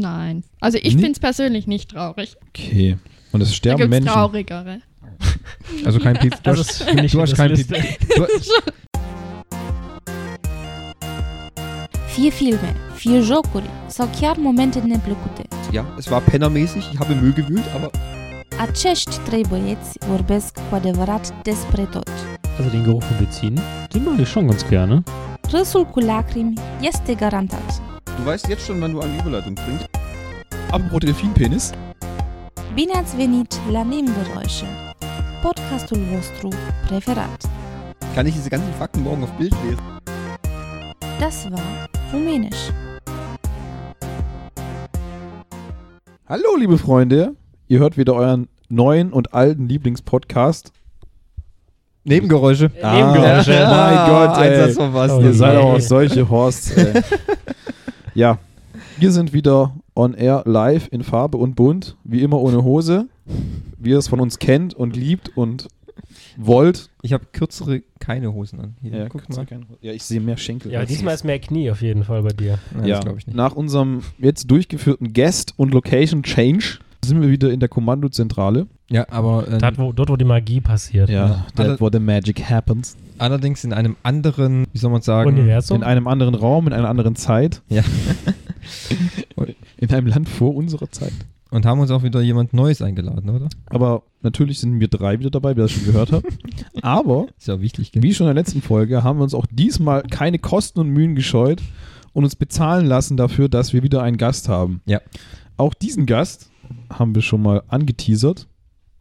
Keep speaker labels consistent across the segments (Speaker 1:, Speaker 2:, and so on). Speaker 1: Nein. Also ich
Speaker 2: Nie-
Speaker 1: finde es persönlich nicht traurig.
Speaker 2: Okay. Und es
Speaker 1: Da
Speaker 2: sterben
Speaker 1: gibt es
Speaker 2: Menschen.
Speaker 1: traurigere.
Speaker 2: Also kein Piep. Du
Speaker 3: Das
Speaker 2: hast,
Speaker 3: ist für mich
Speaker 2: du hast
Speaker 3: das
Speaker 2: kein
Speaker 3: Liste.
Speaker 2: Piep. Du,
Speaker 4: Fie filme, fie jocuri sau chiar momente neplăcute.
Speaker 5: Ja, es war pennermäßig, ich habe Müll gewühlt, aber
Speaker 4: Acești trei băieți vorbesc cu adevărat despre tot.
Speaker 3: Also den Geruch von Benzin, den mag ich schon ganz gerne.
Speaker 4: Râsul cu lacrimi este garantat.
Speaker 5: du weißt jetzt schon, wann du eine Überleitung bringst.
Speaker 2: apropos Delfinpenis.
Speaker 4: Bine ați venit la Nebengeräusche, podcastul vostru preferat.
Speaker 5: Kann ich diese ganzen Fakten morgen auf Bild lesen?
Speaker 4: Das war Rumänisch.
Speaker 2: Hallo, liebe Freunde. Ihr hört wieder euren neuen und alten Lieblingspodcast.
Speaker 5: Nebengeräusche.
Speaker 3: Ah. Nebengeräusche.
Speaker 6: Ah,
Speaker 2: mein Gott, ey.
Speaker 5: Einsatz verpasst.
Speaker 3: Oh,
Speaker 2: Ihr
Speaker 3: je.
Speaker 2: seid auch solche Horst. Ey. ja, wir sind wieder on air live in Farbe und Bunt, wie immer ohne Hose, wie ihr es von uns kennt und liebt und wollt.
Speaker 5: Ich habe kürzere keine Hosen an. Hier,
Speaker 2: Ja,
Speaker 5: guck
Speaker 2: guckt's
Speaker 5: mal.
Speaker 2: euch an. ja ich sehe mehr Schenkel.
Speaker 3: Ja,
Speaker 2: als-
Speaker 3: diesmal ist mehr Knie auf jeden Fall bei dir.
Speaker 5: Nein,
Speaker 2: ja,
Speaker 5: das glaube ich nicht.
Speaker 2: Nach unserem jetzt durchgeführten Guest und Location Change sind wir wieder in der Kommandozentrale.
Speaker 6: Ja, aber äh,
Speaker 3: Dort, wo, dort, wo die Magie passiert.
Speaker 2: Ja,
Speaker 6: Also-
Speaker 2: that where the magic happens.
Speaker 6: allerdings in einem anderen, wie soll man sagen,
Speaker 3: Universum.
Speaker 2: In einem anderen Raum, in einer anderen Zeit.
Speaker 6: Ja.
Speaker 2: in einem Land vor unserer Zeit.
Speaker 6: und haben uns auch wieder jemand Neues eingeladen, oder?
Speaker 2: Aber natürlich sind wir drei wieder dabei, wie ihr das schon gehört habt. Aber,
Speaker 6: Ist ja wichtig. gell?
Speaker 2: wie schon in der letzten Folge, haben wir uns auch diesmal keine Kosten und Mühen gescheut und uns bezahlen lassen dafür, dass wir wieder einen Gast haben.
Speaker 6: Ja.
Speaker 2: Auch diesen Gast haben wir schon mal angeteasert.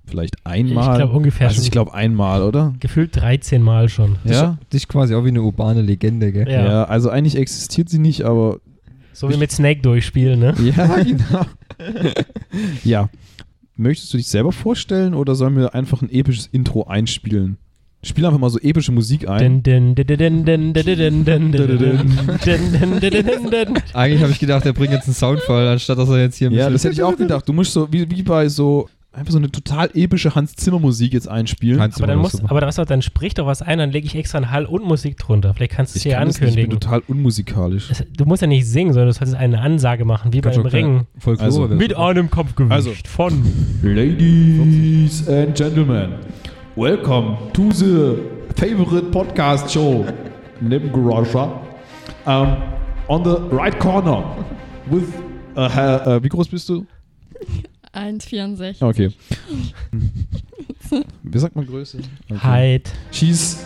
Speaker 2: Vielleicht
Speaker 3: ich
Speaker 2: einmal.
Speaker 3: glaube ungefähr
Speaker 2: also
Speaker 3: schon.
Speaker 2: ich glaube einmal, oder?
Speaker 3: gefühlt 13 Mal schon.
Speaker 2: Ja?
Speaker 6: Dich quasi auch wie eine urbane Legende, gell?
Speaker 3: Ja.
Speaker 2: also eigentlich existiert sie nicht, aber
Speaker 3: So wie mit Snake durchspielen, ne?
Speaker 2: ja, genau. ja. Möchtest du dich selber vorstellen oder sollen wir einfach ein episches Intro einspielen? Spiel einfach mal so epische Musik ein.
Speaker 3: Dun, dun, dun, dun, dun, dun, dun, dun, dun, dun, dun, dun, dun, dun, dun, dun.
Speaker 6: Eigentlich habe ich gedacht, er bringt jetzt einen Soundfall, anstatt dass er jetzt hier ein
Speaker 2: Ja,
Speaker 6: bisschen-
Speaker 2: das hätte ich auch gedacht. Du musst so, wie, wie bei so, einfach so eine total epische Hans-Zimmer-Musik jetzt einspielen.
Speaker 6: Hans
Speaker 3: Aber dann
Speaker 6: Zimmer,
Speaker 3: muss,
Speaker 6: super.
Speaker 3: aber das, dann spricht doch was ein, dann lege ich extra einen Hall und Musik drunter. Vielleicht kannst du es
Speaker 2: ich
Speaker 3: hier
Speaker 2: kann das nicht, ich bin
Speaker 3: ankündigen.
Speaker 2: total unmusikalisch.
Speaker 3: Das, du musst ja nicht singen, sondern du solltest eine Ansage machen, wie
Speaker 6: Kann
Speaker 3: beim
Speaker 6: schon keine
Speaker 3: Ring.
Speaker 6: Folklore
Speaker 2: Also,
Speaker 6: werden.
Speaker 3: Mit einem Kopfgewicht
Speaker 2: Also.
Speaker 3: von.
Speaker 2: Ladies and Gentlemen, welcome to the favorite podcast show, Nebengeräusche. Um, on the right corner with, a ha- äh, wie groß bist du?
Speaker 1: 1,64.
Speaker 2: Okay. Wie sagt man Größe? Okay.
Speaker 3: Hyde.
Speaker 2: She's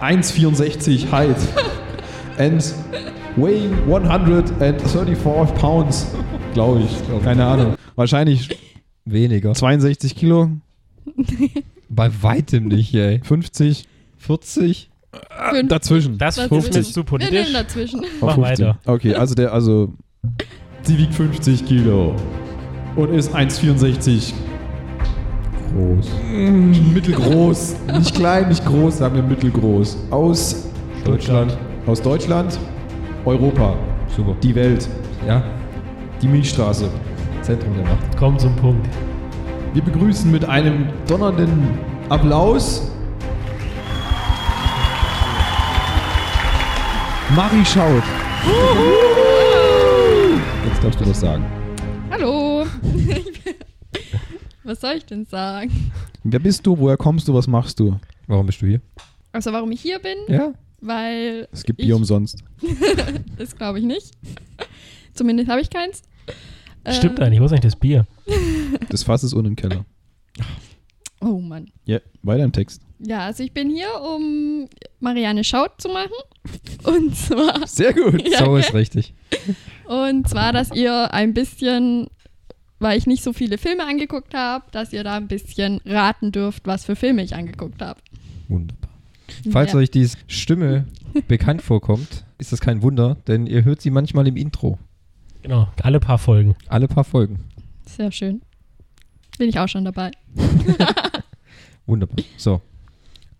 Speaker 2: 1,64 height and weighing 135 pounds, glaube ich. Keine Ahnung. Wahrscheinlich
Speaker 6: Weniger.
Speaker 2: 62 Kilo,
Speaker 6: Bei weitem nicht, ey.
Speaker 2: 50,
Speaker 6: 40?
Speaker 1: Fünf-
Speaker 2: dazwischen.
Speaker 3: Das
Speaker 1: dazwischen.
Speaker 3: ist mir zu
Speaker 1: Wir nehmen
Speaker 3: politisch.
Speaker 1: dazwischen.
Speaker 3: Mach weiter.
Speaker 2: Okay, also der, also sie wiegt 50 Kilo und ist 1,64 groß. mittelgroß, nicht klein, nicht groß, sagen wir mittelgroß. Aus
Speaker 3: Deutschland.
Speaker 2: Aus Deutschland, Europa,
Speaker 6: Super.
Speaker 2: die Welt,
Speaker 6: Ja,
Speaker 2: die Milchstraße.
Speaker 6: Zentrum der Macht.
Speaker 3: Komm zum Punkt.
Speaker 2: Wir begrüßen mit einem donnernden Applaus Marie Schaut. Jetzt darfst du was sagen.
Speaker 1: Hallo. was soll ich denn sagen?
Speaker 2: Wer bist du? Woher kommst du? Was machst du?
Speaker 6: Warum bist du hier?
Speaker 1: Also warum ich hier bin?
Speaker 6: Ja.
Speaker 1: Weil
Speaker 2: Es gibt
Speaker 1: Ich-
Speaker 2: Bier umsonst.
Speaker 1: Das glaube ich nicht. Zumindest habe ich keins.
Speaker 3: Stimmt
Speaker 1: Ähm,
Speaker 3: eigentlich, wo ist eigentlich das Bier?
Speaker 2: Das Fass ist unten im Keller.
Speaker 1: Oh Mann.
Speaker 2: Ja, weiter im Text.
Speaker 1: Ja, also ich bin hier, um Marianne Schaut zu machen. Und zwar,
Speaker 6: Sehr gut.
Speaker 1: Ja,
Speaker 6: so
Speaker 1: gell?
Speaker 6: ist richtig.
Speaker 1: und zwar, dass ihr ein bisschen, weil ich nicht so viele Filme angeguckt habe, dass ihr da ein bisschen raten dürft, was für Filme ich angeguckt habe.
Speaker 6: Wunderbar. Falls
Speaker 1: Ja.
Speaker 6: euch diese Stimme bekannt vorkommt, ist das kein Wunder, denn ihr hört sie manchmal im Intro.
Speaker 3: Genau, alle paar Folgen.
Speaker 6: Alle paar Folgen.
Speaker 1: Sehr schön. Bin ich auch schon dabei.
Speaker 6: Wunderbar. So.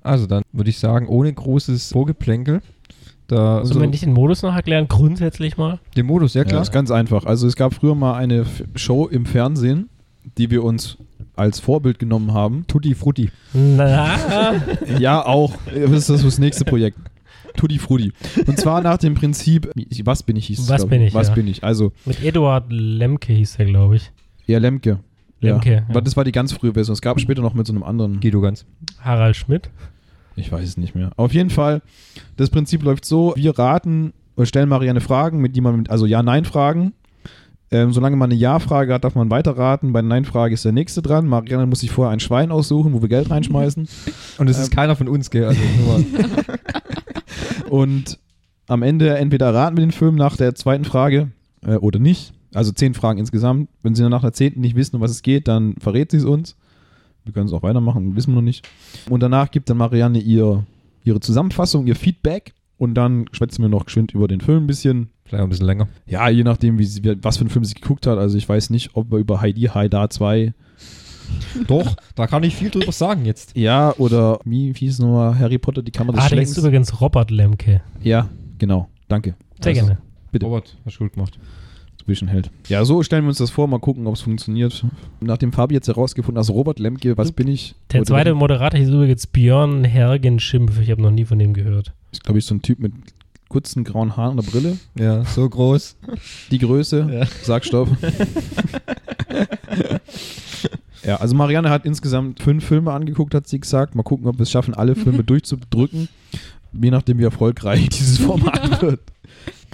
Speaker 6: Also dann würde ich sagen, ohne großes Vorgeplänkel, da
Speaker 3: Sollen wir nicht den Modus noch erklären? Grundsätzlich mal.
Speaker 6: den Modus, ja
Speaker 2: Also Ja,
Speaker 6: klar.
Speaker 2: ist ganz einfach. Also es gab früher mal eine F Show im Fernsehen, die wir uns als Vorbild genommen haben.
Speaker 6: Tutti Frutti.
Speaker 3: Na,
Speaker 2: Ja, auch. Das ist das nächste Projekt. Tutti Frutti. Und zwar nach dem Prinzip, was bin ich hieß es,
Speaker 3: Was
Speaker 2: glaub
Speaker 3: bin ich,
Speaker 2: Was
Speaker 3: ja.
Speaker 2: bin ich? Also,
Speaker 3: Mit Eduard Lemke hieß er, glaube ich.
Speaker 2: ja, Lemke.
Speaker 3: Lemke,
Speaker 2: Ja.
Speaker 3: ja.
Speaker 2: Aber das war die ganz frühe Version. Es gab später noch mit so einem anderen.
Speaker 6: Guido ganz.
Speaker 3: Harald Schmidt.
Speaker 2: Ich weiß es nicht mehr. Auf jeden Fall, das Prinzip läuft so: Wir raten oder stellen Marianne Fragen, mit die man mit, also Ja-Nein-Fragen. Ähm, solange man eine Ja-Frage hat, darf man weiterraten. Bei der Nein-Frage ist der nächste dran. Marianne muss sich vorher ein Schwein aussuchen, wo wir Geld reinschmeißen.
Speaker 6: Und es
Speaker 2: Ähm.
Speaker 6: ist keiner von uns, gell? Also, nur mal.
Speaker 2: Und am Ende entweder raten wir den Film nach der zweiten Frage äh, oder nicht. Also zehn Fragen insgesamt. Wenn sie dann nach der zehnten nicht wissen, um was es geht, dann verrät sie es uns. Wir können es auch weitermachen, wissen wir noch nicht. Und danach gibt dann Marianne ihr, ihre Zusammenfassung, ihr Feedback. Und dann schwätzen wir noch geschwind über den Film ein bisschen.
Speaker 6: vielleicht auch ein bisschen länger.
Speaker 2: Ja, je nachdem, wie sie, was für einen Film sie geguckt hat. Also ich weiß nicht, ob wir über Heidi Haida 2,
Speaker 6: Doch, da kann ich viel drüber sagen jetzt.
Speaker 2: ja, oder wie, wie hieß es nochmal, Harry Potter, die Kammer des
Speaker 3: Ah, der ist
Speaker 2: Schreckens.
Speaker 3: übrigens Robert Lemke.
Speaker 2: Ja, genau. Danke.
Speaker 3: Sehr
Speaker 2: Also,
Speaker 3: gerne.
Speaker 2: Bitte.
Speaker 6: Robert, hast du gut gemacht.
Speaker 2: Zwischen hält. Ja, so stellen wir uns das vor, mal gucken, ob es funktioniert. Nachdem Fabi jetzt herausgefunden hat, also Robert Lemke, was bin ich?
Speaker 3: Der
Speaker 2: Oder-
Speaker 3: zweite Moderator hieß übrigens Björn Hergenschimpf. Ich habe noch nie von dem gehört.
Speaker 2: Ist, glaube ich, so ein Typ mit kurzen grauen Haaren und einer Brille.
Speaker 6: Ja, so groß.
Speaker 2: Die Größe,
Speaker 6: Ja.
Speaker 2: Sagstoff. ja, also Marianne hat insgesamt fünf Filme angeguckt, hat sie gesagt. Mal gucken, ob wir es schaffen, alle Filme durchzudrücken. Je nachdem, wie erfolgreich dieses Format wird.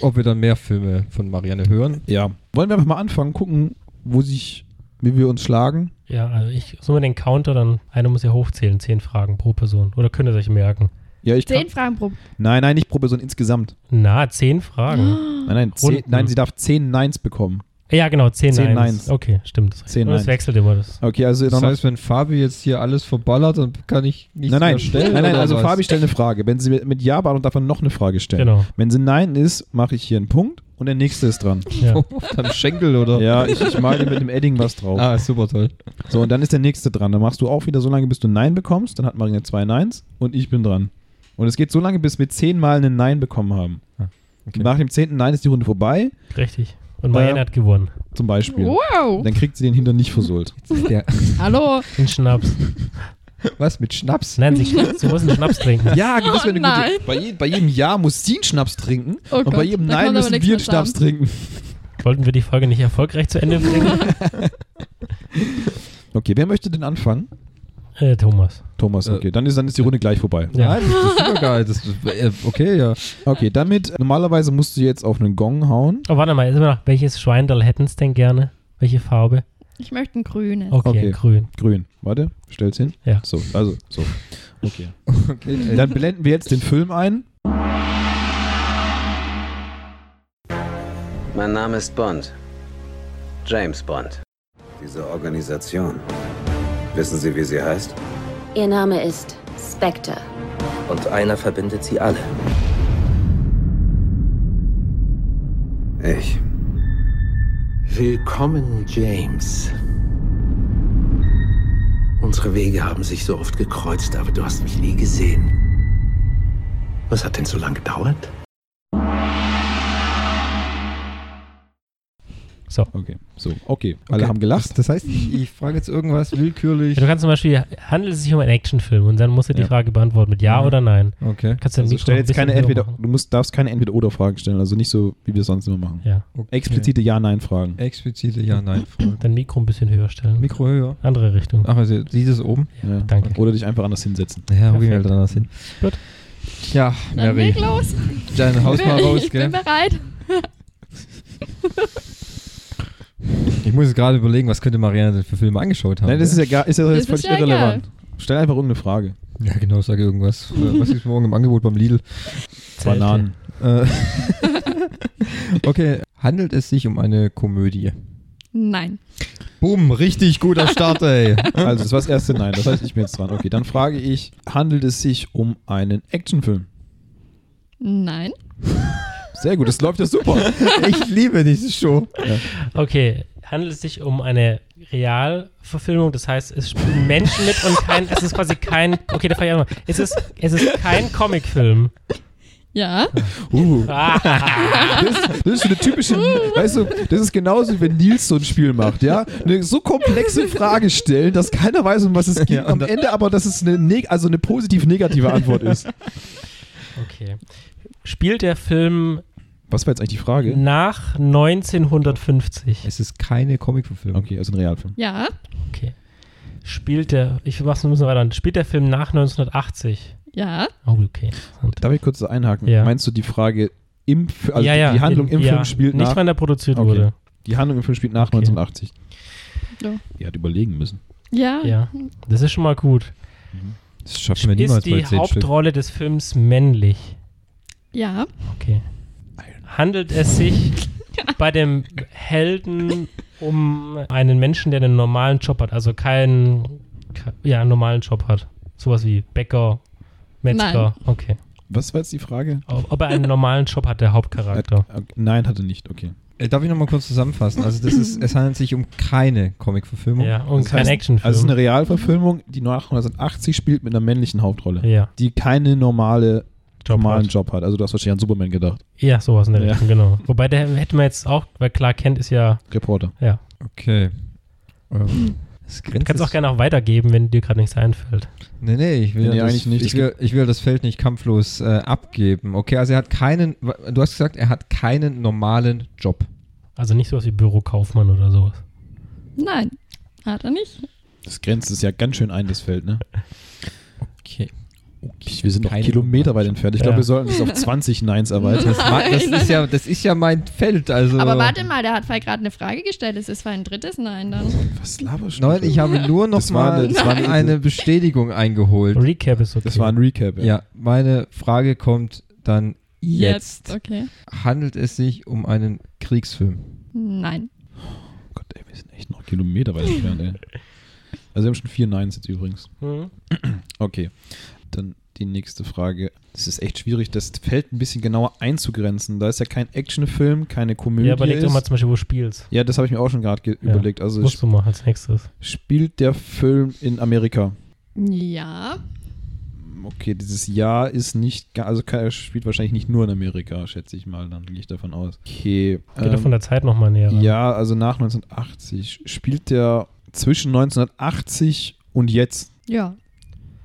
Speaker 6: Ob wir dann mehr Filme von Marianne hören.
Speaker 2: Ja. Wollen wir einfach mal anfangen, gucken, wo sich, wie wir uns schlagen.
Speaker 3: Ja, also ich suche mir den Counter, dann einer muss ja hochzählen. Zehn Fragen pro Person. Oder könnt ihr euch merken?
Speaker 2: Ja, ich kann.
Speaker 1: Zehn Fragen pro.
Speaker 2: Nein, nein, nicht pro Person insgesamt.
Speaker 3: Na, zehn Fragen.
Speaker 2: Nein, nein, zehn,
Speaker 3: Runden.
Speaker 2: nein, sie darf zehn Neins bekommen.
Speaker 3: ja, genau, zehn,
Speaker 2: Zehn
Speaker 3: Neins.
Speaker 2: Neins.
Speaker 3: Okay, stimmt. Das, ist
Speaker 2: Zehn
Speaker 3: richtig. Und das
Speaker 2: Neins.
Speaker 3: wechselt immer. Das.
Speaker 2: Okay, also
Speaker 6: Das
Speaker 2: dann
Speaker 6: heißt, wenn Fabi jetzt hier alles verballert, dann kann ich nichts
Speaker 2: nein, nein,
Speaker 6: mehr stellen.
Speaker 2: nein, nein,
Speaker 6: oder
Speaker 2: also
Speaker 6: was?
Speaker 2: Fabi stellt eine Frage. Wenn sie mit, mit Ja beantwortet, darf man noch eine Frage stellen.
Speaker 3: Genau.
Speaker 2: Wenn sie Nein ist, mache ich hier einen Punkt und der nächste ist dran.
Speaker 3: Ja.
Speaker 6: Auf deinem Schenkel, oder?
Speaker 2: ja, ich, ich male mit dem Edding was drauf.
Speaker 6: Ah, super toll.
Speaker 2: So, und dann ist der nächste dran. Dann machst du auch wieder so lange, bis du Nein bekommst. Dann hat Marina zwei Neins und ich bin dran. Und es geht so lange, bis wir zehnmal einen Nein bekommen haben.
Speaker 6: Ah, okay.
Speaker 2: Nach dem zehnten Nein ist die Runde vorbei,
Speaker 3: Richtig. Und Marianne
Speaker 2: Ja.
Speaker 3: hat gewonnen.
Speaker 2: zum Beispiel.
Speaker 1: Wow.
Speaker 2: Dann kriegt sie den Hintern nicht versohlt.
Speaker 6: Der,
Speaker 1: Hallo.
Speaker 3: Ein Schnaps.
Speaker 6: was mit Schnaps?
Speaker 3: Nein, sie, sie muss einen Schnaps trinken.
Speaker 2: Ja, das wäre eine
Speaker 1: Oh nein.
Speaker 2: gute. Bei, je, bei jedem Ja muss sie einen Schnaps trinken
Speaker 1: Oh
Speaker 2: und bei
Speaker 1: Gott,
Speaker 2: jedem
Speaker 1: da
Speaker 2: Nein
Speaker 1: kommt aber
Speaker 2: müssen
Speaker 1: nichts
Speaker 2: wir einen
Speaker 1: mehr
Speaker 2: Schnaps
Speaker 1: zusammen.
Speaker 2: trinken.
Speaker 3: Wollten wir die Folge nicht erfolgreich zu Ende bringen?
Speaker 2: Okay, wer möchte denn anfangen?
Speaker 3: äh, Thomas.
Speaker 2: Thomas,
Speaker 6: Äh,
Speaker 2: okay. Dann ist, dann ist die Runde gleich vorbei.
Speaker 3: Ja.
Speaker 6: Nein, das ist super geil. Das, ist- äh, okay, ja.
Speaker 2: Okay, damit, normalerweise musst du jetzt auf einen Gong hauen.
Speaker 3: Oh, warte mal, jetzt immer noch, welches Schweindall hätten denn gerne? Welche Farbe?
Speaker 1: Ich möchte ein grünes.
Speaker 3: Okay,
Speaker 2: Okay.
Speaker 3: grün.
Speaker 2: Grün. Warte, stell's hin.
Speaker 3: Ja.
Speaker 2: So, also, so. Okay.
Speaker 6: okay
Speaker 2: Dann blenden wir jetzt den Film ein.
Speaker 7: Mein Name ist Bond. James Bond.
Speaker 8: Diese Organisation. Wissen Sie, wie sie heißt?
Speaker 9: Ihr Name ist Spectre.
Speaker 7: Und einer verbindet sie alle.
Speaker 8: Ich.
Speaker 10: Willkommen, James. Unsere Wege haben sich so oft gekreuzt, aber du hast mich nie gesehen. Was hat denn so lange gedauert?
Speaker 3: So.
Speaker 2: Okay, so. Okay, alle
Speaker 6: Okay.
Speaker 2: haben gelacht.
Speaker 6: Das heißt, ich, ich frage jetzt irgendwas willkürlich.
Speaker 3: Ja, du kannst zum Beispiel, handelt es sich um einen Actionfilm und dann musst du die
Speaker 2: Ja.
Speaker 3: Frage beantworten mit Ja
Speaker 6: Mhm.
Speaker 3: oder Nein.
Speaker 6: Okay,
Speaker 3: Kannst du
Speaker 2: Also
Speaker 3: Mikro
Speaker 2: stell
Speaker 3: ein
Speaker 2: jetzt
Speaker 3: bisschen
Speaker 2: keine
Speaker 3: höher
Speaker 2: entweder,
Speaker 3: machen.
Speaker 2: du musst, darfst keine entweder oder Fragen stellen, also nicht so, wie wir es sonst immer machen.
Speaker 3: Ja,
Speaker 6: okay.
Speaker 2: Explizite Ja-Nein-Fragen.
Speaker 6: Explizite Ja-Nein-Frage.
Speaker 3: dein Mikro ein bisschen höher stellen.
Speaker 6: Mikro höher.
Speaker 3: Andere Richtung.
Speaker 6: Ach, also dieses oben?
Speaker 2: Ja.
Speaker 3: danke.
Speaker 2: Oder dich einfach anders hinsetzen.
Speaker 6: Ja,
Speaker 3: wo gehen wir
Speaker 6: halt anders hin.
Speaker 3: Gut.
Speaker 6: Ja,
Speaker 1: Dann
Speaker 6: Mary,
Speaker 1: leg los.
Speaker 6: dein Haus mal raus,
Speaker 1: ich bin
Speaker 6: gell?
Speaker 1: bereit.
Speaker 6: Ich muss jetzt gerade überlegen, was könnte Marianne denn für Filme angeschaut haben.
Speaker 2: Nein, das ist
Speaker 6: ja.
Speaker 2: ja, gar, ist ja
Speaker 1: Das ist
Speaker 2: jetzt völlig
Speaker 1: ja egal.
Speaker 2: irrelevant. Stell einfach irgendeine Frage.
Speaker 6: Ja, genau, sage irgendwas. Äh, was ist morgen im Angebot beim Lidl?
Speaker 3: Zelte.
Speaker 2: Bananen.
Speaker 6: Äh, okay, handelt es sich um eine Komödie?
Speaker 1: Nein.
Speaker 6: Boom, richtig guter Start, ey.
Speaker 2: Also, das war das erste Nein. Das heißt, ich bin jetzt dran. Okay, dann frage ich: Handelt es sich um einen Actionfilm?
Speaker 1: Nein.
Speaker 2: Sehr gut, das läuft ja super.
Speaker 6: Ich liebe diese Show.
Speaker 3: Okay, handelt es sich um eine Realverfilmung, das heißt, es spielen Menschen mit und kein, es ist quasi kein, okay, da fang ich an. Es ist, es ist kein Comicfilm.
Speaker 1: Ja.
Speaker 2: Uh,
Speaker 3: Ah,
Speaker 2: das, das ist so eine typische, weißt du, das ist genauso, wie wenn Nils so ein Spiel macht, ja? Eine so komplexe Frage stellen, dass keiner weiß, um was es geht. Am Ende aber, dass es eine, neg- also eine positiv-negative Antwort ist.
Speaker 3: okay. spielt der Film
Speaker 2: Was war jetzt eigentlich die Frage?
Speaker 3: nach 1950.
Speaker 6: Es ist keine Comicverfilmung.
Speaker 2: Okay, also ein Realfilm.
Speaker 1: Ja,
Speaker 3: Okay. Spielt der, ich mach's ein bisschen weiter, spielt der Film nach 1980?
Speaker 1: ja,
Speaker 3: Oh, okay.
Speaker 2: Darf ich kurz einhaken?
Speaker 3: Ja.
Speaker 2: Meinst du die Frage im Fi- also die- die Handlung im
Speaker 3: ja,
Speaker 2: Film spielt
Speaker 3: Nicht,
Speaker 2: nach
Speaker 3: wann er produziert
Speaker 2: Okay.
Speaker 3: wurde.
Speaker 2: die Handlung im Film spielt nach
Speaker 3: Okay.
Speaker 2: 1980?
Speaker 1: Ja.
Speaker 2: Die hat überlegen müssen.
Speaker 1: ja,
Speaker 3: Ja. Das ist schon mal gut.
Speaker 6: Das schaffen wir niemals
Speaker 3: ist
Speaker 6: bei
Speaker 3: die
Speaker 6: 10 Stück.
Speaker 3: Hauptrolle des Films männlich?
Speaker 1: ja.
Speaker 3: Okay. Handelt es sich bei dem Helden um einen Menschen, der einen normalen Job hat, also keinen, ke- ja, einen normalen Job hat? Sowas wie Bäcker, Metzger. Okay.
Speaker 2: Was war jetzt die Frage?
Speaker 3: Ob, ob er einen normalen Job hat, der Hauptcharakter.
Speaker 2: Äh, okay. Nein, hatte nicht. Okay.
Speaker 6: Äh, darf ich nochmal kurz zusammenfassen? Also das ist, es handelt sich um keine Comicverfilmung.
Speaker 3: Ja, und
Speaker 2: Das
Speaker 3: kein
Speaker 2: heißt,
Speaker 3: Actionfilm.
Speaker 2: Also es ist eine Realverfilmung, die nach 1980 spielt mit einer männlichen Hauptrolle,
Speaker 3: ja,
Speaker 2: die keine normale
Speaker 3: Job
Speaker 2: normalen
Speaker 3: hat.
Speaker 2: Job hat. Also du hast wahrscheinlich an Superman gedacht.
Speaker 3: ja, sowas in der
Speaker 2: Ja.
Speaker 3: Richtung, genau. Wobei, der hätte man jetzt auch, weil klar, Kent ist ja,
Speaker 2: Reporter.
Speaker 3: ja.
Speaker 6: Okay. Ähm, das
Speaker 3: Du
Speaker 6: grenzt
Speaker 3: kannst
Speaker 6: es-
Speaker 3: auch gerne auch weitergeben, wenn dir gerade nichts einfällt.
Speaker 6: Nee, nee, ich will,
Speaker 2: Nee,
Speaker 6: das,
Speaker 2: eigentlich nicht.
Speaker 6: Ich will, ich will das Feld nicht kampflos äh, abgeben. Okay, also er hat keinen, du hast gesagt, er hat keinen normalen Job.
Speaker 3: Also nicht sowas wie Bürokaufmann oder sowas.
Speaker 1: Nein, hat er nicht.
Speaker 2: Das grenzt es ja ganz schön ein, das Feld, ne?
Speaker 6: Okay.
Speaker 2: Wir sind noch
Speaker 6: Keine
Speaker 2: Kilometer weit entfernt. Ich
Speaker 3: Ja.
Speaker 2: glaube, wir sollten es auf 20 Neins erweitern.
Speaker 6: Das, ma- das, ist ja, das ist ja mein Feld. Also
Speaker 1: Aber warte mal, der hat Fall gerade eine Frage gestellt. Es ist für ein drittes Nein dann.
Speaker 2: Was laberst
Speaker 6: Nein, ich habe nur noch
Speaker 2: Das war
Speaker 6: mal
Speaker 2: eine- das war eine-
Speaker 6: eine Bestätigung eingeholt.
Speaker 3: Recap ist okay.
Speaker 2: Das war ein Recap.
Speaker 6: Ja, meine Frage kommt dann jetzt.
Speaker 1: Okay.
Speaker 6: Handelt es sich um einen Kriegsfilm?
Speaker 1: Nein.
Speaker 2: Oh Gott, ey, wir sind echt noch Kilometer weit entfernt, ey. Also wir haben schon vier Neins jetzt übrigens.
Speaker 3: Mhm.
Speaker 2: Okay, dann die nächste Frage. Es ist echt schwierig, das Feld ein bisschen genauer einzugrenzen. Da ist ja kein Actionfilm, keine Komödie
Speaker 3: Ja, überleg doch
Speaker 2: ist.
Speaker 3: mal zum Beispiel, wo du spielst.
Speaker 2: ja, das habe ich mir auch schon gerade ge
Speaker 3: Ja.
Speaker 2: überlegt. Also
Speaker 3: Musst
Speaker 2: sp
Speaker 3: du mal als nächstes.
Speaker 2: spielt der Film in Amerika?
Speaker 1: Ja.
Speaker 2: Okay, dieses Jahr ist nicht, ga- also ke- spielt wahrscheinlich nicht nur in Amerika, schätze ich mal. Dann gehe ich davon aus. Okay.
Speaker 3: Geht doch von der Zeit nochmal näher ran.
Speaker 2: Ähm, Ja, also nach 1980. Spielt der zwischen 1980 und jetzt?
Speaker 1: Ja.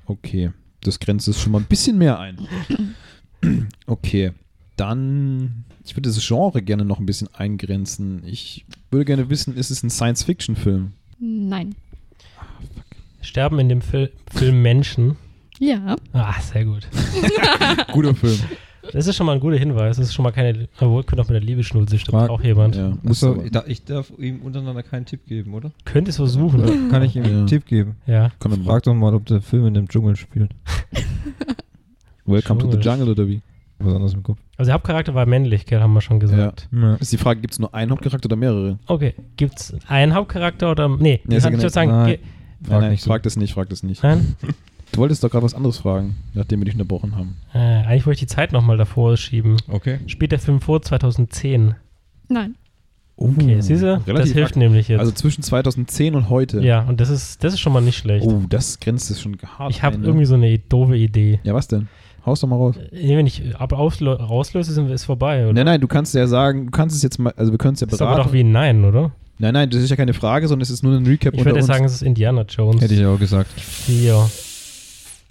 Speaker 2: Okay, das grenzt es schon mal ein bisschen mehr ein. Okay, dann, ich würde das Genre gerne noch ein bisschen eingrenzen. Ich würde gerne wissen, ist es ein Science-Fiction-Film?
Speaker 1: Nein.
Speaker 3: Sterben in dem Fil Film Menschen.
Speaker 1: Ja.
Speaker 3: Ah, sehr gut.
Speaker 2: Guter Film.
Speaker 3: Das ist schon mal ein guter Hinweis. Das ist schon mal keine. Obwohl, könnte auch mit der Liebesschnulze stimmt
Speaker 6: Frag-
Speaker 3: auch jemand.
Speaker 2: Ja,
Speaker 6: Muss
Speaker 2: das aber-
Speaker 6: er, da, ich darf ihm untereinander keinen Tipp geben, oder?
Speaker 3: Könnte es versuchen.
Speaker 6: Kann ich ihm
Speaker 2: Ja.
Speaker 6: einen Tipp geben?
Speaker 3: ja.
Speaker 2: Komm, dann
Speaker 6: Frag doch mal, ob der Film in dem Dschungel spielt.
Speaker 2: Welcome to the
Speaker 3: Dschungel.
Speaker 2: Jungle oder wie?
Speaker 6: Was anderes im Kopf.
Speaker 3: Also der Hauptcharakter war männlich, gell, haben wir schon gesagt.
Speaker 6: Ja.
Speaker 2: Ist die Frage, gibt es nur einen Hauptcharakter oder mehrere?
Speaker 3: Okay. Gibt's einen Hauptcharakter oder. Nee,
Speaker 2: Nee, ist
Speaker 3: kann
Speaker 2: ja
Speaker 3: ich
Speaker 2: genau-
Speaker 3: doch sagen.
Speaker 6: Nein.
Speaker 3: ge-
Speaker 6: Frag nicht so.
Speaker 2: frag das nicht, frag das nicht.
Speaker 3: Nein?
Speaker 2: Du wolltest doch gerade was anderes fragen, nachdem wir dich unterbrochen haben.
Speaker 3: Äh, eigentlich wollte ich die Zeit nochmal davor schieben.
Speaker 6: Okay.
Speaker 3: Spielt der Film vor 2010?
Speaker 1: Nein.
Speaker 6: Uh,
Speaker 3: Okay, siehst du? Das
Speaker 2: Hm, relativ
Speaker 3: hilft
Speaker 2: ak-
Speaker 3: nämlich jetzt.
Speaker 2: Also zwischen 2010 und heute.
Speaker 3: ja, und das ist, das ist schon mal nicht schlecht.
Speaker 2: Oh, das grenzt es schon hart.
Speaker 3: ich habe
Speaker 2: ein, ne?
Speaker 3: irgendwie Äh, so eine doofe Idee.
Speaker 2: Ja, was denn? Haus doch mal raus.
Speaker 3: Nee, wenn ich ab auslö- rauslöse, sind wir- ist vorbei, oder?
Speaker 2: Nein, nein, du kannst ja sagen, du kannst es jetzt mal, also wir können es ja
Speaker 3: das ist aber doch
Speaker 2: Ne, beraten.
Speaker 3: wie ein Nein, oder?
Speaker 2: Nein, nein, das ist ja keine Frage, sondern es ist nur ein Recap
Speaker 3: Ich
Speaker 2: unter
Speaker 3: würde
Speaker 2: uns.
Speaker 3: jetzt sagen, es ist Indiana Jones.
Speaker 6: Hätte ich auch gesagt.
Speaker 3: Vier.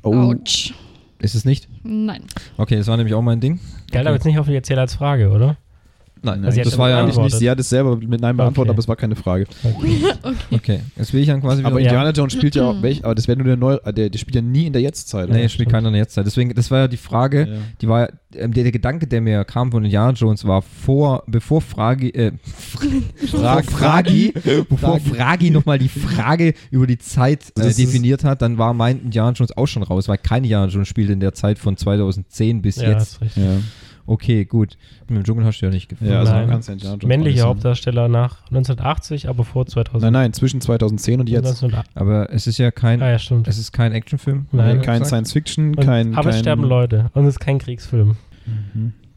Speaker 2: oh,
Speaker 1: Autsch.
Speaker 6: Ist es nicht?
Speaker 1: Nein.
Speaker 6: Okay, das war nämlich auch mein Ding.
Speaker 3: Geil, aber jetzt nicht offiziell als Frage, oder?
Speaker 6: Nein,
Speaker 2: nein,
Speaker 3: sie hat
Speaker 2: das
Speaker 3: ja
Speaker 2: war ja nicht,
Speaker 3: beantwortet.
Speaker 2: nicht, sie hat es selber mit Nein beantwortet,
Speaker 3: Okay.
Speaker 2: aber es war keine Frage.
Speaker 6: Okay, jetzt will ich dann quasi
Speaker 2: Aber
Speaker 6: wieder.
Speaker 2: Indiana Jones spielt ja auch, welch, aber das wäre nur der neue, äh, der, der spielt ja nie in der Jetztzeit.
Speaker 6: Nee, spielt keiner in der Jetztzeit. Deswegen, das war ja die Frage,
Speaker 2: Ja.
Speaker 6: die war, ähm, der, der Gedanke, der mir kam von Indiana Jones, war vor, bevor Fragi, äh, Fra Fragi, bevor Fragi nochmal die Frage über die Zeit äh,
Speaker 2: Das ist-
Speaker 6: definiert hat, dann war mein Indiana Jones auch schon raus, weil kein Indiana Jones spielt in der Zeit von 2010 bis
Speaker 3: Ja,
Speaker 6: jetzt.
Speaker 3: ist richtig.
Speaker 2: Ja,
Speaker 6: Okay, gut. Mit dem Dschungel hast du ja nicht gefunden.
Speaker 2: ja also
Speaker 3: Nein.
Speaker 2: du kannst ja Indiana Jones
Speaker 3: Männlicher
Speaker 2: sagen.
Speaker 3: Hauptdarsteller nach 1980, aber vor 2000.
Speaker 2: Nein, nein, zwischen 2010 und jetzt.
Speaker 3: 1980.
Speaker 6: Aber es ist ja kein,
Speaker 3: Ah ja, stimmt.
Speaker 6: es ist kein Actionfilm.
Speaker 3: Nein.
Speaker 2: Nein,
Speaker 6: Ja,
Speaker 2: kein
Speaker 6: gesagt.
Speaker 2: Science Fiction,
Speaker 3: Und-
Speaker 2: kein.
Speaker 3: aber
Speaker 2: kein,
Speaker 3: es sterben Leute und es ist kein Kriegsfilm.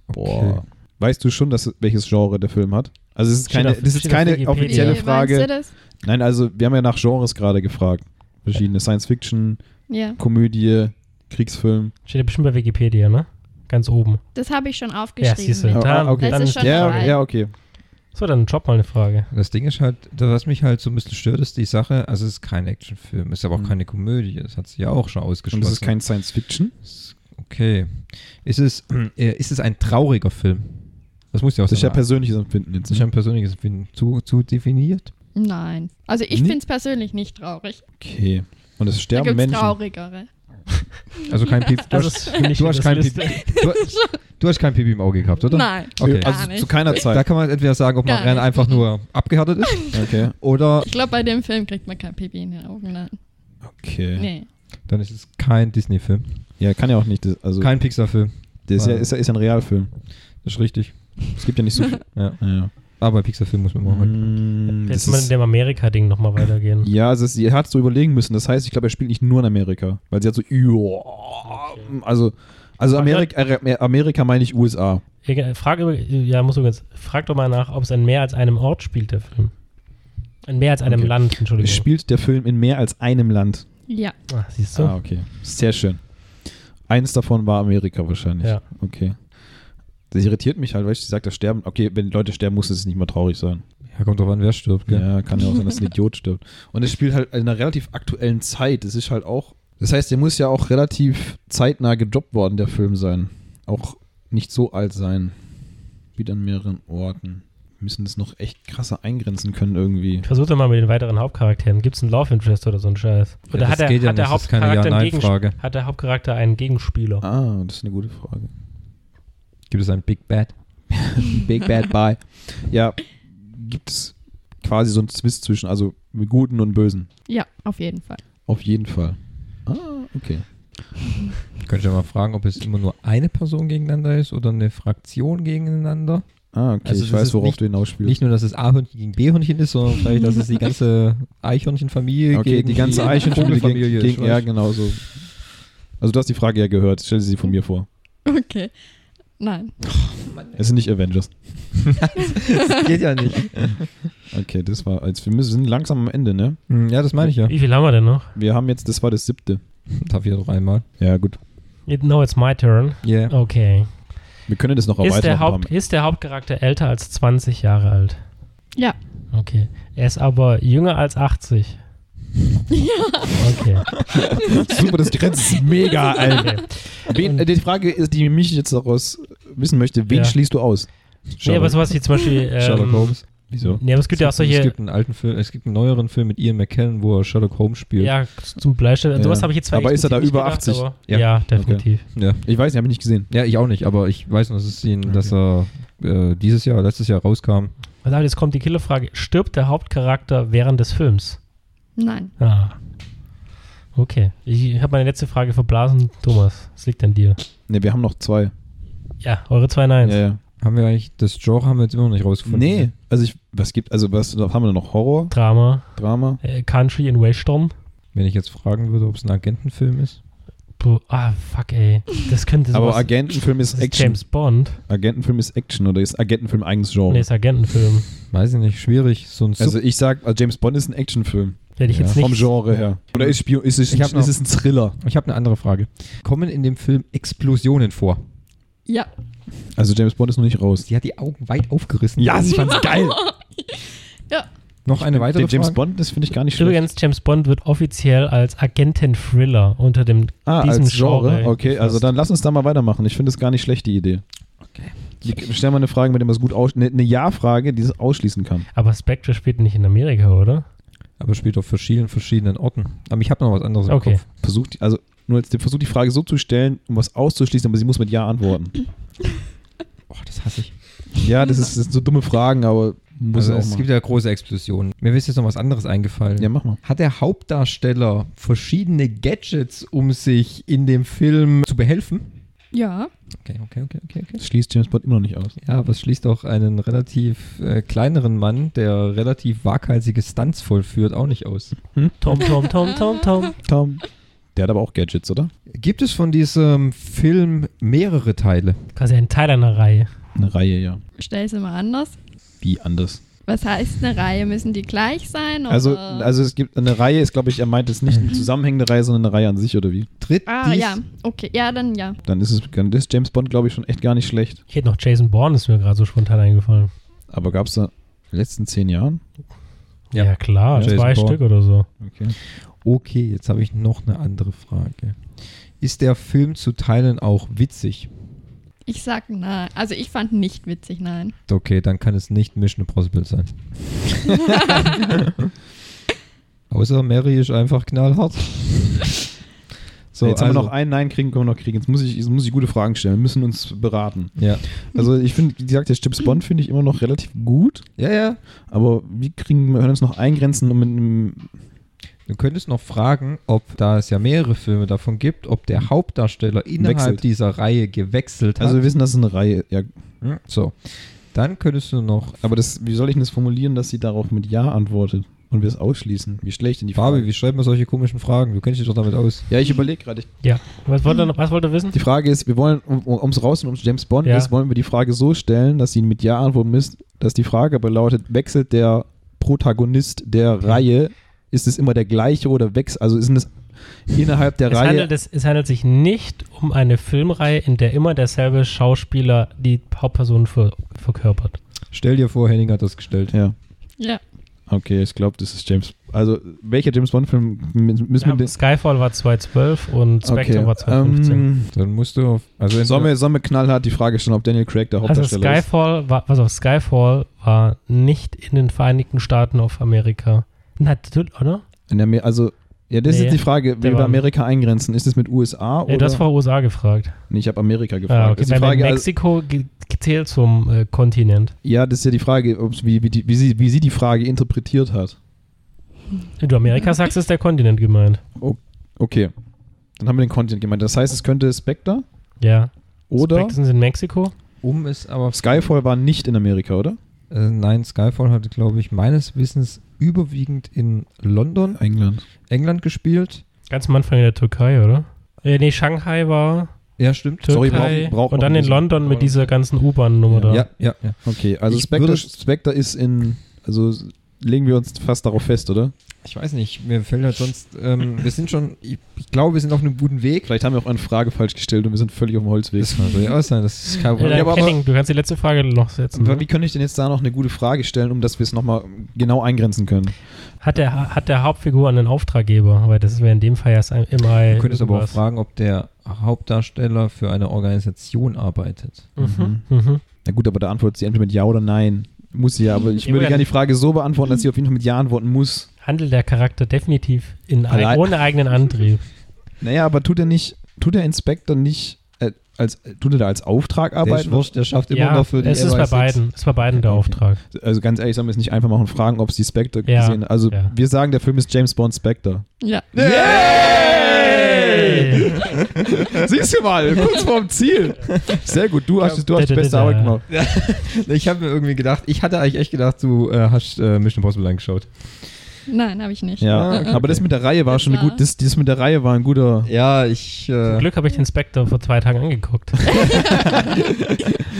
Speaker 2: Boah. Weißt du schon, dass, welches Genre der Film hat? Also es ist
Speaker 3: Steht
Speaker 2: keine,
Speaker 3: auf-
Speaker 2: das ist
Speaker 3: steht auf
Speaker 2: keine
Speaker 3: Wikipedia.
Speaker 2: offizielle
Speaker 1: Wie meinst du
Speaker 2: Frage.
Speaker 1: das?
Speaker 2: Nein, also wir haben ja nach Genres gerade gefragt. Verschiedene Science Fiction,
Speaker 1: Ja.
Speaker 2: Komödie, Kriegsfilm.
Speaker 3: Steht ja bestimmt bei Wikipedia, ne? Ganz oben.
Speaker 1: Das habe ich schon
Speaker 3: Ja,
Speaker 1: aufgeschrieben.
Speaker 3: siehst du.
Speaker 2: Ah,
Speaker 3: Dann,
Speaker 2: ah, okay.
Speaker 3: dann
Speaker 1: Das ist schon
Speaker 3: ist die
Speaker 1: eine
Speaker 2: Ja,
Speaker 3: Frage.
Speaker 1: Frage.
Speaker 2: ja, okay.
Speaker 3: So, dann drop mal eine Frage.
Speaker 6: Das Ding ist halt, das, was mich halt so ein bisschen stört, ist die Sache, also es ist kein Actionfilm, ist aber auch keine Komödie, das hat sie ja auch schon
Speaker 2: Hm. Und
Speaker 6: ausgeschlossen.
Speaker 2: das ist kein Science Fiction.
Speaker 6: Ist- Okay. Ist es, äh, ist es ein trauriger Film? Das muss ja auch
Speaker 2: Das ist ja
Speaker 6: sein.
Speaker 2: persönliches Empfinden jetzt. ne?
Speaker 6: Sicher ein persönliches Empfinden. Zu, zu definiert?
Speaker 1: Nein. Also ich
Speaker 2: Nee.
Speaker 1: finde es persönlich nicht traurig.
Speaker 2: Okay. Und es
Speaker 1: Da
Speaker 2: sterben
Speaker 1: gibt es
Speaker 2: Menschen.
Speaker 1: traurigere.
Speaker 6: Also kein Piep. Du
Speaker 3: Das
Speaker 6: hast,
Speaker 3: ist für mich
Speaker 6: du hast
Speaker 3: das
Speaker 6: kein
Speaker 3: Liste.
Speaker 6: Piep. Du, du hast kein Piep im Auge gehabt, oder?
Speaker 1: Nein.
Speaker 6: Okay.
Speaker 1: Gar
Speaker 2: Also
Speaker 1: nicht.
Speaker 2: zu keiner
Speaker 6: Da
Speaker 2: Zeit.
Speaker 6: kann man entweder sagen, ob
Speaker 1: Gar
Speaker 6: man rein
Speaker 1: nicht.
Speaker 6: einfach nur abgehärtet ist
Speaker 2: Okay.
Speaker 6: oder
Speaker 1: Ich glaube, bei dem Film kriegt man kein Pipi in den Augen. Nein.
Speaker 2: Okay.
Speaker 1: Nee.
Speaker 6: dann ist es kein Disney-Film.
Speaker 2: Ja, kann ja auch nicht. das- Also,
Speaker 6: Kein Pixar-Film.
Speaker 2: das ist ja, ist ja ist ja ein Realfilm.
Speaker 6: Das ist richtig.
Speaker 2: Es gibt ja nicht so viel.
Speaker 6: Ja.
Speaker 2: Ja.
Speaker 6: Aber Pixar-Film muss man immer halt.
Speaker 2: Mm,
Speaker 3: Jetzt
Speaker 2: das
Speaker 3: mal in
Speaker 2: ist,
Speaker 3: dem Amerika-Ding nochmal weitergehen.
Speaker 2: ja, das ist, sie hat es so überlegen müssen. Das heißt, ich glaube, er spielt nicht nur in Amerika. Weil sie hat so, "Joa." also, also
Speaker 3: Aber ich
Speaker 2: Amerika, Amer- Amerika meine ich USA.
Speaker 3: Egal, Frag, über- ja, muss übrigens, frag doch mal nach, ob es an mehr als einem Ort spielt, der Film. In mehr als einem
Speaker 2: Okay.
Speaker 3: Land, Entschuldigung.
Speaker 2: Spielt der Film in mehr als einem Land.
Speaker 1: Ja.
Speaker 3: Ah, siehst du?
Speaker 2: Ah, okay. Sehr schön. Eins davon war Amerika wahrscheinlich.
Speaker 3: Ja.
Speaker 2: Okay. Das irritiert mich halt, weil ich sage, das Sterben, okay, wenn Leute sterben, muss es nicht mal traurig sein.
Speaker 6: Ja, kommt drauf an, wer stirbt. Gell?
Speaker 2: Ja, kann ja auch sein, dass ein Idiot stirbt. Und es spielt halt in einer relativ aktuellen Zeit. Das ist halt auch. Das heißt, der muss ja auch relativ zeitnah gedoppt worden, der Film sein. Auch nicht so alt sein. Wieder an mehreren Orten. Wir müssen das noch echt krasser eingrenzen können irgendwie.
Speaker 3: Versuch doch mal mit den weiteren Hauptcharakteren. Gibt es einen Love Interest oder so einen Scheiß? Oder
Speaker 6: das
Speaker 3: hat, der,
Speaker 6: geht ja
Speaker 3: hat, der
Speaker 6: nicht, das ist keine
Speaker 3: Hauptcharakter einen
Speaker 6: Ja-Nein-Frage.
Speaker 3: Gegens- hat der Hauptcharakter einen Gegenspieler?
Speaker 2: Ah, das ist eine gute Frage.
Speaker 6: Gibt es einen Big Bad?
Speaker 2: Big Bad Bye. Ja, gibt es quasi so einen Zwist zwischen, also Guten und Bösen.
Speaker 1: Ja, auf jeden Fall.
Speaker 2: Auf jeden Fall. Ah, okay.
Speaker 6: Könnt ihr mal fragen, ob es immer nur eine Person gegeneinander ist oder eine Fraktion gegeneinander?
Speaker 2: Ah, okay.
Speaker 6: Also
Speaker 2: ich
Speaker 6: das
Speaker 2: weiß,
Speaker 6: ist
Speaker 2: worauf
Speaker 6: nicht-
Speaker 2: du hinaus spielst.
Speaker 6: Nicht nur, dass es A-Hündchen gegen B-Hündchen ist, sondern vielleicht, dass es die ganze Eichhörnchenfamilie
Speaker 2: Okay,
Speaker 6: gegen
Speaker 2: die ganze
Speaker 6: Vogelfamilie
Speaker 2: Eichhörnchenfamilie.
Speaker 6: ist.
Speaker 2: Gegen, ja,
Speaker 6: weißt du?
Speaker 2: genau so. Also du hast die Frage ja gehört. Stell sie von mir vor.
Speaker 1: Okay. Nein.
Speaker 2: Es sind nicht Avengers.
Speaker 6: Geht ja nicht.
Speaker 2: Okay, das war als wir müssen- sind langsam am Ende, ne?
Speaker 6: Hm, Ja, das meine ich ja.
Speaker 3: Wie viel haben wir denn noch?
Speaker 2: Wir haben jetzt, das war das siebte.
Speaker 6: Darf ich doch einmal.
Speaker 2: Ja, gut.
Speaker 3: It- No, it's my turn.
Speaker 6: Yeah.
Speaker 3: Okay.
Speaker 2: Wir können
Speaker 6: Oh,
Speaker 2: das noch
Speaker 3: Ist
Speaker 2: erweitern.
Speaker 3: der,
Speaker 2: noch ein
Speaker 3: Haupt, ist der Hauptcharakter älter als 20 Jahre alt?
Speaker 1: Ja.
Speaker 3: Okay. Er ist aber jünger als 80. Ja. Okay.
Speaker 2: paar Mal. Super, das Grenz ist mega, Alter.
Speaker 3: okay.
Speaker 2: Wen, äh, die Frage, ist, die mich jetzt daraus wissen möchte, wen
Speaker 3: Ja.
Speaker 2: schließt du aus?
Speaker 3: Nee, aber
Speaker 2: Sherlock-
Speaker 3: sowas wie zum Beispiel. Ähm,
Speaker 6: Sherlock Holmes.
Speaker 2: Wieso?
Speaker 3: Nee, aber es gibt ja auch solche.
Speaker 6: es gibt einen alten Film, es gibt einen neueren Film mit Ian McKellen, wo er Sherlock Holmes spielt.
Speaker 3: ja, zum Bleistift. Also
Speaker 2: Ja.
Speaker 3: Sowas habe ich jetzt zwar
Speaker 2: Aber ist er da
Speaker 3: explizit
Speaker 2: über
Speaker 3: nicht
Speaker 2: 80?
Speaker 3: aber-
Speaker 6: Ja.
Speaker 3: Ja, definitiv.
Speaker 6: ja.
Speaker 2: Ich weiß, den habe ich nicht gesehen.
Speaker 6: Ja, ich auch nicht, aber ich weiß noch, dass, es ihn, dass er äh, dieses Jahr, letztes Jahr rauskam.
Speaker 3: Pass auf, jetzt kommt die Killerfrage. Stirbt der Hauptcharakter während des Films?
Speaker 1: Nein.
Speaker 3: Ah. Okay. Ich habe meine letzte Frage verblasen. Thomas, es liegt an dir.
Speaker 2: Ne, wir haben noch zwei.
Speaker 3: Ja, eure 2 Neins.
Speaker 2: Ja, ja.
Speaker 6: Haben wir eigentlich, das Genre haben wir jetzt immer noch nicht rausgefunden. ne?
Speaker 2: Nee, also ich, was gibt, also was haben wir noch? Horror,
Speaker 3: Drama,
Speaker 2: Drama?
Speaker 3: äh, Country in Western.
Speaker 6: Wenn ich jetzt fragen würde, ob es ein Agentenfilm ist.
Speaker 3: Puh, ah, fuck, ey. Das könnte sowas,
Speaker 2: Aber Agentenfilm ist
Speaker 3: das Also ist
Speaker 2: Action.
Speaker 3: James Bond.
Speaker 2: Agentenfilm ist Action oder ist Agentenfilm eigenes Genre?
Speaker 3: Nee, ist Agentenfilm.
Speaker 6: Weiß ich nicht, schwierig. So ein
Speaker 2: Also
Speaker 6: Sub-
Speaker 2: ich sag, also James Bond ist ein Actionfilm.
Speaker 3: Hätte ich
Speaker 6: Ja.
Speaker 3: jetzt
Speaker 2: Vom
Speaker 3: nicht.
Speaker 2: Genre her. Oder ist, Spion, ist, es,
Speaker 6: Ich hab
Speaker 2: ist
Speaker 6: noch-
Speaker 2: es ein Thriller?
Speaker 6: ich habe eine andere Frage. Kommen in dem Film Explosionen vor?
Speaker 1: Ja.
Speaker 2: Also James Bond ist noch nicht raus.
Speaker 6: Sie hat die Augen weit aufgerissen.
Speaker 2: fand's geil.
Speaker 6: Noch eine weitere
Speaker 2: Den James
Speaker 6: Frage.
Speaker 2: Bond, das finde ich gar nicht schlecht.
Speaker 3: Übrigens, James Bond wird offiziell als Agenten-Thriller unter dem
Speaker 2: ah,
Speaker 3: diesem
Speaker 2: als Genre.
Speaker 3: Genre
Speaker 2: Okay, also
Speaker 3: gefasst.
Speaker 2: dann lass uns da mal weitermachen. Ich finde es gar nicht schlecht, die Idee. Okay. Stell mal eine Frage, mit der man es gut aus... Eine, eine Ja-Frage, die es ausschließen kann.
Speaker 3: Aber Spectre spielt nicht in Amerika, oder?
Speaker 6: Aber spielt auf verschiedenen, verschiedenen Orten. Aber ich habe noch was anderes im
Speaker 3: Okay.
Speaker 6: Kopf.
Speaker 2: Versuch, die- also nur als Tipp, versuch die Frage so zu stellen, um was auszuschließen, aber sie muss mit Ja antworten.
Speaker 6: Oh, das hasse ich.
Speaker 2: Ja, das, ist, das sind so dumme Fragen, aber muss
Speaker 6: Also
Speaker 2: auch
Speaker 6: es
Speaker 2: mal.
Speaker 6: gibt ja große Explosionen. Mir ist jetzt noch was anderes eingefallen.
Speaker 2: ja, mach mal.
Speaker 6: Hat der Hauptdarsteller verschiedene Gadgets, um sich in dem Film zu behelfen?
Speaker 1: Ja.
Speaker 6: Okay, okay, okay, okay, okay.
Speaker 2: Das schließt James Bond immer noch nicht aus.
Speaker 6: Ja, aber es schließt auch einen relativ äh, kleineren Mann, der relativ waghalsige Stunts vollführt, auch nicht aus.
Speaker 3: Tom, Tom, Tom, Tom, Tom.
Speaker 2: Tom. Der hat aber auch Gadgets, oder?
Speaker 6: Gibt es von diesem Film mehrere Teile?
Speaker 3: Quasi ein Teil einer Reihe.
Speaker 2: Eine Reihe, ja.
Speaker 1: Stell es immer anders.
Speaker 2: Wie anders?
Speaker 1: Was heißt eine Reihe? Müssen die gleich sein? Oder?
Speaker 2: Also, also es gibt eine Reihe, ist glaube ich, er meint jetzt nicht eine zusammenhängende Reihe, sondern eine Reihe an sich oder wie?
Speaker 6: Tritt
Speaker 1: ah,
Speaker 6: dies,
Speaker 1: ja. Okay. Ja, dann ja.
Speaker 2: Dann ist es dann ist James Bond glaube ich schon echt gar nicht schlecht.
Speaker 3: Ich hätte noch Jason Bourne, ist mir gerade so spontan eingefallen.
Speaker 2: Aber gab es da in den letzten zehn Jahren?
Speaker 6: Ja.
Speaker 3: Ja, klar,
Speaker 6: Jason
Speaker 3: zwei
Speaker 6: Bourne.
Speaker 3: Stück oder so.
Speaker 2: Okay.
Speaker 6: Okay, jetzt habe ich noch eine andere Frage. Ist der Film zu Teilen auch witzig?
Speaker 1: Ich sag nein. Also ich fand nicht witzig, nein.
Speaker 6: Okay, dann kann es nicht Mission Impossible sein. Außer Mary ist einfach knallhart.
Speaker 2: So, jetzt haben wir
Speaker 6: also-
Speaker 2: noch einen Nein kriegen, können wir noch kriegen. Jetzt muss ich, jetzt muss ich gute Fragen stellen. Wir müssen uns beraten.
Speaker 6: Ja.
Speaker 2: Also ich finde, wie gesagt, der Chips Bond finde ich immer noch relativ gut.
Speaker 6: Ja, ja.
Speaker 2: Aber wie kriegen wir können uns noch eingrenzen und mit einem.
Speaker 6: Du könntest noch fragen, ob da es ja mehrere Filme davon gibt, ob der Hauptdarsteller innerhalb
Speaker 2: Wechselt.
Speaker 6: dieser Reihe gewechselt hat.
Speaker 2: Also wir wissen, das ist eine Reihe. Ja,
Speaker 6: Hm, so. Dann könntest du noch.
Speaker 2: aber das, wie soll ich denn das formulieren, dass sie darauf mit Ja antwortet und wir es ausschließen? Wie schlecht denn die
Speaker 6: Fabi, wie schreibt man solche komischen Fragen? Du kennst dich doch damit aus.
Speaker 2: Ja, ich überlege gerade. Ich-
Speaker 3: Ja. Was wollt ihr, noch- was wollt ihr wissen?
Speaker 2: Die Frage ist, wir wollen, um, ums Raus und ums James Bond
Speaker 3: Ja.
Speaker 2: ist, wollen wir die Frage so stellen, dass sie mit Ja antworten müsst, dass die Frage aber lautet, wechselt der Protagonist der Reihe, ist es immer der gleiche oder wechselt, also sind es innerhalb der
Speaker 3: Es handelt,
Speaker 2: Reihe,
Speaker 3: es, es handelt sich nicht um eine Filmreihe, in der immer derselbe Schauspieler die Hauptperson ver, verkörpert.
Speaker 6: Stell dir vor, Henning hat das gestellt.
Speaker 2: ja.
Speaker 1: Ja.
Speaker 2: Okay, ich glaube, das ist James. Also, welcher James Bond-Film müssen wir
Speaker 3: Ja,
Speaker 2: den-
Speaker 3: Skyfall war 2012 und Spectre war 2015.
Speaker 2: ähm,
Speaker 6: Dann musst du auf. Also
Speaker 2: sollen, wir, sollen wir knallhart die Frage stellen, ob Daniel Craig der
Speaker 3: also
Speaker 2: Hauptdarsteller ist?
Speaker 3: Skyfall war, pass auf, Skyfall war nicht in den Vereinigten Staaten auf Amerika. Natürlich, oder?
Speaker 2: In der, Mer- also, ja, das
Speaker 3: Nee,
Speaker 2: ist die Frage,
Speaker 3: der
Speaker 2: wie wir
Speaker 3: war-
Speaker 2: Amerika eingrenzen. Ist es mit USA
Speaker 3: Ja,
Speaker 2: oder?
Speaker 3: das war USA gefragt.
Speaker 2: nee, ich habe Amerika gefragt.
Speaker 3: Ah,
Speaker 2: Das
Speaker 3: okay.
Speaker 2: ist die
Speaker 3: Weil
Speaker 2: Frage, also-
Speaker 3: Mexiko ge- gezählt zum äh, Kontinent.
Speaker 2: Ja, das ist ja die Frage, ob's- wie, wie, die, wie, sie, wie sie die Frage interpretiert hat.
Speaker 3: Wenn du Amerika sagst, ist der Kontinent gemeint.
Speaker 2: Okay. Dann haben wir den Content gemeint. Das heißt, es könnte Spectre
Speaker 3: Ja.
Speaker 2: oder
Speaker 3: Spectre sind in Mexiko.
Speaker 6: Um es aber.
Speaker 2: Skyfall war nicht in Amerika, oder?
Speaker 6: Äh, nein, Skyfall hatte, glaube ich, meines Wissens überwiegend in London,
Speaker 2: England.
Speaker 6: England gespielt.
Speaker 3: Ganz am Anfang in der Türkei, oder? Äh, nee, Shanghai war
Speaker 6: Ja, stimmt.
Speaker 3: Türkei
Speaker 2: Sorry, brauchen- brauchen noch ein
Speaker 3: und dann in
Speaker 2: bisschen.
Speaker 3: London mit dieser ganzen U-Bahn-Nummer da.
Speaker 6: Ja, ja, ja.
Speaker 2: Okay, also
Speaker 6: Ich
Speaker 2: Spectre,
Speaker 6: würde-
Speaker 2: Spectre ist in. Also legen wir uns fast darauf fest, oder?
Speaker 6: Ich weiß nicht, mir fällt halt sonst. Ähm, wir sind schon. Ich, ich glaube, wir sind auf einem guten Weg.
Speaker 2: Vielleicht haben wir auch eine Frage falsch gestellt und wir sind völlig auf dem Holzweg.
Speaker 6: Das kann durchaus sein, das ist kein
Speaker 3: Äh,
Speaker 6: Problem.
Speaker 2: aber-
Speaker 3: Henning, du kannst die letzte Frage noch setzen.
Speaker 2: Aber
Speaker 3: ne?
Speaker 2: wie könnte ich denn jetzt da noch eine gute Frage stellen, um dass wir es nochmal genau eingrenzen können?
Speaker 3: Hat der, hat der Hauptfigur einen Auftraggeber? Weil das wäre in dem Fall ja im Mai.
Speaker 6: Du könntest aber auch
Speaker 3: irgendwas.
Speaker 6: fragen, ob der Hauptdarsteller für eine Organisation arbeitet.
Speaker 3: Mhm. Mhm.
Speaker 2: Na gut, aber da antwortet sie entweder mit Ja oder Nein. Muss sie ja, aber ich
Speaker 3: Ja,
Speaker 2: würde
Speaker 3: aber-
Speaker 2: gerne die Frage so beantworten, dass sie auf jeden Fall mit Ja antworten muss.
Speaker 3: Handelt der Charakter definitiv in
Speaker 2: Allein-
Speaker 3: eig ohne eigenen Antrieb?
Speaker 2: Naja, aber tut er nicht, tut der Inspektor nicht äh, als, äh, tut er da als Auftrag
Speaker 6: Der ist
Speaker 2: arbeiten?
Speaker 6: wurscht, der schafft immer
Speaker 3: ja,
Speaker 6: noch für die
Speaker 3: es ist bei
Speaker 6: MI6.
Speaker 3: beiden. Es ist bei beiden der
Speaker 2: Okay.
Speaker 3: Auftrag.
Speaker 2: Also ganz ehrlich, sollen wir es nicht einfach machen und fragen, ob sie Spectre
Speaker 3: Ja,
Speaker 2: gesehen haben. Also
Speaker 3: ja.
Speaker 2: wir sagen, der Film ist James Bond Spectre.
Speaker 1: Ja.
Speaker 3: Hey!
Speaker 2: Siehst du mal, kurz vorm Ziel. Sehr gut, du hast, du hast die beste Arbeit gemacht.
Speaker 6: Ich habe mir irgendwie gedacht, ich hatte eigentlich echt gedacht, du äh, hast äh, Mission Impossible angeschaut.
Speaker 1: Nein, habe ich nicht.
Speaker 2: Ja, aber das mit der Reihe war schon eine
Speaker 1: war-
Speaker 2: gut, das, das mit der Reihe war ein guter.
Speaker 6: Ja, ich. Äh,
Speaker 3: Zum Glück habe ich den Spectre vor zwei Tagen angeguckt.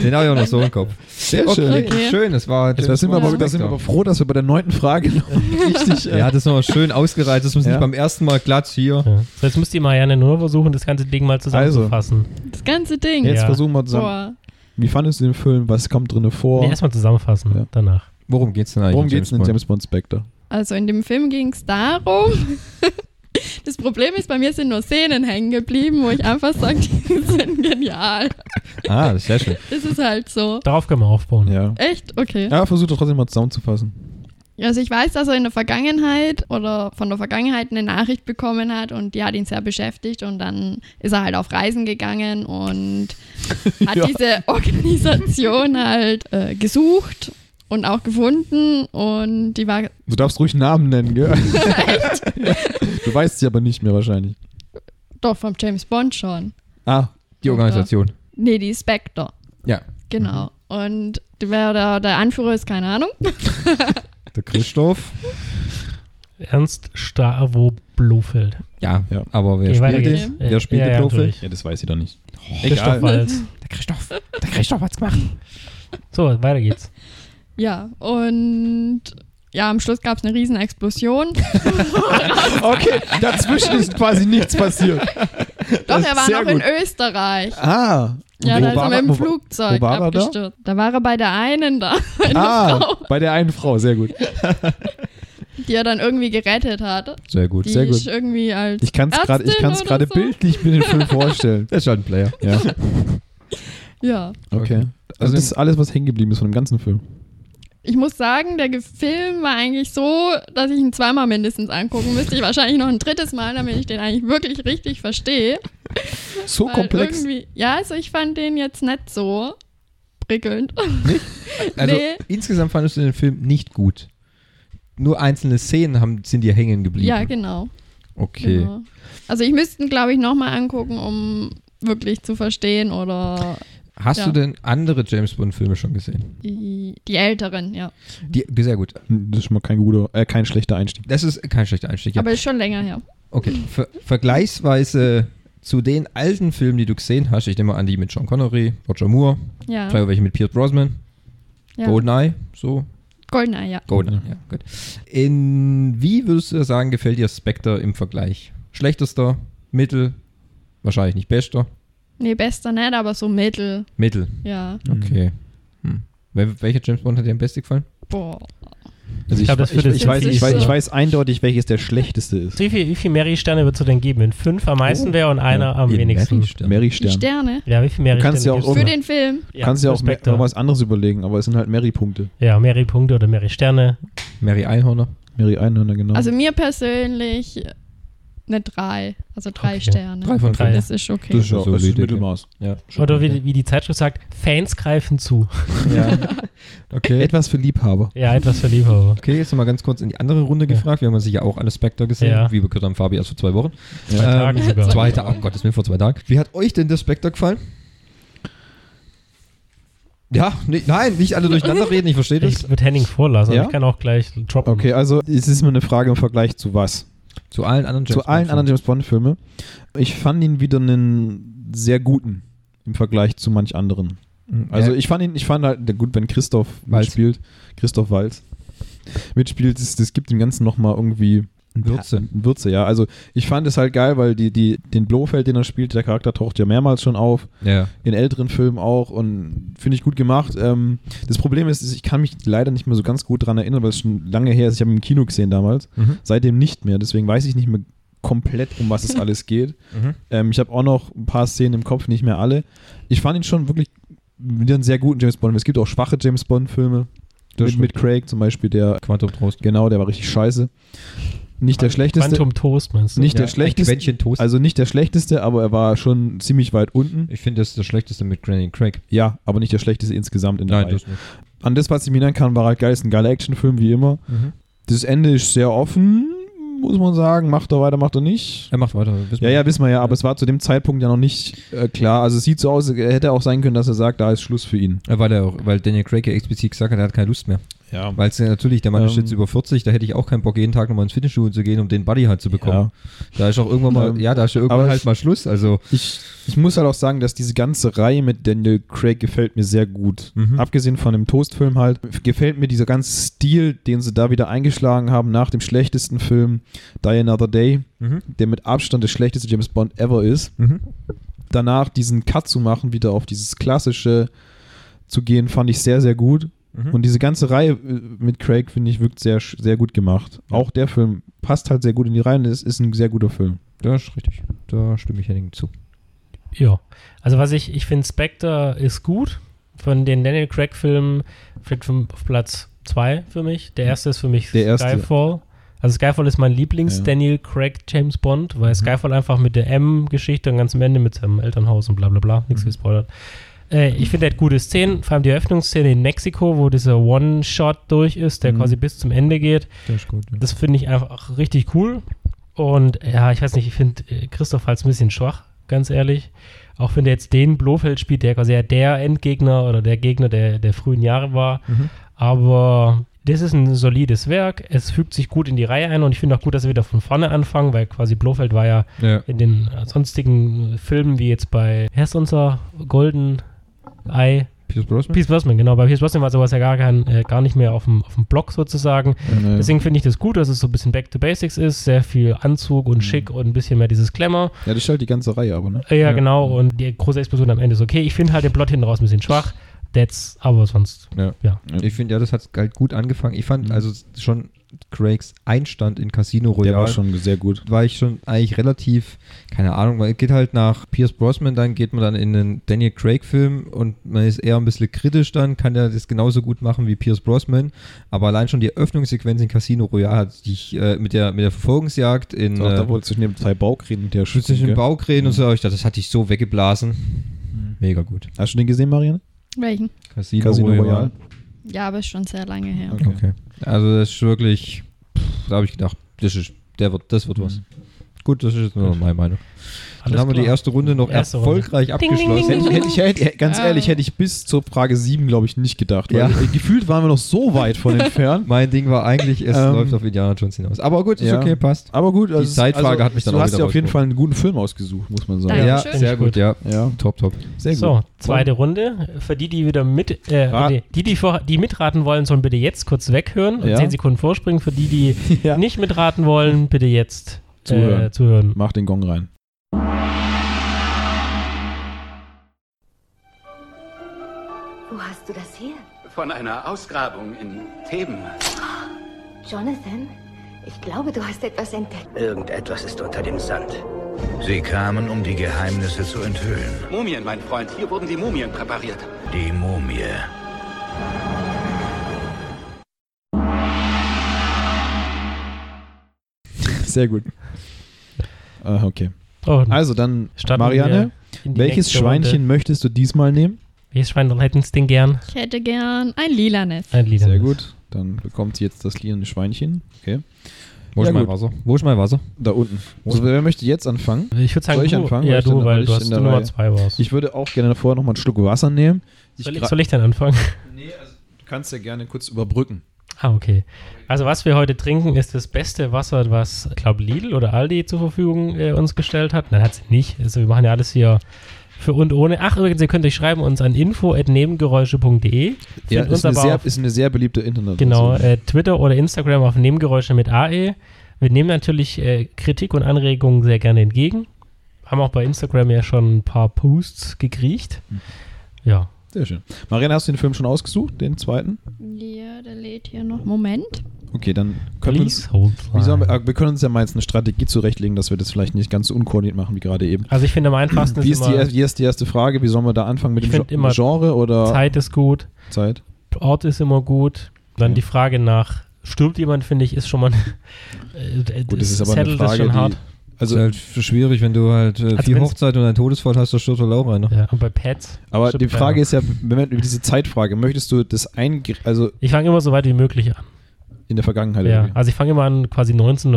Speaker 6: Den habe ich auch noch so im Kopf.
Speaker 2: Sehr
Speaker 1: schön. Okay.
Speaker 6: schön. Es war.
Speaker 2: Da sind, wir aber,
Speaker 1: Ja.
Speaker 2: da sind wir aber froh, dass wir bei der neunten Frage noch richtig.
Speaker 6: er hat es nochmal schön ausgereizt. Das muss
Speaker 2: Ja.
Speaker 6: nicht beim ersten Mal glatt hier.
Speaker 3: Ja. So, jetzt muss die Marianne nur versuchen, das ganze Ding mal zusammenzufassen.
Speaker 1: Das ganze Ding.
Speaker 2: Jetzt
Speaker 3: Ja.
Speaker 2: versuchen wir zusammen.
Speaker 1: äh, Boah.
Speaker 2: Wie fandest du den Film? Was kommt drin vor?
Speaker 3: Nee, erstmal zusammenfassen
Speaker 2: Ja.
Speaker 3: danach.
Speaker 6: Worum geht's denn eigentlich?
Speaker 2: Worum
Speaker 6: in
Speaker 2: geht es denn in
Speaker 6: James Bond?
Speaker 2: James Bond Spectre?
Speaker 1: Also in dem Film ging es darum. Das Problem ist, bei mir sind nur Szenen hängen geblieben, wo ich einfach sage, die sind genial.
Speaker 6: Ah, das ist sehr schön.
Speaker 1: Das ist halt so.
Speaker 3: Darauf können wir aufbauen.
Speaker 2: Ja.
Speaker 1: Echt? Okay.
Speaker 2: Ja, versuch doch trotzdem mal zusammenzufassen.
Speaker 1: Also ich weiß, dass er in der Vergangenheit oder von der Vergangenheit eine Nachricht bekommen hat und die hat ihn sehr beschäftigt und dann ist er halt auf Reisen gegangen und hat
Speaker 2: Ja.
Speaker 1: diese Organisation halt äh, gesucht und auch gefunden und die war,
Speaker 2: Du darfst ruhig Namen nennen, gell? Halt. du weißt sie aber nicht mehr wahrscheinlich.
Speaker 1: doch vom James Bond schon.
Speaker 2: Ah,
Speaker 6: Die Organisation.
Speaker 1: Nee, die Spectre.
Speaker 6: Ja.
Speaker 1: Genau. Und wer der, der Anführer ist, keine Ahnung.
Speaker 6: Der Christoph.
Speaker 3: Ernst Stavo Blofeld.
Speaker 6: Ja,
Speaker 2: Ja.
Speaker 6: aber wer
Speaker 3: Okay, weiter
Speaker 6: spielt
Speaker 3: geht's.
Speaker 6: den?
Speaker 3: Äh,
Speaker 6: Wer spielt
Speaker 3: ja,
Speaker 6: den
Speaker 3: ja,
Speaker 6: Blofeld?
Speaker 3: natürlich.
Speaker 2: ja, das weiß sie doch nicht.
Speaker 3: Christoph Waltz.
Speaker 6: Der Christoph. Der Christoph hat's gemacht.
Speaker 3: So, weiter geht's.
Speaker 1: Ja, und ja, am Schluss gab es eine riesen Explosion.
Speaker 2: Okay, dazwischen ist quasi nichts passiert.
Speaker 1: Doch,
Speaker 2: Das
Speaker 1: er
Speaker 2: ist
Speaker 1: war
Speaker 2: sehr
Speaker 1: noch in
Speaker 2: gut.
Speaker 1: Österreich.
Speaker 2: Ah.
Speaker 1: Ja,
Speaker 2: Und
Speaker 1: da
Speaker 2: wo
Speaker 1: ist er
Speaker 2: war
Speaker 1: mit dem
Speaker 2: wo-
Speaker 1: Flugzeug
Speaker 2: wo war er da?
Speaker 1: abgestürzt. Da? war er bei der einen da.
Speaker 2: Ah, bei der einen Frau, sehr gut.
Speaker 1: die er dann irgendwie gerettet hat.
Speaker 6: Sehr gut,
Speaker 1: die
Speaker 6: sehr gut.
Speaker 1: ist irgendwie als
Speaker 2: Ich kann es gerade ich
Speaker 1: Ärztin
Speaker 2: kann's
Speaker 1: oder
Speaker 2: gerade
Speaker 1: so.
Speaker 2: bildlich mir den Film vorstellen.
Speaker 6: Er ist halt ein Player.
Speaker 2: Ja,
Speaker 1: Ja.
Speaker 2: okay. Also das ist alles, was hängen geblieben ist von dem ganzen Film.
Speaker 1: Ich muss sagen, der Ge- Film war eigentlich so, dass ich ihn zweimal mindestens angucken müsste. Ich wahrscheinlich noch ein drittes Mal, damit ich den eigentlich wirklich richtig verstehe.
Speaker 2: So
Speaker 1: Weil
Speaker 2: komplex.
Speaker 1: irgendwie- Ja, also ich fand den jetzt nicht so prickelnd.
Speaker 6: Also
Speaker 1: Nee.
Speaker 6: insgesamt fandest du den Film nicht gut. Nur einzelne Szenen haben, sind dir hängen geblieben.
Speaker 1: Ja, genau.
Speaker 6: Okay.
Speaker 1: genau. Also ich müsste ihn, glaube ich, nochmal angucken, um wirklich zu verstehen oder
Speaker 6: Hast
Speaker 1: Ja.
Speaker 6: du denn andere James Bond-Filme schon gesehen?
Speaker 1: die, die Älteren, ja.
Speaker 6: Die, sehr gut.
Speaker 2: Hm, Das ist schon mal kein guter, äh, kein schlechter Einstieg.
Speaker 6: Das ist kein schlechter Einstieg. Ja.
Speaker 1: Aber ist schon länger her.
Speaker 6: Okay, ver vergleichsweise zu den alten Filmen, die du gesehen hast, ich nehme mal an, die mit Sean Connery, Roger Moore,
Speaker 1: Ja.
Speaker 6: vielleicht auch welche mit Pierce Brosnan,
Speaker 1: ja.
Speaker 6: Goldeneye, so.
Speaker 1: Goldeneye, ja.
Speaker 6: Goldeneye, ja, gut. In, wie würdest du sagen, gefällt dir Spectre im Vergleich? Schlechtester, Mittel, wahrscheinlich nicht bester,
Speaker 1: Nee, bester nicht, aber so mittel,
Speaker 6: Mittel.
Speaker 1: ja.
Speaker 6: Okay. Hm. Wel- Welcher James Bond hat dir am besten gefallen?
Speaker 1: Boah.
Speaker 2: Also
Speaker 3: glaub, das
Speaker 2: ich, ich,
Speaker 3: würde
Speaker 2: ich, weiß,
Speaker 1: jetzt
Speaker 2: ich, weiß,
Speaker 1: nicht
Speaker 2: ich
Speaker 1: so-
Speaker 2: weiß eindeutig, welches der schlechteste ist.
Speaker 3: Wie viel, wie viel Mary-Sterne würdest du denn geben? Wenn fünf am meisten wäre und einer am
Speaker 6: Eben,
Speaker 3: wenigsten.
Speaker 6: Merry-Stern.
Speaker 2: Mary
Speaker 1: Die
Speaker 2: Stern.
Speaker 1: Sterne.
Speaker 3: Ja, wie viel
Speaker 2: Du
Speaker 3: Mary-Sterne
Speaker 2: kannst ja auch
Speaker 3: gibst
Speaker 2: um-
Speaker 3: du?
Speaker 1: Für den Film.
Speaker 2: Kannst ja auch mehr,
Speaker 3: Spectre.
Speaker 2: noch was anderes überlegen, aber es sind halt Mary-Punkte.
Speaker 3: Ja, Mary-Punkte oder Mary-Sterne.
Speaker 6: Mary Einhorner.
Speaker 3: Mhm.
Speaker 2: Mary Einhörner, genau.
Speaker 1: Also mir persönlich äh, eine 3. Also drei
Speaker 3: Okay.
Speaker 1: Sterne.
Speaker 6: Drei von
Speaker 3: Drei.
Speaker 6: fünf.
Speaker 1: Das ist okay.
Speaker 2: das ist ja das
Speaker 6: solide,
Speaker 2: ist
Speaker 6: ja.
Speaker 2: Mittelmaß.
Speaker 6: Ja.
Speaker 3: Oder wie, wie die Zeitschrift sagt, Fans greifen zu.
Speaker 6: ja. Okay.
Speaker 2: Etwas für Liebhaber.
Speaker 3: Ja, etwas für Liebhaber.
Speaker 6: Okay, jetzt nochmal ganz kurz in die andere Runde
Speaker 3: Ja.
Speaker 6: gefragt. Wir haben uns ja auch alle Spectre gesehen,
Speaker 3: Ja.
Speaker 6: wie bekürt am Fabi erst vor zwei Wochen.
Speaker 3: Zwei Tagen sogar.
Speaker 6: Ähm, Zwei Tage, oh Gott, das ist mir vor zwei Tagen. Wie hat euch denn der Spectre gefallen? Ja, nee, nein, nicht alle durcheinander reden, ich verstehe das.
Speaker 3: Ich würde Henning vorlassen.
Speaker 2: Ja?
Speaker 3: Ich kann auch gleich droppen.
Speaker 2: Okay, also es ist mir eine Frage im Vergleich zu was?
Speaker 6: Zu allen anderen
Speaker 2: zu allen anderen James Bond-Filmen. Ich fand ihn wieder einen sehr guten im Vergleich zu manch anderen.
Speaker 6: anderen.
Speaker 2: Also ich fand ihn, ich fand halt, gut, wenn Christoph
Speaker 6: Walz.
Speaker 2: mitspielt, Christoph Walz mitspielt, das, das gibt dem Ganzen nochmal irgendwie ein paar-
Speaker 6: Würze.
Speaker 2: ein Würze, ja. Also ich fand es halt geil, weil die, die, den Blofeld, den er spielt, der Charakter taucht ja mehrmals schon auf,
Speaker 6: Ja,
Speaker 2: in älteren Filmen auch und finde ich gut gemacht. Ähm, das Problem ist, ist, ich kann mich leider nicht mehr so ganz gut dran erinnern, weil es schon lange her ist. Ich habe ihn im Kino gesehen damals,
Speaker 6: Mhm.
Speaker 2: seitdem nicht mehr. Deswegen weiß ich nicht mehr komplett, um was es alles geht.
Speaker 6: Mhm.
Speaker 2: Ähm, ich habe auch noch ein paar Szenen im Kopf, nicht mehr alle. Ich fand ihn schon wirklich wieder einen sehr guten James Bond. Es gibt auch schwache James Bond-Filme.
Speaker 6: Das
Speaker 2: Mit,
Speaker 6: stimmt.
Speaker 2: mit Craig zum Beispiel, der,
Speaker 6: Quantum Trost.
Speaker 2: genau, der war richtig scheiße. Nicht der schlechteste.
Speaker 3: Quantum Toast meinst du?
Speaker 2: Nicht
Speaker 6: Ja,
Speaker 2: der
Speaker 6: ein
Speaker 2: schlechteste.
Speaker 6: Quäntchen Toast.
Speaker 2: Also nicht der schlechteste, aber er war schon ziemlich weit unten.
Speaker 6: Ich finde, das ist das Schlechteste mit Granny Craig.
Speaker 2: Ja, aber nicht der schlechteste insgesamt in der Reihe.
Speaker 6: nicht.
Speaker 2: An das, was ich mich erinnern kann, war halt geil. Ist ein geiler Actionfilm, wie immer.
Speaker 6: Mhm.
Speaker 2: Das Ende ist sehr offen, muss man sagen. Macht er weiter, macht er nicht.
Speaker 6: Er macht weiter. wissen
Speaker 2: Ja,
Speaker 6: wir.
Speaker 2: ja, wissen wir ja, aber es war zu dem Zeitpunkt ja noch nicht äh, klar. Also es sieht so aus, er hätte auch sein können, dass er sagt, da ist Schluss für ihn.
Speaker 6: Ja, Weil, er, auch- weil Daniel Craig ja explizit gesagt hat, er hat keine Lust mehr.
Speaker 2: Ja.
Speaker 6: Weil es ja natürlich, der Mann ist
Speaker 2: Ähm.
Speaker 6: jetzt über 40, da hätte ich auch keinen Bock, jeden Tag nochmal ins Fitnessstudio zu gehen, um den Buddy halt zu bekommen. Da ist auch irgendwann mal,
Speaker 2: Ähm,
Speaker 6: ja, da ist ja irgendwann
Speaker 2: aber
Speaker 6: halt
Speaker 2: ich-
Speaker 6: mal Schluss. Also,
Speaker 2: Ich, ich muss halt auch sagen, dass diese ganze Reihe mit Daniel Craig gefällt mir sehr gut.
Speaker 6: Mhm.
Speaker 2: Abgesehen von dem Toast-Film halt, gefällt mir dieser ganze Stil, den sie da wieder eingeschlagen haben nach dem schlechtesten Film Die Another Day,
Speaker 6: Mhm.
Speaker 2: der mit Abstand der schlechteste James Bond ever ist.
Speaker 6: mhm.
Speaker 2: danach diesen Cut zu machen, wieder auf dieses klassische zu gehen, fand ich sehr, sehr gut.
Speaker 6: Mhm.
Speaker 2: Und diese ganze Reihe äh, mit Craig, finde ich, wirkt sehr, sch- sehr gut gemacht. Auch der Film passt halt sehr gut in die Reihe und es ist ein sehr guter Film.
Speaker 6: das ist richtig. Da stimme ich Henning zu.
Speaker 3: Ja. Also was ich, ich finde Spectre ist gut. Von den Daniel Craig Filmen vielleicht vom- auf Platz 2 für mich. Der erste ist für mich
Speaker 2: Der erste.
Speaker 3: Skyfall. Also Skyfall ist mein Lieblings
Speaker 2: Ja. Mhm.
Speaker 3: Daniel Craig James Bond, weil Skyfall einfach mit der M-Geschichte und ganz am Ende mit seinem Elternhaus und bla bla bla,
Speaker 2: Mhm.
Speaker 3: nichts gespoilert. Äh, ich finde, er hat gute Szenen, vor allem die Eröffnungsszene in Mexiko, wo dieser One-Shot durch ist, der
Speaker 2: Mhm.
Speaker 3: quasi bis zum Ende geht.
Speaker 6: Das ist gut.
Speaker 3: Das finde ich einfach richtig cool. Und ja, ich weiß nicht, ich finde äh, Christoph halt ein bisschen schwach, ganz ehrlich. Auch wenn der jetzt den Blofeld spielt, der quasi ja der Endgegner oder der Gegner der, der frühen Jahre war. Aber das ist ein solides Werk. Es fügt sich gut in die Reihe ein und ich finde auch gut, dass wir wieder von vorne anfangen, weil quasi Blofeld war ja
Speaker 6: Ja.
Speaker 3: in den äh, sonstigen äh, Filmen, wie jetzt bei, wer ist unser Golden Eye?
Speaker 6: Pierce Brosnan?
Speaker 3: Pierce Brosnan, genau. Bei Pierce Brosnan war sowas ja gar, kein, äh, gar nicht mehr auf dem, auf dem Block sozusagen. Deswegen finde ich das gut, dass es so ein bisschen Back to Basics ist, sehr viel Anzug
Speaker 2: Mhm.
Speaker 3: und schick und ein bisschen mehr dieses Glamour.
Speaker 2: Ja, das ist halt die ganze Reihe, aber ne?
Speaker 3: Äh, ja, genau, und die große Explosion am Ende ist okay. Ich finde halt den Plot hinten raus ein bisschen schwach. That's, aber sonst.
Speaker 6: Ja.
Speaker 3: Ja.
Speaker 2: Mhm.
Speaker 6: Ich finde, ja, das hat halt gut angefangen. Ich fand also schon Craigs Einstand in Casino Royale.
Speaker 2: Der war schon sehr gut.
Speaker 6: War ich schon eigentlich relativ, keine Ahnung, weil es geht halt nach Pierce Brosnan, dann geht man dann in einen Daniel Craig-Film und man ist eher ein bisschen kritisch dann, kann er das genauso gut machen wie Pierce Brosnan. Aber allein schon die Eröffnungssequenz in Casino Royale hat dich äh, mit, der, mit der Verfolgungsjagd in.
Speaker 2: Doch, da
Speaker 6: äh,
Speaker 2: wohl zwischen den zwei Baukränen und der Schütze.
Speaker 6: zwischen den Baukränen
Speaker 2: Mhm.
Speaker 6: und so, ich dachte, das hat dich so weggeblasen. Mega gut.
Speaker 2: Hast du den gesehen, Marianne?
Speaker 1: Welchen?
Speaker 6: Casino,
Speaker 2: Mhm. Casino Royale.
Speaker 1: Ja, aber ist schon sehr lange her.
Speaker 6: Okay. Also das ist wirklich, pff, da habe ich gedacht, das, ist, der wird, das wird
Speaker 2: Mhm.
Speaker 6: was. Gut, das ist jetzt nur meine Meinung. Dann
Speaker 3: Alles
Speaker 6: haben wir die
Speaker 3: klar.
Speaker 6: erste Runde noch
Speaker 3: Erste Runde.
Speaker 6: erfolgreich abgeschlossen.
Speaker 2: Hätte, hätte ich, hätte, hätte- ganz ehrlich, hätte ich bis zur Frage 7, glaube ich, nicht gedacht. Weil
Speaker 6: Ja.
Speaker 2: äh, gefühlt waren wir noch so weit von entfernt.
Speaker 6: Mein Ding war eigentlich, es
Speaker 2: Ähm,
Speaker 6: läuft auf Indiana Jones hinaus. Aber gut, ist
Speaker 2: ja.
Speaker 6: okay, passt.
Speaker 2: Aber gut, also
Speaker 6: Die Zeitfrage hat mich dann
Speaker 2: Du
Speaker 6: auch
Speaker 2: hast
Speaker 6: wieder
Speaker 2: dir auf jeden
Speaker 6: rausgeholt.
Speaker 2: Fall einen guten Film ausgesucht, muss man sagen.
Speaker 1: Danke.
Speaker 6: ja,
Speaker 1: schön.
Speaker 6: sehr gut,
Speaker 3: Gut.
Speaker 6: ja.
Speaker 2: Ja,
Speaker 6: Top, top.
Speaker 2: sehr gut.
Speaker 3: So, zweite Runde. Für die, die wieder mit, äh,
Speaker 2: Ah.
Speaker 3: nee, die, die, vor, die mitraten wollen, sollen bitte jetzt kurz weghören und
Speaker 2: Ja.
Speaker 3: 10 Sekunden vorspringen. Für die, die
Speaker 2: Ja.
Speaker 3: nicht mitraten wollen, bitte jetzt äh,
Speaker 2: Zuhören.
Speaker 3: zuhören.
Speaker 2: Mach den Gong rein.
Speaker 9: Wo hast du das hier?
Speaker 10: Von einer Ausgrabung in Theben.
Speaker 9: Jonathan? Ich glaube, du hast etwas entdeckt.
Speaker 7: Irgendetwas ist unter dem Sand.
Speaker 11: Sie kamen, um die Geheimnisse zu enthüllen.
Speaker 10: Mumien, mein Freund. Hier wurden die Mumien präpariert.
Speaker 11: Die Mumie.
Speaker 2: Sehr gut. Ah, okay.
Speaker 3: Und
Speaker 2: Also dann,
Speaker 3: Oh, starten
Speaker 2: Marianne,
Speaker 3: wir in die
Speaker 2: welches
Speaker 3: nächste
Speaker 2: Schweinchen
Speaker 3: Runde.
Speaker 2: möchtest du diesmal nehmen?
Speaker 3: Welches Schwein hätten's denn gern?
Speaker 1: Ich hätte gern ein lilanes.
Speaker 3: Ein Lied.
Speaker 2: Sehr gut. Dann bekommt sie jetzt das lilane Schweinchen. Okay.
Speaker 6: Wo ist
Speaker 2: Ja,
Speaker 6: mein
Speaker 2: gut.
Speaker 6: Wasser? Wo ist mein Wasser?
Speaker 2: Da unten. Also, wer möchte jetzt anfangen?
Speaker 3: Ich würde sagen,
Speaker 2: Soll ich
Speaker 3: du,
Speaker 2: anfangen? Weil
Speaker 3: ja,
Speaker 2: ich dann
Speaker 3: du,
Speaker 2: noch
Speaker 3: weil
Speaker 2: nicht
Speaker 3: du
Speaker 2: in
Speaker 3: hast
Speaker 2: der
Speaker 3: Nummer
Speaker 2: Reihe.
Speaker 3: 2 warst.
Speaker 2: Ich würde auch gerne vorher nochmal einen Schluck Wasser nehmen.
Speaker 3: soll, ich, soll ich dann anfangen?
Speaker 2: Nee, also du kannst ja gerne kurz überbrücken.
Speaker 3: Ah, okay. Also was wir heute trinken, ist das beste Wasser, was, glaube Lidl oder Aldi zur Verfügung äh, uns gestellt hat. Nein, hat sie nicht. Also wir machen ja alles hier für und ohne. Ach, übrigens, ihr könnt euch schreiben uns an info.nebengeräusche.de.
Speaker 2: Ja,
Speaker 3: Findet
Speaker 2: ist eine,
Speaker 3: aber
Speaker 2: sehr,
Speaker 3: auf,
Speaker 2: ist eine sehr beliebte internet
Speaker 3: genau, äh, Twitter oder Instagram auf Nebengeräusche mit AE. Wir nehmen natürlich äh, Kritik und Anregungen sehr gerne entgegen. Haben auch bei Instagram ja schon ein paar Posts gekriegt.
Speaker 2: Hm.
Speaker 3: Ja.
Speaker 2: Sehr schön. Marianne, hast du den Film schon ausgesucht, den zweiten?
Speaker 1: Ja, der lädt hier noch. Moment.
Speaker 2: Okay, dann können wir uns,
Speaker 3: Please hold
Speaker 2: wie sollen wir,
Speaker 3: line.
Speaker 2: äh, wir können uns ja mal jetzt eine Strategie zurechtlegen, dass wir das vielleicht nicht ganz so unkoordiniert machen wie gerade eben.
Speaker 3: Also ich finde am einfachsten
Speaker 2: äh, Wie
Speaker 3: ist
Speaker 2: ist die,
Speaker 3: immer,
Speaker 2: erste- wie ist die erste Frage? Wie sollen wir da anfangen mit
Speaker 3: Ich
Speaker 2: dem Gen
Speaker 3: find immer
Speaker 2: Genre oder Zeit?
Speaker 3: Zeit ist gut. Ort ist immer gut. Dann
Speaker 2: Ja.
Speaker 3: die Frage nach, stirbt jemand, finde ich, ist schon mal. Äh,
Speaker 2: Gut, das ist aber eine
Speaker 3: settelt ist
Speaker 2: Frage,
Speaker 3: schon
Speaker 2: die,
Speaker 3: hart.
Speaker 6: Also,
Speaker 2: also,
Speaker 6: ist halt schwierig, wenn du halt äh,
Speaker 3: Also
Speaker 6: vier
Speaker 3: wenn's-
Speaker 6: Hochzeiten und einen Todesfall hast, da stirbt halt auch einer.
Speaker 3: Ja, und bei Pets.
Speaker 2: aber
Speaker 3: stirbt
Speaker 2: die Frage
Speaker 3: keiner.
Speaker 2: ist ja, wenn man über diese Zeitfrage, möchtest du das ein, also
Speaker 3: Ich fange immer so weit wie möglich an.
Speaker 2: in der Vergangenheit?
Speaker 3: Ja.
Speaker 2: irgendwie?
Speaker 3: Also ich fange immer an quasi 19.20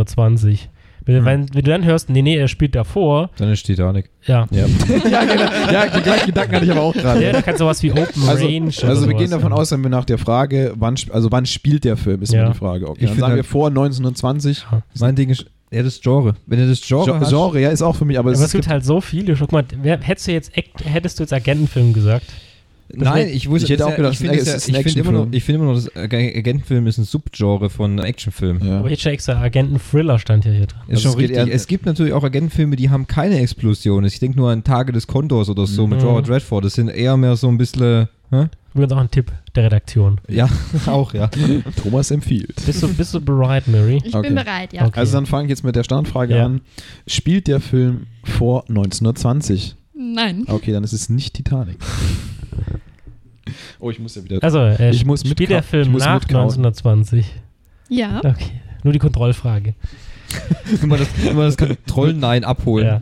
Speaker 3: Uhr.
Speaker 2: Hm.
Speaker 3: Wenn, wenn, wenn du dann hörst, nee, nee, er spielt davor,
Speaker 6: Dann ist Titanic.
Speaker 3: ja.
Speaker 2: Ja. ja, genau. Ja, die gleichen Gedanken hatte ich aber auch gerade.
Speaker 3: Ja, da kannst du sowas wie Open
Speaker 2: Also,
Speaker 3: Range oder
Speaker 2: also wir
Speaker 3: sowas,
Speaker 2: gehen davon
Speaker 3: ja.
Speaker 2: aus, wenn wir nach der Frage, wann, sp- also wann spielt der Film, ist
Speaker 3: Ja.
Speaker 2: immer die Frage. Okay,
Speaker 6: Ich
Speaker 2: dann
Speaker 6: find
Speaker 2: sagen wir
Speaker 6: halt-
Speaker 2: vor 1920.
Speaker 6: Mein Ding ist eher das Genre. Wenn du das Genre,
Speaker 2: Genre,
Speaker 6: hast,
Speaker 2: Genre, ja, ist auch für mich, aber,
Speaker 3: Aber
Speaker 2: es
Speaker 3: es gibt
Speaker 2: gibt,
Speaker 3: halt so viele. Guck mal, wer, hättest, du jetzt, Act- hättest du jetzt Agentenfilm gesagt?
Speaker 6: Nein, ich wusste
Speaker 2: Ich hätte
Speaker 6: das
Speaker 2: auch
Speaker 6: ja-
Speaker 2: gedacht,
Speaker 6: ich finde
Speaker 2: es
Speaker 6: das ja-
Speaker 2: ist ein
Speaker 6: ich finde immer, noch-
Speaker 2: Actionfilm.
Speaker 6: ich finde immer noch, das Ag- Agentenfilm ist ein Subgenre von Actionfilm.
Speaker 2: Ja.
Speaker 3: Aber ich hätte schon extra Agenten-Thriller stand ja hier dran.
Speaker 6: Ist
Speaker 2: Also
Speaker 6: schon
Speaker 2: es geht
Speaker 6: richtig.
Speaker 2: eher-
Speaker 6: Es gibt natürlich auch Agentenfilme, die haben keine Explosion. Ich denke nur an Tage des Kondors oder so mit
Speaker 3: Mhm.
Speaker 6: Robert Redford. Das sind eher mehr so ein bisschen. Hä?
Speaker 3: Übrigens auch ein Tipp der Redaktion.
Speaker 6: Ja, auch, ja.
Speaker 2: Thomas empfiehlt.
Speaker 3: Bist du, bist du bereit, Mary?
Speaker 1: Ich
Speaker 2: Okay.
Speaker 1: bin bereit, ja.
Speaker 3: Okay.
Speaker 2: Also dann fange ich jetzt mit der Standfrage
Speaker 3: Ja.
Speaker 2: an. Spielt der Film vor 1920?
Speaker 1: Nein.
Speaker 2: Okay, dann ist es nicht Titanic. Oh, ich muss ja wieder.
Speaker 3: Also, äh,
Speaker 2: Ich muss mitkau-
Speaker 3: spielt der
Speaker 2: ich
Speaker 3: Film
Speaker 2: muss
Speaker 3: nach
Speaker 2: mitkauen.
Speaker 3: 1920?
Speaker 1: Ja.
Speaker 3: Okay, nur die Kontrollfrage.
Speaker 6: Immer das, immer das Kontrollnein abholen.
Speaker 3: Ja.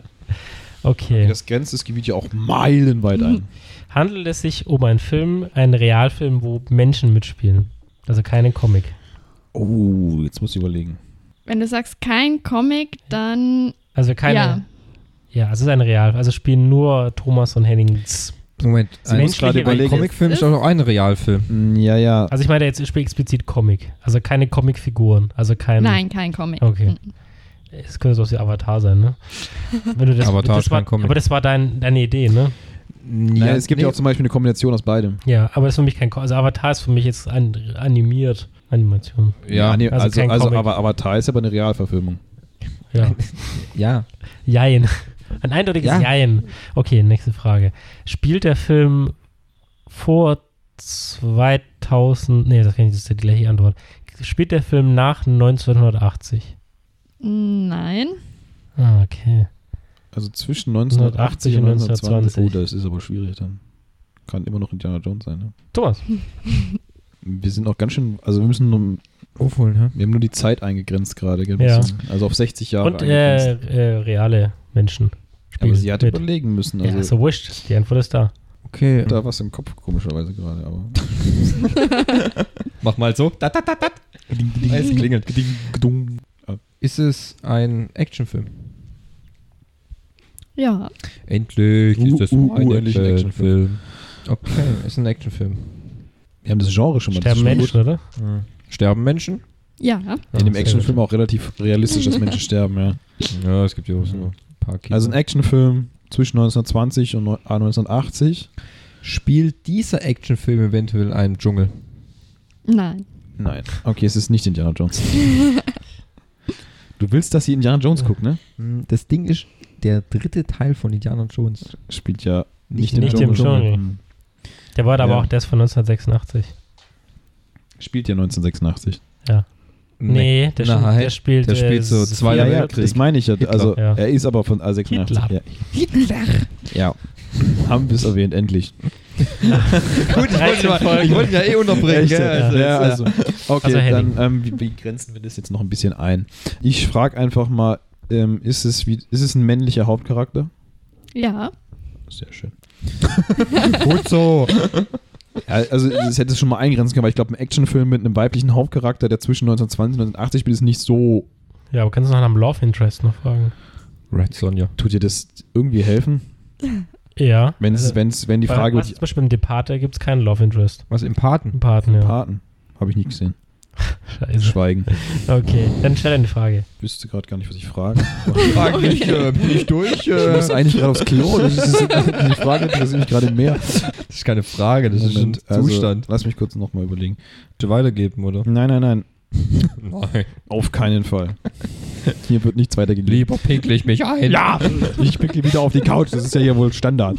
Speaker 3: Okay.
Speaker 2: Das grenzt das Gebiet ja auch meilenweit ein.
Speaker 3: Handelt es sich um einen Film, einen Realfilm, wo Menschen mitspielen? Also keine Comic.
Speaker 2: Oh, jetzt muss ich überlegen.
Speaker 1: Wenn du sagst kein Comic, dann
Speaker 3: Also keine.
Speaker 1: ja.
Speaker 3: Ja, also es ist ein Real. Also spielen nur Thomas und Hennings.
Speaker 6: Moment, ein,
Speaker 3: menschliche
Speaker 2: gerade
Speaker 6: ein
Speaker 2: überlegen.
Speaker 6: Comicfilm ist auch noch ein Realfilm.
Speaker 2: Mm, Ja, ja.
Speaker 3: Also ich meine jetzt sp- explizit Comic. Also keine Comicfiguren. Also kein.
Speaker 1: Nein, kein Comic.
Speaker 3: Okay. Es könnte sowas wie Avatar sein, ne? Wenn du das,
Speaker 6: Avatar
Speaker 3: das
Speaker 6: ist
Speaker 3: war,
Speaker 6: kein Comic.
Speaker 3: Aber das war dein, deine Idee, ne?
Speaker 2: Nein, es gibt ja auch zum Beispiel eine Kombination aus beidem.
Speaker 3: Ja, aber ist für mich kein. Co- Also Avatar ist für mich jetzt an, animiert. Animation.
Speaker 6: Ja,
Speaker 2: nee,
Speaker 3: also
Speaker 2: also,
Speaker 3: kein
Speaker 2: also,
Speaker 3: Comic.
Speaker 2: aber Avatar ist aber eine Realverfilmung.
Speaker 3: Ja.
Speaker 6: ja.
Speaker 3: Jein. Ein eindeutiges
Speaker 6: Ja.
Speaker 3: Jein. Okay, nächste Frage. Spielt der Film vor 2000, nee, das kann ich, das ist ja die gleiche Antwort. spielt der Film nach 1980?
Speaker 1: Nein.
Speaker 3: Ah, okay.
Speaker 2: Also zwischen 1980 und
Speaker 3: 1920.
Speaker 2: 1920. Oh, das ist aber schwierig dann. Kann immer noch Indiana Jones sein, ne?
Speaker 3: Thomas.
Speaker 2: Wir sind auch ganz schön, also wir müssen nur,
Speaker 6: Aufholen, hä?
Speaker 2: wir haben nur die Zeit eingegrenzt gerade, gell?
Speaker 3: Ja.
Speaker 2: Also auf 60 Jahre
Speaker 3: Und äh,
Speaker 2: eingegrenzt.
Speaker 3: äh, reale Menschen.
Speaker 2: aber
Speaker 3: spielen
Speaker 2: sie hat
Speaker 3: mit.
Speaker 2: überlegen müssen. Also
Speaker 3: ja, so wurscht. Die Antwort ist da.
Speaker 6: Okay.
Speaker 2: da war es im Kopf komischerweise gerade, aber.
Speaker 6: Mach mal so. Da, da, da, da. Es klingelt. Ist es ein Actionfilm?
Speaker 1: Ja.
Speaker 6: Endlich
Speaker 2: Uh,
Speaker 6: ist das
Speaker 2: uh,
Speaker 6: ein
Speaker 2: uh, endlich ein
Speaker 6: Actionfilm. Okay, ist ein Actionfilm.
Speaker 2: Wir haben das Genre schon mal das
Speaker 3: Sterben
Speaker 2: ist schon mal
Speaker 3: Menschen, oder?
Speaker 6: Hm. Sterben Menschen?
Speaker 1: Ja.
Speaker 2: gut. In dem
Speaker 3: Ja, sehr
Speaker 2: Actionfilm auch relativ realistisch, dass Menschen sterben, ja.
Speaker 6: Ja, es gibt ja auch so ein paar Kinder.
Speaker 2: Also ein Actionfilm zwischen 1920 und neun- ah, 1980.
Speaker 6: spielt dieser Actionfilm eventuell einen Dschungel?
Speaker 1: Nein.
Speaker 2: Nein. Okay, es ist nicht Indiana Jones. du willst, dass sie Indiana Jones guckt, ne?
Speaker 6: Hm, Das Ding ist, der dritte Teil von Indiana Jones.
Speaker 2: Spielt ja nicht,
Speaker 6: Nicht-
Speaker 2: im
Speaker 6: nicht
Speaker 2: Dschungel.
Speaker 6: im
Speaker 3: Dschungel.
Speaker 2: Mhm.
Speaker 3: Der war aber
Speaker 2: Ja.
Speaker 3: auch der ist von 1986.
Speaker 2: Spielt ja 1986.
Speaker 3: Nee, der,
Speaker 6: Nein.
Speaker 2: halt.
Speaker 3: spielt, der spielt.
Speaker 6: Der spielt
Speaker 3: äh,
Speaker 6: so
Speaker 3: s-
Speaker 6: zwei-
Speaker 2: ja,
Speaker 6: Zweiter
Speaker 2: ja,
Speaker 6: Weltkrieg.
Speaker 2: das meine ich ja. also
Speaker 3: Hitler. Ja.
Speaker 2: er ist aber von ah, 86.
Speaker 3: Hitler.
Speaker 2: Ja. ja. Haben wir es erwähnt, endlich.
Speaker 6: Gut,
Speaker 3: 13
Speaker 6: ich wollte mal-
Speaker 3: Folgen.
Speaker 6: ich wollte ihn ja eh unterbringen.
Speaker 2: Echt,
Speaker 6: Gell?
Speaker 2: ja.
Speaker 6: Also,
Speaker 2: ja,
Speaker 6: jetzt,
Speaker 2: also. Okay,
Speaker 3: Also Henning.
Speaker 2: dann ähm, wie, wie grenzen wir das jetzt noch ein bisschen ein? Ich frage einfach mal, ähm, ist, es wie, ist es ein männlicher Hauptcharakter?
Speaker 1: Ja.
Speaker 2: Sehr schön.
Speaker 6: äh, Gut so.
Speaker 2: Ja, also das hätte es schon mal eingrenzen können, weil ich glaube, ein Actionfilm mit einem weiblichen Hauptcharakter, der zwischen 1920 und 1980 spielt, ist nicht so.
Speaker 3: Ja, aber kannst du nach einem Love Interest noch fragen?
Speaker 6: Red Sonja.
Speaker 2: Tut dir das irgendwie helfen?
Speaker 3: Ja.
Speaker 2: Wenn es, wenn es, wenn die Frage
Speaker 3: Was, zum Beispiel im Departe gibt es keinen Love Interest.
Speaker 6: Was im Paten?
Speaker 3: Im Paten, ja.
Speaker 2: Paten, habe ich nicht gesehen.
Speaker 3: Scheiße.
Speaker 2: Schweigen.
Speaker 3: Okay, dann stell deine Frage.
Speaker 2: Wüsste gerade gar nicht, was ich frage.
Speaker 6: Frag mich, äh, bin ich durch?
Speaker 2: Ich
Speaker 6: äh?
Speaker 2: muss eigentlich gerade aufs Klo. Das ist, die Frage interessiert mich gerade mehr.
Speaker 6: Das ist keine Frage, das
Speaker 2: Moment,
Speaker 6: ist ein Zustand.
Speaker 2: Also, lass mich kurz nochmal überlegen.
Speaker 6: Also, weitergeben, oder?
Speaker 2: Nein, nein, nein.
Speaker 6: Nein.
Speaker 2: Auf keinen Fall. Hier wird nichts weitergegeben.
Speaker 6: Lieber pickle ich mich ein.
Speaker 2: Ja! Ich pickle wieder auf die Couch. Das ist ja hier wohl Standard.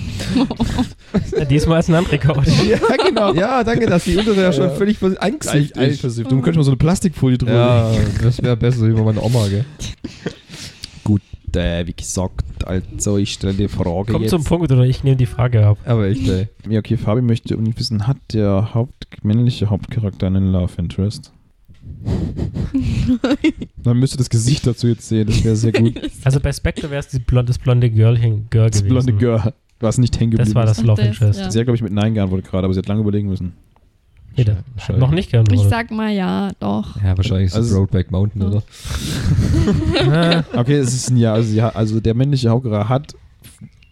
Speaker 3: Ja, diesmal ist ein anderer Coach.
Speaker 6: Ja, genau. Ja, danke, dass die untere ja schon
Speaker 2: Ja.
Speaker 6: völlig eingesilbt ist.
Speaker 2: Du könntest mal so eine Plastikfolie drüber
Speaker 6: Ja, das wäre besser über meine Oma, gell?
Speaker 2: Gut, äh, wie gesagt, also ich stelle die Frage
Speaker 3: Komm
Speaker 2: jetzt.
Speaker 3: zum Punkt oder ich nehme die Frage ab.
Speaker 6: Aber echt, ey.
Speaker 2: ja, okay, Fabi möchte unbedingt wissen, hat der Haupt männliche Hauptcharakter einen Love Interest? Dann müsste das Gesicht dazu jetzt sehen, das wäre sehr gut.
Speaker 3: Also bei Spectre wäre es die blonde, das blonde Girlchen, Girl
Speaker 2: Das
Speaker 3: gewesen.
Speaker 2: blonde Girl, was nicht hängen geblieben
Speaker 3: Das war das
Speaker 1: Und
Speaker 3: Love
Speaker 1: das,
Speaker 3: Interest.
Speaker 1: ja.
Speaker 2: Sie hat, glaube ich, mit Nein geantwortet gerade, aber sie hat lange überlegen müssen.
Speaker 3: Nee, da-
Speaker 2: Scheiße.
Speaker 3: Noch nicht gern.
Speaker 1: Ich sag mal ja, doch.
Speaker 6: Ja, wahrscheinlich ist es
Speaker 2: Also-
Speaker 6: Roadback Mountain, oder?
Speaker 3: Ah,
Speaker 2: Okay, es ist ein Ja. Also, sie hat, also der männliche Hauptcharakter hat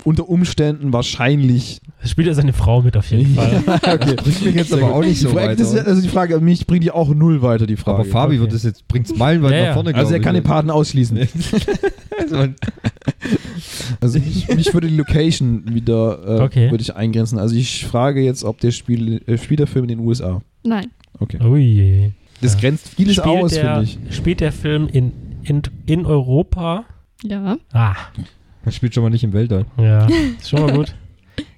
Speaker 2: unter Umständen wahrscheinlich.
Speaker 3: es spielt ja seine Frau mit auf jeden Fall.
Speaker 2: okay.
Speaker 6: Bringt mich jetzt aber auch nicht
Speaker 2: Die
Speaker 6: so
Speaker 2: Frage,
Speaker 6: weit.
Speaker 2: das ist,
Speaker 6: oder?
Speaker 2: also die Frage, mich bringt die auch null weiter, die Frage.
Speaker 6: Aber Fabi wird das jetzt, bringt's meilenweit
Speaker 3: Ja, ja.
Speaker 6: nach vorne,
Speaker 2: also er
Speaker 6: glaub
Speaker 2: kann
Speaker 6: ich.
Speaker 2: den Paten ausschließen. Also mich, mich würde die Location wieder äh,
Speaker 3: Okay.
Speaker 2: würde ich eingrenzen. Also ich frage jetzt, ob der Spiel, äh, spielt der Film in den USA.
Speaker 1: Nein.
Speaker 2: Okay.
Speaker 3: Ui.
Speaker 2: Das
Speaker 3: Ja.
Speaker 2: grenzt vieles aus, finde
Speaker 3: der,
Speaker 2: ich.
Speaker 3: spielt der Film in, in, in Europa?
Speaker 1: Ja.
Speaker 3: Ah,
Speaker 6: Er spielt schon mal nicht im Weltall.
Speaker 3: ja. Ist schon mal gut.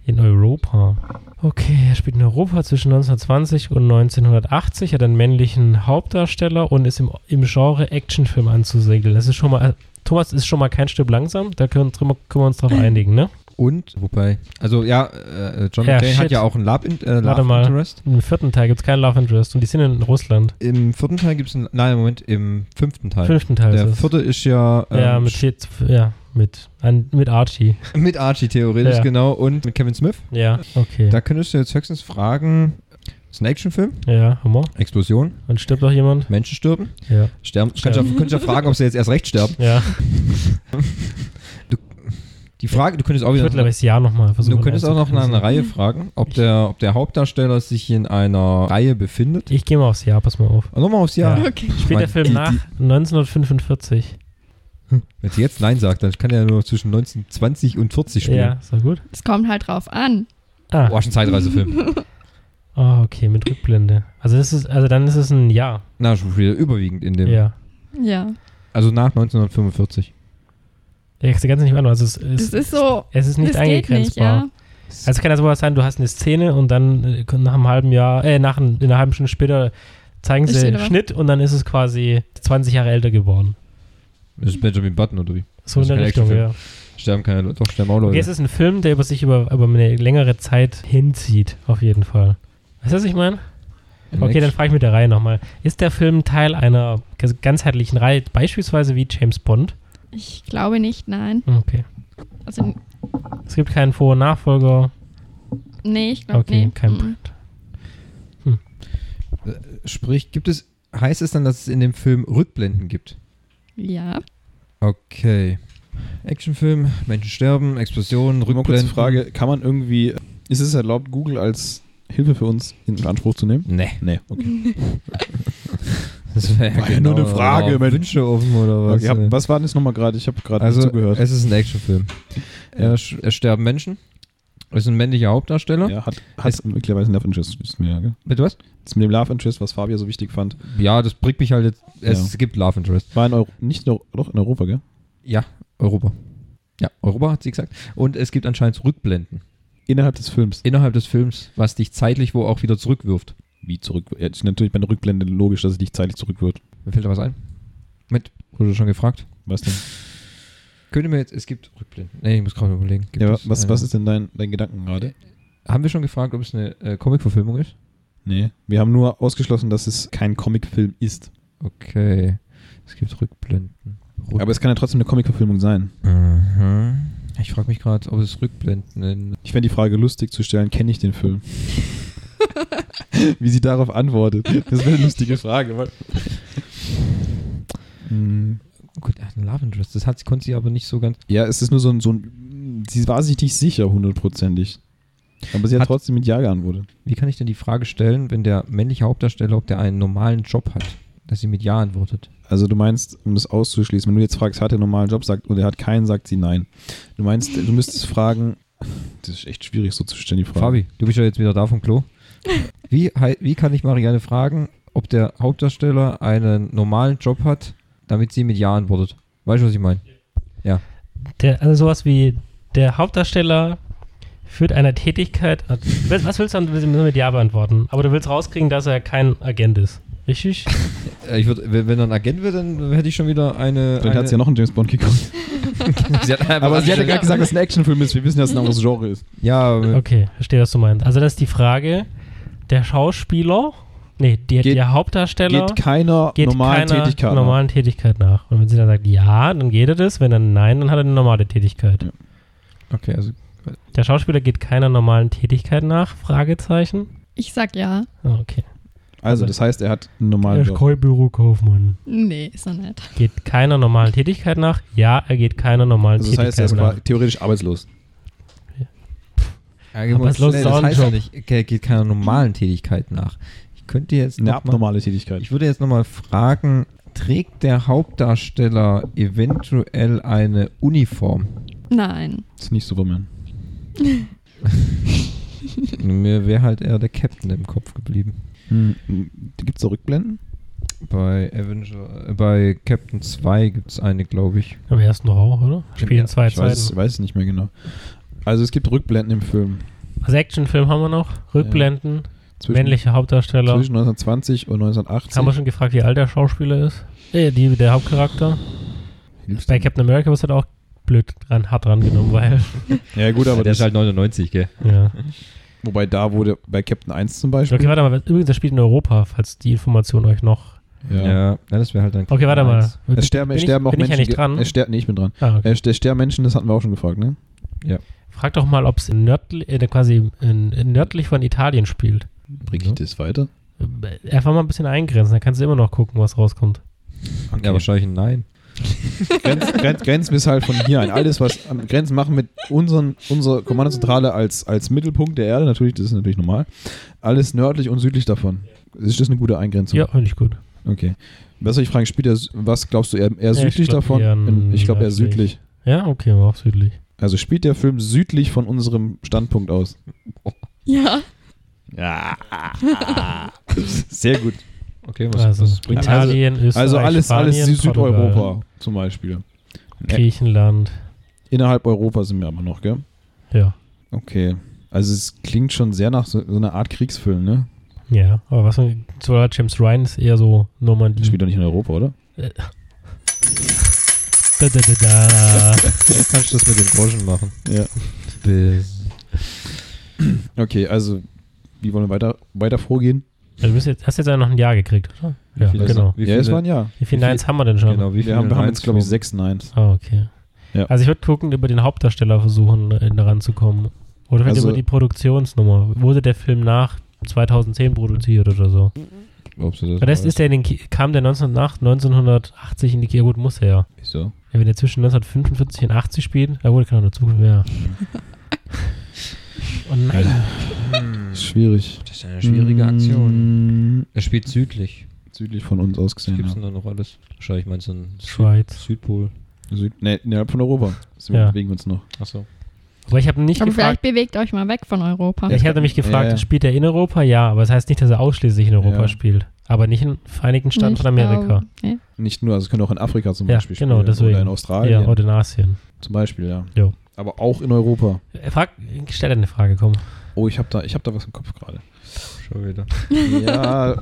Speaker 3: In Europa. Okay, er spielt in Europa zwischen 1920 und 1980, hat einen männlichen Hauptdarsteller und ist im, im Genre Actionfilm anzusiedeln. Das ist schon mal. Thomas ist schon mal kein Stück langsam, da können, können wir uns drauf einigen, ne?
Speaker 6: Und, wobei, also ja, äh, John
Speaker 3: Ja,
Speaker 6: McClane hat
Speaker 3: shit.
Speaker 6: ja auch ein Love, in, äh,
Speaker 3: Warte
Speaker 6: Love
Speaker 3: mal.
Speaker 6: Interest.
Speaker 3: Im vierten Teil gibt es keinen Love Interest und die sind in Russland.
Speaker 6: Im vierten Teil gibt es einen, nein, Moment, im fünften Teil.
Speaker 3: Fünften Teil
Speaker 6: Der
Speaker 3: ist es.
Speaker 6: vierte ist ja, ähm,
Speaker 3: Ja, mit, vier- ja, mit, an, mit Archie.
Speaker 6: mit Archie theoretisch,
Speaker 3: Ja.
Speaker 6: genau, und mit Kevin Smith.
Speaker 3: Ja, okay.
Speaker 6: Da könntest du jetzt höchstens fragen, ist ein Actionfilm,
Speaker 3: Ja, Hammer.
Speaker 6: Explosion,
Speaker 3: Dann stirbt doch jemand.
Speaker 6: Menschen sterben.
Speaker 3: Ja.
Speaker 6: Sterben. Könntest du könntest ja fragen, ob sie jetzt erst recht sterben.
Speaker 3: Ja.
Speaker 6: Die Frage, du könntest auch
Speaker 3: Ich
Speaker 6: wieder...
Speaker 3: würde, glaube ich, das Jahr nochmal versuchen.
Speaker 6: Oh Du könntest auch noch nach
Speaker 3: einzugrenzen.
Speaker 6: einer Reihe fragen, ob der, ob der Hauptdarsteller sich in einer Reihe befindet.
Speaker 3: Ich gehe mal aufs Jahr, pass mal auf.
Speaker 6: Und nochmal aufs Jahr.
Speaker 1: Okay.
Speaker 3: Spielt der
Speaker 6: Mann,
Speaker 3: Film
Speaker 6: die-
Speaker 3: nach 1945.
Speaker 6: Wenn sie jetzt Nein sagt, dann kann er nur zwischen 1920 und 40 spielen.
Speaker 3: Ja, ist doch gut.
Speaker 1: Es kommt halt drauf an.
Speaker 3: Ah,
Speaker 6: Boah, ist ein Zeitreisefilm.
Speaker 3: Ah, okay, mit Rückblende. Also, das ist, also dann ist es ein Jahr.
Speaker 6: Na, schon wieder überwiegend in dem.
Speaker 3: Ja.
Speaker 1: Ja.
Speaker 6: Also nach 1945.
Speaker 3: Ja, Ich ganz nicht mehr Also es
Speaker 1: Das
Speaker 3: ist,
Speaker 1: ist so.
Speaker 3: es ist nicht
Speaker 1: das geht nicht,
Speaker 3: eingegrenzbar.
Speaker 1: ja.
Speaker 3: Also es kann ja sowas sein, du hast eine Szene und dann äh, nach einem halben Jahr, äh, nach, ein, in einer halben Stunde später zeigen
Speaker 1: Ich
Speaker 3: sie
Speaker 1: stehe
Speaker 3: einen
Speaker 1: drauf.
Speaker 3: Schnitt und dann ist es quasi 20 Jahre älter geworden.
Speaker 6: Das ist Benjamin Button oder wie?
Speaker 3: So in
Speaker 6: Das ist
Speaker 3: der
Speaker 6: kein
Speaker 3: Richtung,
Speaker 6: Actionfilm.
Speaker 3: ja.
Speaker 6: Sterben keine Leute, doch sterben auch
Speaker 3: Okay,
Speaker 6: Leute.
Speaker 3: es ist ein Film, der über sich über, über eine längere Zeit hinzieht, auf jeden Fall. Weißt du, was ich meine?
Speaker 6: Ein
Speaker 3: Okay,
Speaker 6: Action-
Speaker 3: dann frage ich mit der Reihe nochmal. Ist der Film Teil einer ges- ganzheitlichen Reihe, beispielsweise wie James Bond?
Speaker 1: Ich glaube nicht, nein.
Speaker 3: Okay.
Speaker 1: Also,
Speaker 3: Es gibt keinen Vor- und Nachfolger.
Speaker 1: nee, ich Mm, glaube
Speaker 3: Okay,
Speaker 1: nee.
Speaker 3: kein
Speaker 1: Mm-mm.
Speaker 3: Brett.
Speaker 6: Sprich, gibt es, heißt es dann, dass es in dem Film Rückblenden gibt?
Speaker 1: Ja.
Speaker 6: Okay. Actionfilm, Menschen sterben, Explosionen,
Speaker 2: Nur kurze
Speaker 6: Rückblenden.
Speaker 2: Frage, kann man irgendwie, ist es erlaubt, Google als Hilfe für uns in Anspruch zu nehmen?
Speaker 6: Nee.
Speaker 2: Nee, okay.
Speaker 6: Das wäre
Speaker 2: War ja nur eine Frage, Mensch.
Speaker 6: Wünsche offen oder was? äh,
Speaker 2: okay hab, was war denn das nochmal gerade? Ich habe gerade
Speaker 6: also,
Speaker 2: nicht zugehört.
Speaker 6: es ist ein Actionfilm.
Speaker 2: Ja.
Speaker 6: Er, sch- es sterben Menschen. Es ist ein männlicher Hauptdarsteller.
Speaker 2: ja, hat, hat mittlerweile einen Love Interest. Ist mir, ja, gell?
Speaker 6: Bitte was?
Speaker 2: Das mit dem Love Interest, was Fabio so wichtig fand,
Speaker 6: Ja, das bringt mich halt jetzt. Es
Speaker 2: Ja.
Speaker 6: gibt Love Interest.
Speaker 2: war in Euro, nicht in Euro, doch in Europa, gell?
Speaker 6: Ja, Europa. Ja, Europa hat sie gesagt. Und es gibt anscheinend Rückblenden
Speaker 2: Innerhalb des Films.
Speaker 6: innerhalb des Films, was dich zeitlich wo auch wieder zurückwirft.
Speaker 2: Wie zurück? Jetzt natürlich bei einer Rückblende logisch, dass es nicht zeitlich zurück wird.
Speaker 6: Mir fällt da was ein. Mit, wurde schon gefragt.
Speaker 2: Was denn?
Speaker 6: Könnte mir jetzt, es gibt Rückblenden. Nee, ich muss gerade überlegen. Gibt
Speaker 2: Ja,
Speaker 6: es äh,
Speaker 2: was,
Speaker 6: eine-
Speaker 2: was ist denn dein, dein Gedanken gerade?
Speaker 6: Haben wir schon gefragt, ob es eine äh, Comic-Verfilmung ist?
Speaker 2: Nee. Wir haben nur ausgeschlossen, dass es kein Comicfilm ist.
Speaker 6: Okay. Es gibt Rückblenden. Rück
Speaker 2: Aber es kann ja trotzdem eine Comicverfilmung sein.
Speaker 6: Mhm. Ich frage mich gerade, ob es Rückblenden in.
Speaker 2: Ich fände die Frage lustig zu stellen, kenne ich den Film? Wie sie darauf antwortet. Das wäre eine lustige Frage. weil- Hm,
Speaker 6: Gut, oh er hat einen Love Interest. Das hat, konnte sie aber nicht so ganz.
Speaker 2: ja, es ist nur so ein, so ein. Sie war sich nicht sicher, hundertprozentig. Aber sie hat,
Speaker 6: Hat-
Speaker 2: trotzdem mit Ja geantwortet.
Speaker 6: Wie kann ich denn die Frage stellen, wenn der männliche Hauptdarsteller, ob der einen normalen Job hat? Dass sie mit Ja antwortet.
Speaker 2: Also du meinst, um das auszuschließen, wenn du jetzt fragst, hat er einen normalen Job, sagt und er hat keinen, sagt sie nein. Du meinst, du müsstest fragen, das ist echt schwierig so zu stellen, die Frage.
Speaker 6: Fabi, du bist ja jetzt wieder da vom Klo. Wie, hei- wie kann ich Marianne fragen, ob der Hauptdarsteller einen normalen Job hat, damit sie mit Ja antwortet? Weißt du, was ich meine?
Speaker 3: Der, also sowas wie der Hauptdarsteller führt einer Tätigkeit. Was was willst du dann willst du nur mit Ja beantworten? Aber du willst rauskriegen, dass er kein Agent ist. Richtig?
Speaker 6: Äh, Ich würd, wenn, wenn er ein Agent wird, dann hätte ich schon wieder eine.
Speaker 2: Vielleicht
Speaker 6: eine
Speaker 2: hat sie ja noch einen James Bond geguckt.
Speaker 6: sie hat einfach
Speaker 2: Aber sie hat ja
Speaker 6: andere-
Speaker 2: gerade gesagt, dass es ein Actionfilm ist. Wir wissen, dass es ein anderes Genre ist.
Speaker 6: Ja, aber-
Speaker 3: Okay, verstehe, was du meinst. Also das ist die Frage, der Schauspieler, nee, der,
Speaker 2: Geht-
Speaker 3: der Hauptdarsteller
Speaker 2: Geht keiner
Speaker 3: Genau. geht
Speaker 2: normalen
Speaker 3: keiner
Speaker 2: Tätigkeit. nach.
Speaker 3: normalen Tätigkeit nach. Und wenn sie dann sagt Ja, dann geht er das. Wenn er Nein, dann hat er eine normale Tätigkeit.
Speaker 6: okay, also
Speaker 3: Der Schauspieler geht keiner normalen Tätigkeit nach? Fragezeichen.
Speaker 1: Ich sag ja.
Speaker 3: Ah, Okay.
Speaker 2: Also, das heißt, er hat einen normalen Job.
Speaker 3: kein Bürokaufmann.
Speaker 1: Nee, ist er nicht.
Speaker 3: Geht keiner normalen Tätigkeit nach? Ja, er geht keiner normalen
Speaker 2: Also, das
Speaker 3: Tätigkeit
Speaker 2: heißt, er ist
Speaker 3: nach.
Speaker 2: quasi theoretisch arbeitslos.
Speaker 6: Ja, gib
Speaker 3: Aber
Speaker 6: uns
Speaker 3: es lohnt
Speaker 6: schnell,
Speaker 3: sich
Speaker 6: das
Speaker 3: auch
Speaker 6: heißt
Speaker 3: einen
Speaker 6: ja nicht, okay, geht keiner normalen Tätigkeit nach. Ich könnte jetzt
Speaker 2: Eine
Speaker 6: noch mal,
Speaker 2: abnormale Tätigkeit.
Speaker 6: ich würde jetzt nochmal fragen, trägt der Hauptdarsteller eventuell eine Uniform?
Speaker 1: Nein.
Speaker 2: Das ist nicht Superman.
Speaker 6: Mir wäre halt eher der Captain im Kopf geblieben.
Speaker 2: Gibt es Hm, da Rückblenden?
Speaker 6: Bei Avenger, äh, bei Captain 2 gibt es eine, glaube ich.
Speaker 3: Am ersten doch auch, oder? Spielen zwei
Speaker 2: Ich weiß, es-
Speaker 3: Zeiten.
Speaker 2: weiß es nicht mehr genau. Also, es gibt Rückblenden im Film.
Speaker 3: Also Actionfilm haben wir noch. Rückblenden,
Speaker 2: Zwischen,
Speaker 3: männliche Hauptdarsteller.
Speaker 2: Zwischen 1920 und 1980.
Speaker 3: Haben wir schon gefragt, wie alt der Schauspieler ist? Äh, die, der Hauptcharakter. Bei Captain America was halt auch blöd dran, hart dran genommen, weil.
Speaker 2: ja, gut, aber
Speaker 6: der
Speaker 2: das,
Speaker 6: ist halt 99, gell?
Speaker 3: ja.
Speaker 2: wobei da wurde bei Captain 1 zum Beispiel.
Speaker 3: Okay, warte mal. Übrigens, das spielt in Europa, falls die Information euch noch.
Speaker 6: Ja, ja das wäre halt dann.
Speaker 3: Okay, warte mal.
Speaker 2: Es äh, sterben, es
Speaker 3: Bin ich-
Speaker 2: sterben auch
Speaker 3: bin ich ja
Speaker 2: Menschen.
Speaker 3: nicht
Speaker 2: ge-
Speaker 3: dran?
Speaker 2: Es sterben, nee, ich bin dran.
Speaker 3: Ah, okay.
Speaker 2: Es sterben Menschen, das hatten wir auch schon gefragt, ne?
Speaker 3: Frag doch mal, ob es nördlich, äh, quasi in, in nördlich von Italien spielt.
Speaker 2: Bring ich das weiter?
Speaker 3: Äh, Einfach mal ein bisschen eingrenzen, dann kannst du immer noch gucken, was rauskommt.
Speaker 6: Ja, wahrscheinlich ein Nein.
Speaker 2: Grenz, Grenz, Grenzen wir es halt von hier ein. Alles, was am Grenzen machen mit unseren, unserer Kommandozentrale als, als Mittelpunkt der Erde, natürlich, das ist natürlich normal. Alles nördlich und südlich davon. Ist das eine gute Eingrenzung?
Speaker 3: Ja, finde ich gut.
Speaker 2: Okay. Was soll ich fragen? Spielt er, sü- was glaubst du, eher, eher
Speaker 3: ich
Speaker 2: südlich
Speaker 3: glaub
Speaker 2: davon?
Speaker 3: eher
Speaker 2: In- ich glaube eher
Speaker 3: nördlich.
Speaker 2: südlich.
Speaker 3: Ja, okay, war auch südlich.
Speaker 2: Also spielt der Film südlich von unserem Standpunkt aus?
Speaker 1: Ja.
Speaker 2: Ja. Sehr gut.
Speaker 6: Okay, was,
Speaker 3: Also,
Speaker 6: was bringt
Speaker 3: Italien, Österreich,
Speaker 2: Also alles,
Speaker 3: Spanien,
Speaker 2: alles Sü-
Speaker 3: Portugal,
Speaker 2: Südeuropa zum Beispiel.
Speaker 3: Griechenland.
Speaker 2: Innerhalb Europas sind wir aber noch, gell?
Speaker 3: Ja.
Speaker 2: Okay. Also es klingt schon sehr nach so, so einer Art Kriegsfilm, ne?
Speaker 3: Ja, aber was so James Ryan ist eher so Normandie.
Speaker 2: Spielt doch nicht in Europa, oder?
Speaker 3: Äh. Da, da, da, da.
Speaker 6: Jetzt kannst du das mit den Groschen machen.
Speaker 2: Ja.
Speaker 6: Bis.
Speaker 2: Okay, also, wie wollen wir weiter, weiter vorgehen?
Speaker 3: Also du bist jetzt, hast jetzt ja noch ein Jahr gekriegt, oder? Ja,
Speaker 2: viele-
Speaker 3: genau.
Speaker 2: Ja, es war ein Jahr.
Speaker 3: Wie viele Nines haben wir denn schon?
Speaker 6: Genau, wie
Speaker 2: Wir
Speaker 6: viele
Speaker 2: haben, wir haben jetzt, glaube ich,
Speaker 6: Nines-
Speaker 2: sechs Nines.
Speaker 3: Ah, okay.
Speaker 2: Ja.
Speaker 3: Also ich würde gucken, über den Hauptdarsteller versuchen, äh, da ranzukommen. Oder vielleicht
Speaker 2: Also-
Speaker 3: über die Produktionsnummer. Wurde der Film nach 2010 produziert oder so?
Speaker 6: Glaubst du das?
Speaker 3: Weil das ist der in den Ki kam der 1908, 1980 in die Kino, gut, muss er ja.
Speaker 6: Wieso?
Speaker 3: Ja, Wenn er zwischen 1945 und 80 spielt, ja gut, kann er dazu, ja. Oh nein.
Speaker 2: Mhm. Schwierig.
Speaker 6: Das ist eine schwierige Aktion.
Speaker 2: Mm,
Speaker 6: Er spielt südlich.
Speaker 2: Südlich von uns aus gesehen.
Speaker 6: Gibt's
Speaker 2: Ja.
Speaker 6: denn da noch alles? Wahrscheinlich meinst du einen Süd-
Speaker 3: Schweiz.
Speaker 6: Südpol.
Speaker 2: Süd, nee, innerhalb von Europa. Deswegen
Speaker 3: Ja.
Speaker 2: bewegen wir uns noch.
Speaker 6: Achso.
Speaker 3: Aber ich habe nicht
Speaker 1: Aber
Speaker 3: gefragt,
Speaker 1: vielleicht bewegt euch mal weg von Europa.
Speaker 3: Ja, ich hatte mich gefragt,
Speaker 2: Ja, ja.
Speaker 3: spielt er in Europa? Ja, aber das heißt nicht, dass er ausschließlich in Europa
Speaker 2: Ja.
Speaker 3: spielt. Aber nicht in den Vereinigten Staaten
Speaker 1: Nicht
Speaker 3: von Amerika.
Speaker 1: glauben. Nee.
Speaker 2: Nicht nur, also es könnte auch in Afrika zum
Speaker 3: Ja,
Speaker 2: Beispiel
Speaker 3: genau,
Speaker 2: spielen.
Speaker 3: deswegen.
Speaker 2: Oder in
Speaker 3: ja,
Speaker 2: Australien
Speaker 3: oder in Asien.
Speaker 2: zum Beispiel, ja.
Speaker 3: Jo.
Speaker 2: Aber auch in Europa.
Speaker 3: Äh, Frag, stell dir eine Frage, komm.
Speaker 2: Oh, ich habe da, ich hab da was im Kopf gerade.
Speaker 6: Schon wieder.
Speaker 2: Ja,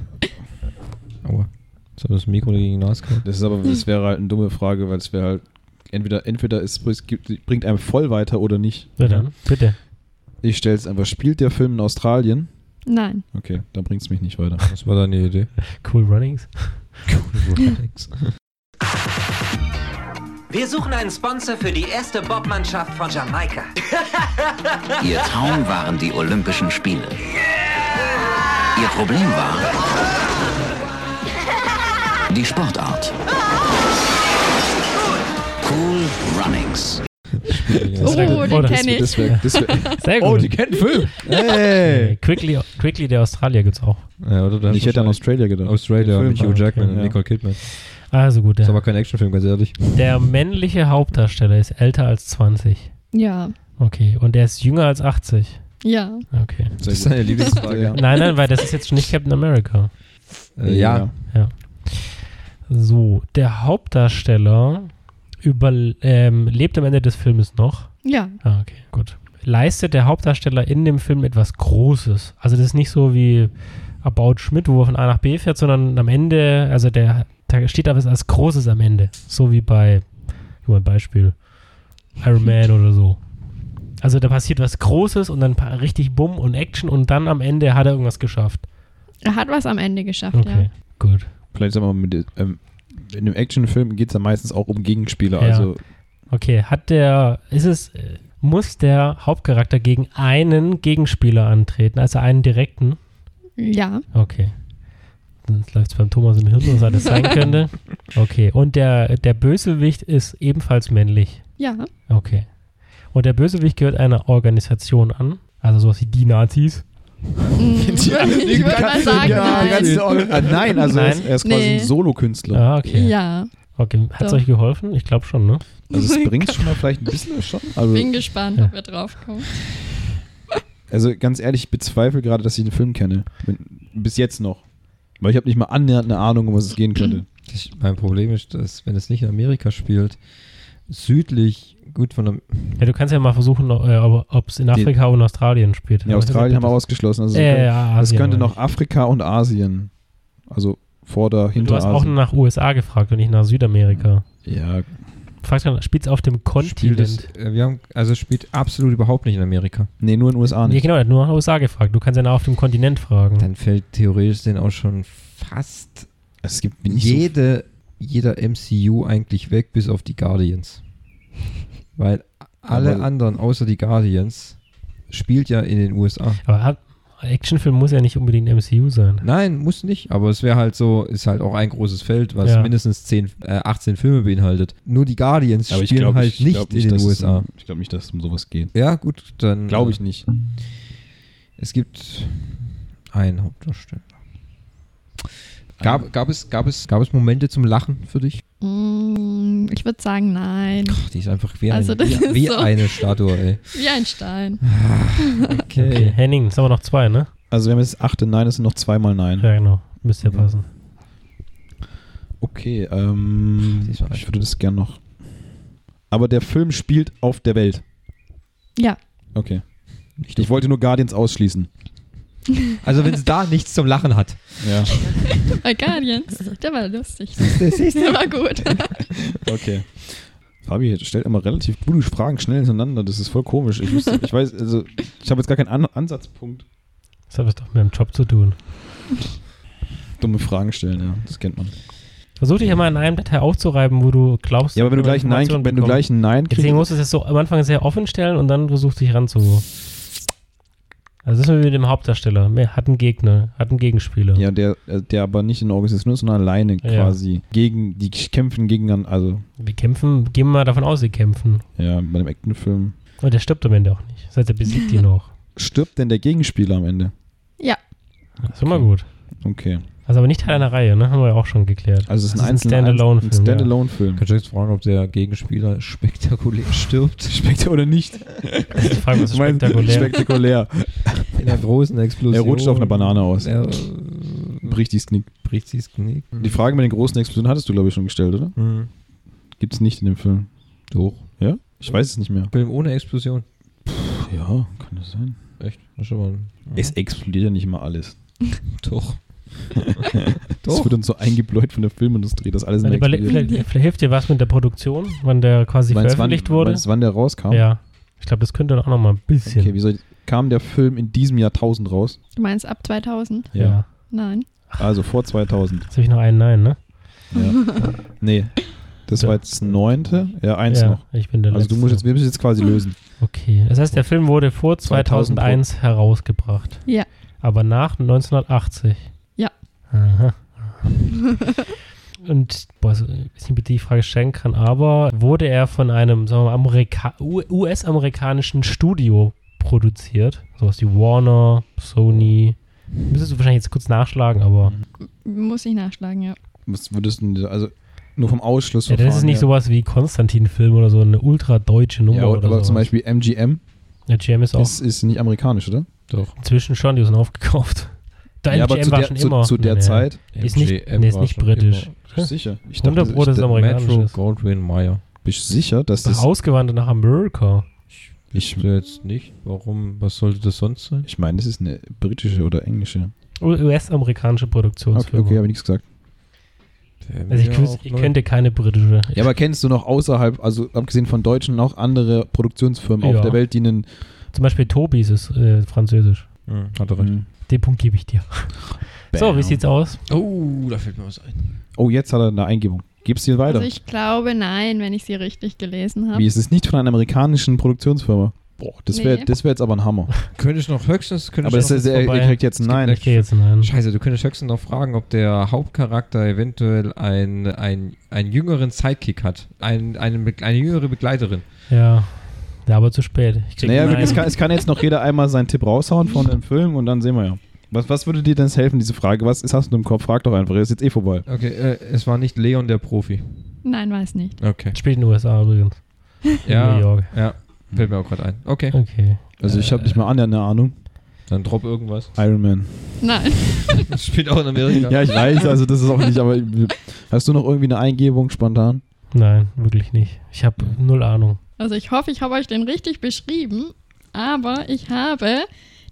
Speaker 6: Aua. Jetzt hat das Mikro gegen die Nase gehauen.
Speaker 2: das ist aber, das wäre halt eine dumme Frage, weil es wäre halt, entweder, entweder es bringt- bringt einem voll weiter oder nicht.
Speaker 3: Na dann, bitte.
Speaker 2: Ich stelle es einfach, spielt der Film in Australien?
Speaker 1: Nein.
Speaker 2: Okay, dann bringt es mich nicht weiter.
Speaker 6: Was war deine Idee?
Speaker 3: Cool Runnings.
Speaker 12: Wir suchen einen Sponsor für die erste Bobmannschaft von Jamaika.
Speaker 10: Ihr Traum waren die Olympischen Spiele. Ihr Problem war die Sportart. Cool Runnings.
Speaker 1: Oh,
Speaker 3: sehr gut.
Speaker 1: den
Speaker 3: Oh, das
Speaker 1: kenne ich.
Speaker 2: Das wär, das wär,
Speaker 3: Sehr gut.
Speaker 2: oh, die kennen Film!
Speaker 3: Äh,
Speaker 6: Hey!
Speaker 3: Quickly, Quickly der Australier gibt's auch.
Speaker 6: Ja, oder du hast
Speaker 2: Ich hätte an
Speaker 6: wahrscheinlich-
Speaker 2: Australia gedacht.
Speaker 6: Australia
Speaker 2: Den
Speaker 6: mit
Speaker 2: Film.
Speaker 6: Hugh Jackman
Speaker 2: Okay,
Speaker 6: und
Speaker 2: ja.
Speaker 6: Nicole Kidman.
Speaker 3: Also gut,
Speaker 6: Ist aber
Speaker 3: der,
Speaker 6: kein Actionfilm, ganz ehrlich.
Speaker 3: der männliche Hauptdarsteller ist älter als 20.
Speaker 1: Ja.
Speaker 3: Okay, und er ist jünger als 80.
Speaker 1: Ja.
Speaker 3: Okay.
Speaker 2: Sehr
Speaker 6: Das ist
Speaker 2: gut.
Speaker 6: deine Lieblingsfrage.
Speaker 2: Ja.
Speaker 3: Nein, nein, weil das ist jetzt nicht Captain America.
Speaker 6: Äh, ja.
Speaker 3: So, der Hauptdarsteller über, ähm, lebt am Ende des Filmes noch.
Speaker 1: Ja.
Speaker 3: Ah, okay, gut. Leistet der Hauptdarsteller in dem Film etwas Großes? Also das ist nicht so wie About Schmidt, wo er von A nach B fährt, sondern am Ende, also der, da steht da was als Großes am Ende. So wie bei, nur ein Beispiel, Iron Man oder so. Also da passiert was Großes und dann pa- richtig Bumm und Action und dann am Ende hat er irgendwas geschafft.
Speaker 1: Er hat was am Ende geschafft,
Speaker 3: Okay, gut.
Speaker 2: Vielleicht sagen wir mal, mit, ähm, in einem Actionfilm geht es ja meistens auch um Gegenspieler.
Speaker 3: Ja.
Speaker 2: Also
Speaker 3: Okay, hat der, ist es, äh, muss der Hauptcharakter gegen einen Gegenspieler antreten, also einen direkten?
Speaker 1: ja. Ja.
Speaker 3: Okay. Jetzt läuft es beim Thomas im Hirn, was alles sein könnte. Okay. Und der, der Bösewicht ist ebenfalls männlich.
Speaker 1: Ja. Mm,
Speaker 3: Okay. Und der Bösewicht gehört einer Organisation an. Also sowas wie die Nazis.
Speaker 1: Mm, ich würde mal sagen, nein.
Speaker 2: Ah, nein, also
Speaker 3: Nein.
Speaker 2: Er, ist, er ist quasi
Speaker 1: Nee.
Speaker 2: ein Solokünstler.
Speaker 3: Ah, okay.
Speaker 1: Ja.
Speaker 3: Okay. Hat es
Speaker 1: Doch.
Speaker 3: euch geholfen? Ich glaube schon, ne?
Speaker 2: Also es bringt schon mal vielleicht ein bisschen schon. Also,
Speaker 1: Bin gespannt,
Speaker 3: Ja.
Speaker 1: ob wir drauf kommen.
Speaker 2: also ganz ehrlich, ich bezweifle gerade, dass ich den Film kenne. Wenn- Bis jetzt noch. Weil ich habe nicht mal annähernd eine Ahnung, um was es gehen könnte.
Speaker 6: Ich, mein Problem ist, dass, wenn es nicht in Amerika spielt, südlich, gut von Am
Speaker 3: Ja, du kannst ja mal versuchen, ob es in
Speaker 2: Die-
Speaker 3: Afrika und Australien spielt.
Speaker 2: Ja, Australien haben wir ausgeschlossen. Also
Speaker 3: Äh,
Speaker 2: es könnte,
Speaker 3: ja,
Speaker 2: es
Speaker 3: Asien
Speaker 2: könnte
Speaker 3: meine
Speaker 2: noch Afrika und Asien. Also Vorder,
Speaker 3: ich. Du
Speaker 2: Hinter
Speaker 3: hast auch
Speaker 2: Asien.
Speaker 3: nach USA gefragt und nicht nach Südamerika.
Speaker 2: Ja,
Speaker 3: Fragt dann, spielt es auf dem
Speaker 6: spielt es,
Speaker 3: Kontinent?
Speaker 6: äh, wir haben, also es spielt absolut überhaupt nicht in Amerika.
Speaker 2: nee, nur in den USA
Speaker 3: Nee,
Speaker 2: nicht.
Speaker 3: genau, er hat nur nach USA gefragt. Du kannst ja nach auf dem Kontinent fragen.
Speaker 6: Dann fällt theoretisch den auch schon fast
Speaker 2: Also Es gibt nicht so
Speaker 6: jede, jeder MCU eigentlich weg, bis auf die Guardians. Weil alle
Speaker 2: Aber-
Speaker 6: anderen, außer die Guardians, spielt ja in den USA.
Speaker 3: Aber hat- Actionfilm muss ja nicht unbedingt MCU sein.
Speaker 6: Nein, muss nicht, aber es wäre halt so, ist halt auch ein großes Feld, was
Speaker 3: Ja.
Speaker 6: mindestens 10, äh, 18 Filme beinhaltet. Nur die Guardians
Speaker 2: Aber ich
Speaker 6: spielen
Speaker 2: glaube
Speaker 6: halt
Speaker 2: ich
Speaker 6: nicht
Speaker 2: glaub
Speaker 6: in den
Speaker 2: dass es
Speaker 6: USA.
Speaker 2: Um, ich glaube nicht, dass es um sowas geht.
Speaker 6: Ja, gut, dann. äh,
Speaker 2: Glaube ich nicht.
Speaker 6: Es gibt einen Hauptdarsteller. Gab, gab, es, gab, es, gab es Momente zum Lachen für dich?
Speaker 1: Mm, ich würde sagen, nein.
Speaker 6: Ach, die ist einfach wie,
Speaker 1: Also
Speaker 6: eine,
Speaker 1: das
Speaker 6: wie,
Speaker 1: ist
Speaker 6: wie
Speaker 1: so-
Speaker 6: eine Statue, ey.
Speaker 1: Wie ein Stein.
Speaker 6: Okay.
Speaker 3: Okay, Henning, jetzt haben wir noch zwei, ne?
Speaker 2: Also wir haben jetzt achte Nein, es sind noch zweimal Nein.
Speaker 3: Ja, genau. Müsste ja
Speaker 2: Mhm.
Speaker 3: passen.
Speaker 2: Okay, ähm,
Speaker 6: Das war
Speaker 2: ich würde das gern noch. Aber der Film spielt auf der Welt.
Speaker 1: Ja.
Speaker 2: Okay. Ich wollte nur Guardians ausschließen.
Speaker 6: Also wenn sie da nichts zum Lachen hat.
Speaker 2: Ja.
Speaker 1: Bei Guardians, der war lustig.
Speaker 6: Der siehste.
Speaker 1: Der war gut.
Speaker 2: Okay. Fabi stellt immer relativ gute Fragen schnell hintereinander. Das ist voll komisch. Ich, wüsste, ich weiß, also ich habe jetzt gar keinen An Ansatzpunkt.
Speaker 3: Das hat was doch mit dem Job zu tun.
Speaker 2: Dumme Fragen stellen, ja. Das kennt man.
Speaker 3: Versuch dich immer in einem Detail aufzureiben, wo du glaubst,
Speaker 2: Ja, aber wenn du gleich ein Nein,
Speaker 3: Informationen
Speaker 2: wenn du
Speaker 3: bekommst.
Speaker 2: gleich ein Nein kriegst.
Speaker 3: Deswegen musst du es jetzt so am Anfang sehr offen stellen und dann versuchst du dich ranzu. Also das ist wie mit dem Hauptdarsteller. Mehr- Hat einen Gegner, hat einen Gegenspieler.
Speaker 2: Ja, der, äh, der aber nicht in Organisation ist, sondern alleine
Speaker 3: Ja.
Speaker 2: quasi. Gegen, die kämpfen gegeneinander, also
Speaker 3: Wir kämpfen, gehen wir mal davon aus, sie kämpfen.
Speaker 2: ja, bei dem Actionfilm.
Speaker 3: Und der stirbt am Ende auch nicht. Das heißt, er besiegt die noch.
Speaker 2: Stirbt denn der Gegenspieler am Ende?
Speaker 1: Ja,
Speaker 3: Das ist immer gut.
Speaker 2: Okay.
Speaker 3: Also aber nicht Teil einer Reihe, ne? Haben wir ja auch schon geklärt.
Speaker 2: Also es ist ein,
Speaker 3: ein
Speaker 2: einzelner-
Speaker 3: Standalone-Film.
Speaker 2: ein Standalone-Film.
Speaker 6: Kannst du jetzt fragen, ob der Gegenspieler spektakulär stirbt?
Speaker 2: Spektakulär oder nicht?
Speaker 3: Ja. Die Frage ist
Speaker 2: Ich mein,
Speaker 3: spektakulär.
Speaker 2: Also spektakulär.
Speaker 6: In einer großen Explosion.
Speaker 2: Er rutscht auf eine Banane aus.
Speaker 6: Er
Speaker 2: Bricht die Sneak.
Speaker 6: bricht sich das Knie.
Speaker 2: Die Frage mit den großen Explosionen hattest du, glaube ich, schon gestellt, oder?
Speaker 6: Mhm.
Speaker 2: Gibt es nicht in dem Film.
Speaker 6: Doch.
Speaker 2: Ja? Ich weiß es nicht mehr.
Speaker 6: Film ohne Explosion.
Speaker 2: Ja, kann das sein.
Speaker 6: Echt? Das ist schon mal ein-
Speaker 2: Es explodiert ja nicht mal alles.
Speaker 6: Doch.
Speaker 2: Das wird uns so eingebläut von der Filmindustrie, dass alles
Speaker 3: Dann
Speaker 2: immer
Speaker 3: überle-
Speaker 2: explodiert.
Speaker 3: vielleicht, vielleicht hilft dir was mit der Produktion, wann der quasi
Speaker 2: Meinst du, wann-
Speaker 3: veröffentlicht wurde.
Speaker 2: Meinst, du, wann der rauskam?
Speaker 3: Ja. Ich glaube, das könnte dann auch noch mal ein bisschen.
Speaker 2: Okay, wieso kam der Film in diesem Jahrtausend raus?
Speaker 1: du meinst ab 2000?
Speaker 3: ja.
Speaker 1: Nein.
Speaker 2: Also vor 2000.
Speaker 3: Jetzt habe ich noch einen Nein, ne?
Speaker 2: Ja. nee, das war jetzt das neunte. Ja, eins
Speaker 3: ja,
Speaker 2: noch.
Speaker 3: Ich bin der
Speaker 2: Also du musst jetzt, wir müssen jetzt
Speaker 1: Hm.
Speaker 2: quasi lösen.
Speaker 3: Okay. Das heißt, der Film wurde vor 2001 herausgebracht.
Speaker 1: Ja.
Speaker 3: Aber nach 1980.
Speaker 1: Ja.
Speaker 3: Aha. Und, boah, so, ich weiß nicht, ob ich die Frage stellen kann, aber wurde er von einem, sagen wir mal, Amerika U- US-amerikanischen Studio produziert? Sowas wie Warner, Sony. Müsstest du wahrscheinlich jetzt kurz nachschlagen, aber.
Speaker 2: Mhm.
Speaker 1: Muss ich nachschlagen, ja.
Speaker 2: Was würdest du denn, also nur vom Ausschluss
Speaker 3: Ja, das ist nicht sowas wie Konstantin-Film oder so, eine ultradeutsche Nummer
Speaker 2: Ja,
Speaker 3: oder
Speaker 2: aber
Speaker 3: sowas.
Speaker 2: zum Beispiel MGM
Speaker 3: Der GM ist auch
Speaker 2: ist, ist nicht amerikanisch, oder?
Speaker 6: Doch.
Speaker 3: Inzwischen schon, die sind aufgekauft. Dein
Speaker 2: ja, aber
Speaker 3: GM
Speaker 2: zu
Speaker 3: war
Speaker 2: der,
Speaker 3: schon
Speaker 2: zu,
Speaker 3: immer.
Speaker 2: zu der
Speaker 3: Nee, nee.
Speaker 2: Zeit.
Speaker 3: Ist nicht,
Speaker 6: MGM
Speaker 3: nee, ist
Speaker 6: war
Speaker 3: nicht
Speaker 6: schon
Speaker 3: britisch.
Speaker 2: Sicher. Ich dachte,
Speaker 3: Hundertpro, das ist
Speaker 2: ich,
Speaker 6: Metro
Speaker 3: amerikanisches.
Speaker 6: Goldwyn Mayer.
Speaker 2: bist du sicher, dass das.
Speaker 3: Ausgewandert nach Amerika.
Speaker 2: Ich,
Speaker 6: Der jetzt nicht. Warum? Was sollte das sonst sein?
Speaker 2: ich meine, das ist eine britische oder englische.
Speaker 3: U- US-amerikanische
Speaker 2: Okay,
Speaker 3: Produktionsfirma.
Speaker 2: okay habe ich nichts gesagt.
Speaker 3: Also ich, küs- ich könnte keine britische.
Speaker 2: Ja, aber kennst du noch außerhalb, also abgesehen von Deutschen, noch andere Produktionsfirmen
Speaker 3: Ja.
Speaker 2: auf der Welt, die einen.
Speaker 3: Zum Beispiel Tobis ist äh, französisch.
Speaker 6: Hm, hat er recht.
Speaker 3: Den Punkt gebe ich dir. So, wie sieht's aus?
Speaker 6: Oh, da fällt mir was ein.
Speaker 2: Oh, jetzt hat er eine Eingebung. Gib's dir weiter.
Speaker 1: Also ich glaube nein, wenn ich sie richtig gelesen
Speaker 2: Wie
Speaker 1: habe.
Speaker 2: es ist nicht von einer amerikanischen Produktionsfirma. Boah, das wäre
Speaker 1: Nee.
Speaker 2: das wär jetzt aber ein Hammer.
Speaker 6: Könnte ich noch höchstens. Könnte
Speaker 2: aber
Speaker 6: ich
Speaker 2: das
Speaker 6: noch
Speaker 2: ist, äh, er,
Speaker 3: vorbei.
Speaker 2: er kriegt jetzt ein Nein.
Speaker 3: Okay, jetzt nein.
Speaker 6: Scheiße, du könntest höchstens noch fragen, ob der Hauptcharakter eventuell ein, ein, einen jüngeren Sidekick hat. Ein, eine, Be- eine jüngere Begleiterin.
Speaker 3: Ja. ja, aber zu spät. Ich krieg
Speaker 2: Naja,
Speaker 3: nein.
Speaker 2: es kann, es kann jetzt noch jeder einmal seinen Tipp raushauen von dem Film und dann sehen wir ja. Was, was würde dir denn helfen, diese Frage? Was ist, hast du im Kopf? Frag doch einfach, ist jetzt eh vorbei.
Speaker 6: Okay, äh, es war nicht Leon der Profi.
Speaker 1: Nein, weiß nicht.
Speaker 6: Okay.
Speaker 3: Spielt in den USA übrigens. New
Speaker 6: Ja,
Speaker 3: York.
Speaker 6: ja.
Speaker 2: Hm.
Speaker 6: Fällt mir auch gerade ein. Okay.
Speaker 3: Okay.
Speaker 2: Also ich habe nicht mal an eine Ahnung.
Speaker 6: Dann drop irgendwas.
Speaker 2: Iron Man.
Speaker 1: Nein.
Speaker 6: Spielt auch in Amerika.
Speaker 2: Ja, ich weiß, also das ist auch nicht, aber hast du noch irgendwie eine Eingebung spontan?
Speaker 3: Nein, wirklich nicht. Ich habe null Ahnung.
Speaker 1: Also ich hoffe, ich habe euch den richtig beschrieben, aber ich habe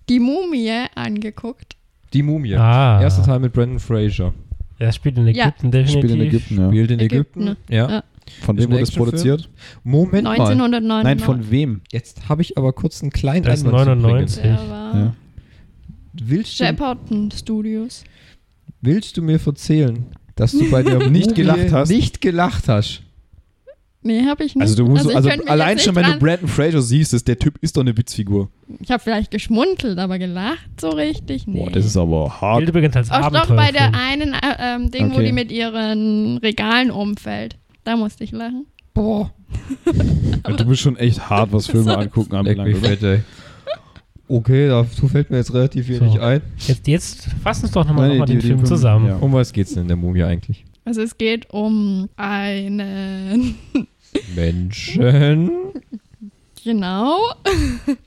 Speaker 1: die Mumie angeguckt.
Speaker 6: Die Mumie.
Speaker 3: Ah.
Speaker 6: Erster Teil mit Brandon Fraser.
Speaker 3: Er spielt in
Speaker 1: Ja.
Speaker 3: Ägypten definitiv.
Speaker 2: Spielt in Ägypten, ja.
Speaker 6: Spielt in Ägypten.
Speaker 1: Ägypten.
Speaker 6: Ja.
Speaker 1: Ja.
Speaker 2: Von
Speaker 6: Ist
Speaker 2: wem
Speaker 6: ein
Speaker 2: wurde das
Speaker 6: Actionfilm?
Speaker 2: produziert?
Speaker 6: Moment mal.
Speaker 1: 1999.
Speaker 2: Nein, von wem?
Speaker 6: Jetzt habe ich aber kurz einen kleinen
Speaker 3: Das ist
Speaker 6: Einwand zu bringen.
Speaker 3: 99.
Speaker 1: Der war
Speaker 2: Ja.
Speaker 6: Willst du,
Speaker 1: Shepperton Studios.
Speaker 6: willst du mir erzählen, dass du bei der
Speaker 2: Nicht
Speaker 6: Mumie
Speaker 2: gelacht hast?
Speaker 6: Nicht gelacht hast.
Speaker 1: Nee, habe ich nicht.
Speaker 2: Also du musst,
Speaker 1: ich
Speaker 2: also,
Speaker 1: könnte mich
Speaker 2: allein
Speaker 1: jetzt
Speaker 2: schon,
Speaker 1: nicht
Speaker 2: wenn du
Speaker 1: dran-
Speaker 2: Brandon Fraser siehst, ist der Typ ist doch eine Witzfigur.
Speaker 1: Ich habe vielleicht geschmunzelt, aber gelacht so richtig. Nee.
Speaker 2: Boah, das ist aber
Speaker 3: Gilt
Speaker 2: hart.
Speaker 3: übrigens als
Speaker 1: Auch doch
Speaker 3: Abenteuerfilm.
Speaker 1: bei der einen äh, ähm, Ding, wo
Speaker 2: Okay.
Speaker 1: die mit ihren Regalen umfällt. Da musste ich lachen.
Speaker 6: Boah.
Speaker 2: Also Du bist schon echt hart, was Filme angucken anbelangt. oder?
Speaker 6: Okay, dazu fällt mir jetzt relativ wenig
Speaker 3: So.
Speaker 6: ein.
Speaker 3: Jetzt, jetzt fassen uns doch nochmal
Speaker 2: Nein,
Speaker 3: noch mal
Speaker 2: die-
Speaker 3: den
Speaker 2: die
Speaker 3: Film
Speaker 2: Film-
Speaker 3: zusammen.
Speaker 2: ja.
Speaker 6: Um was geht's denn in der Mumie eigentlich?
Speaker 1: Also es geht um einen,
Speaker 6: Menschen.
Speaker 1: genau,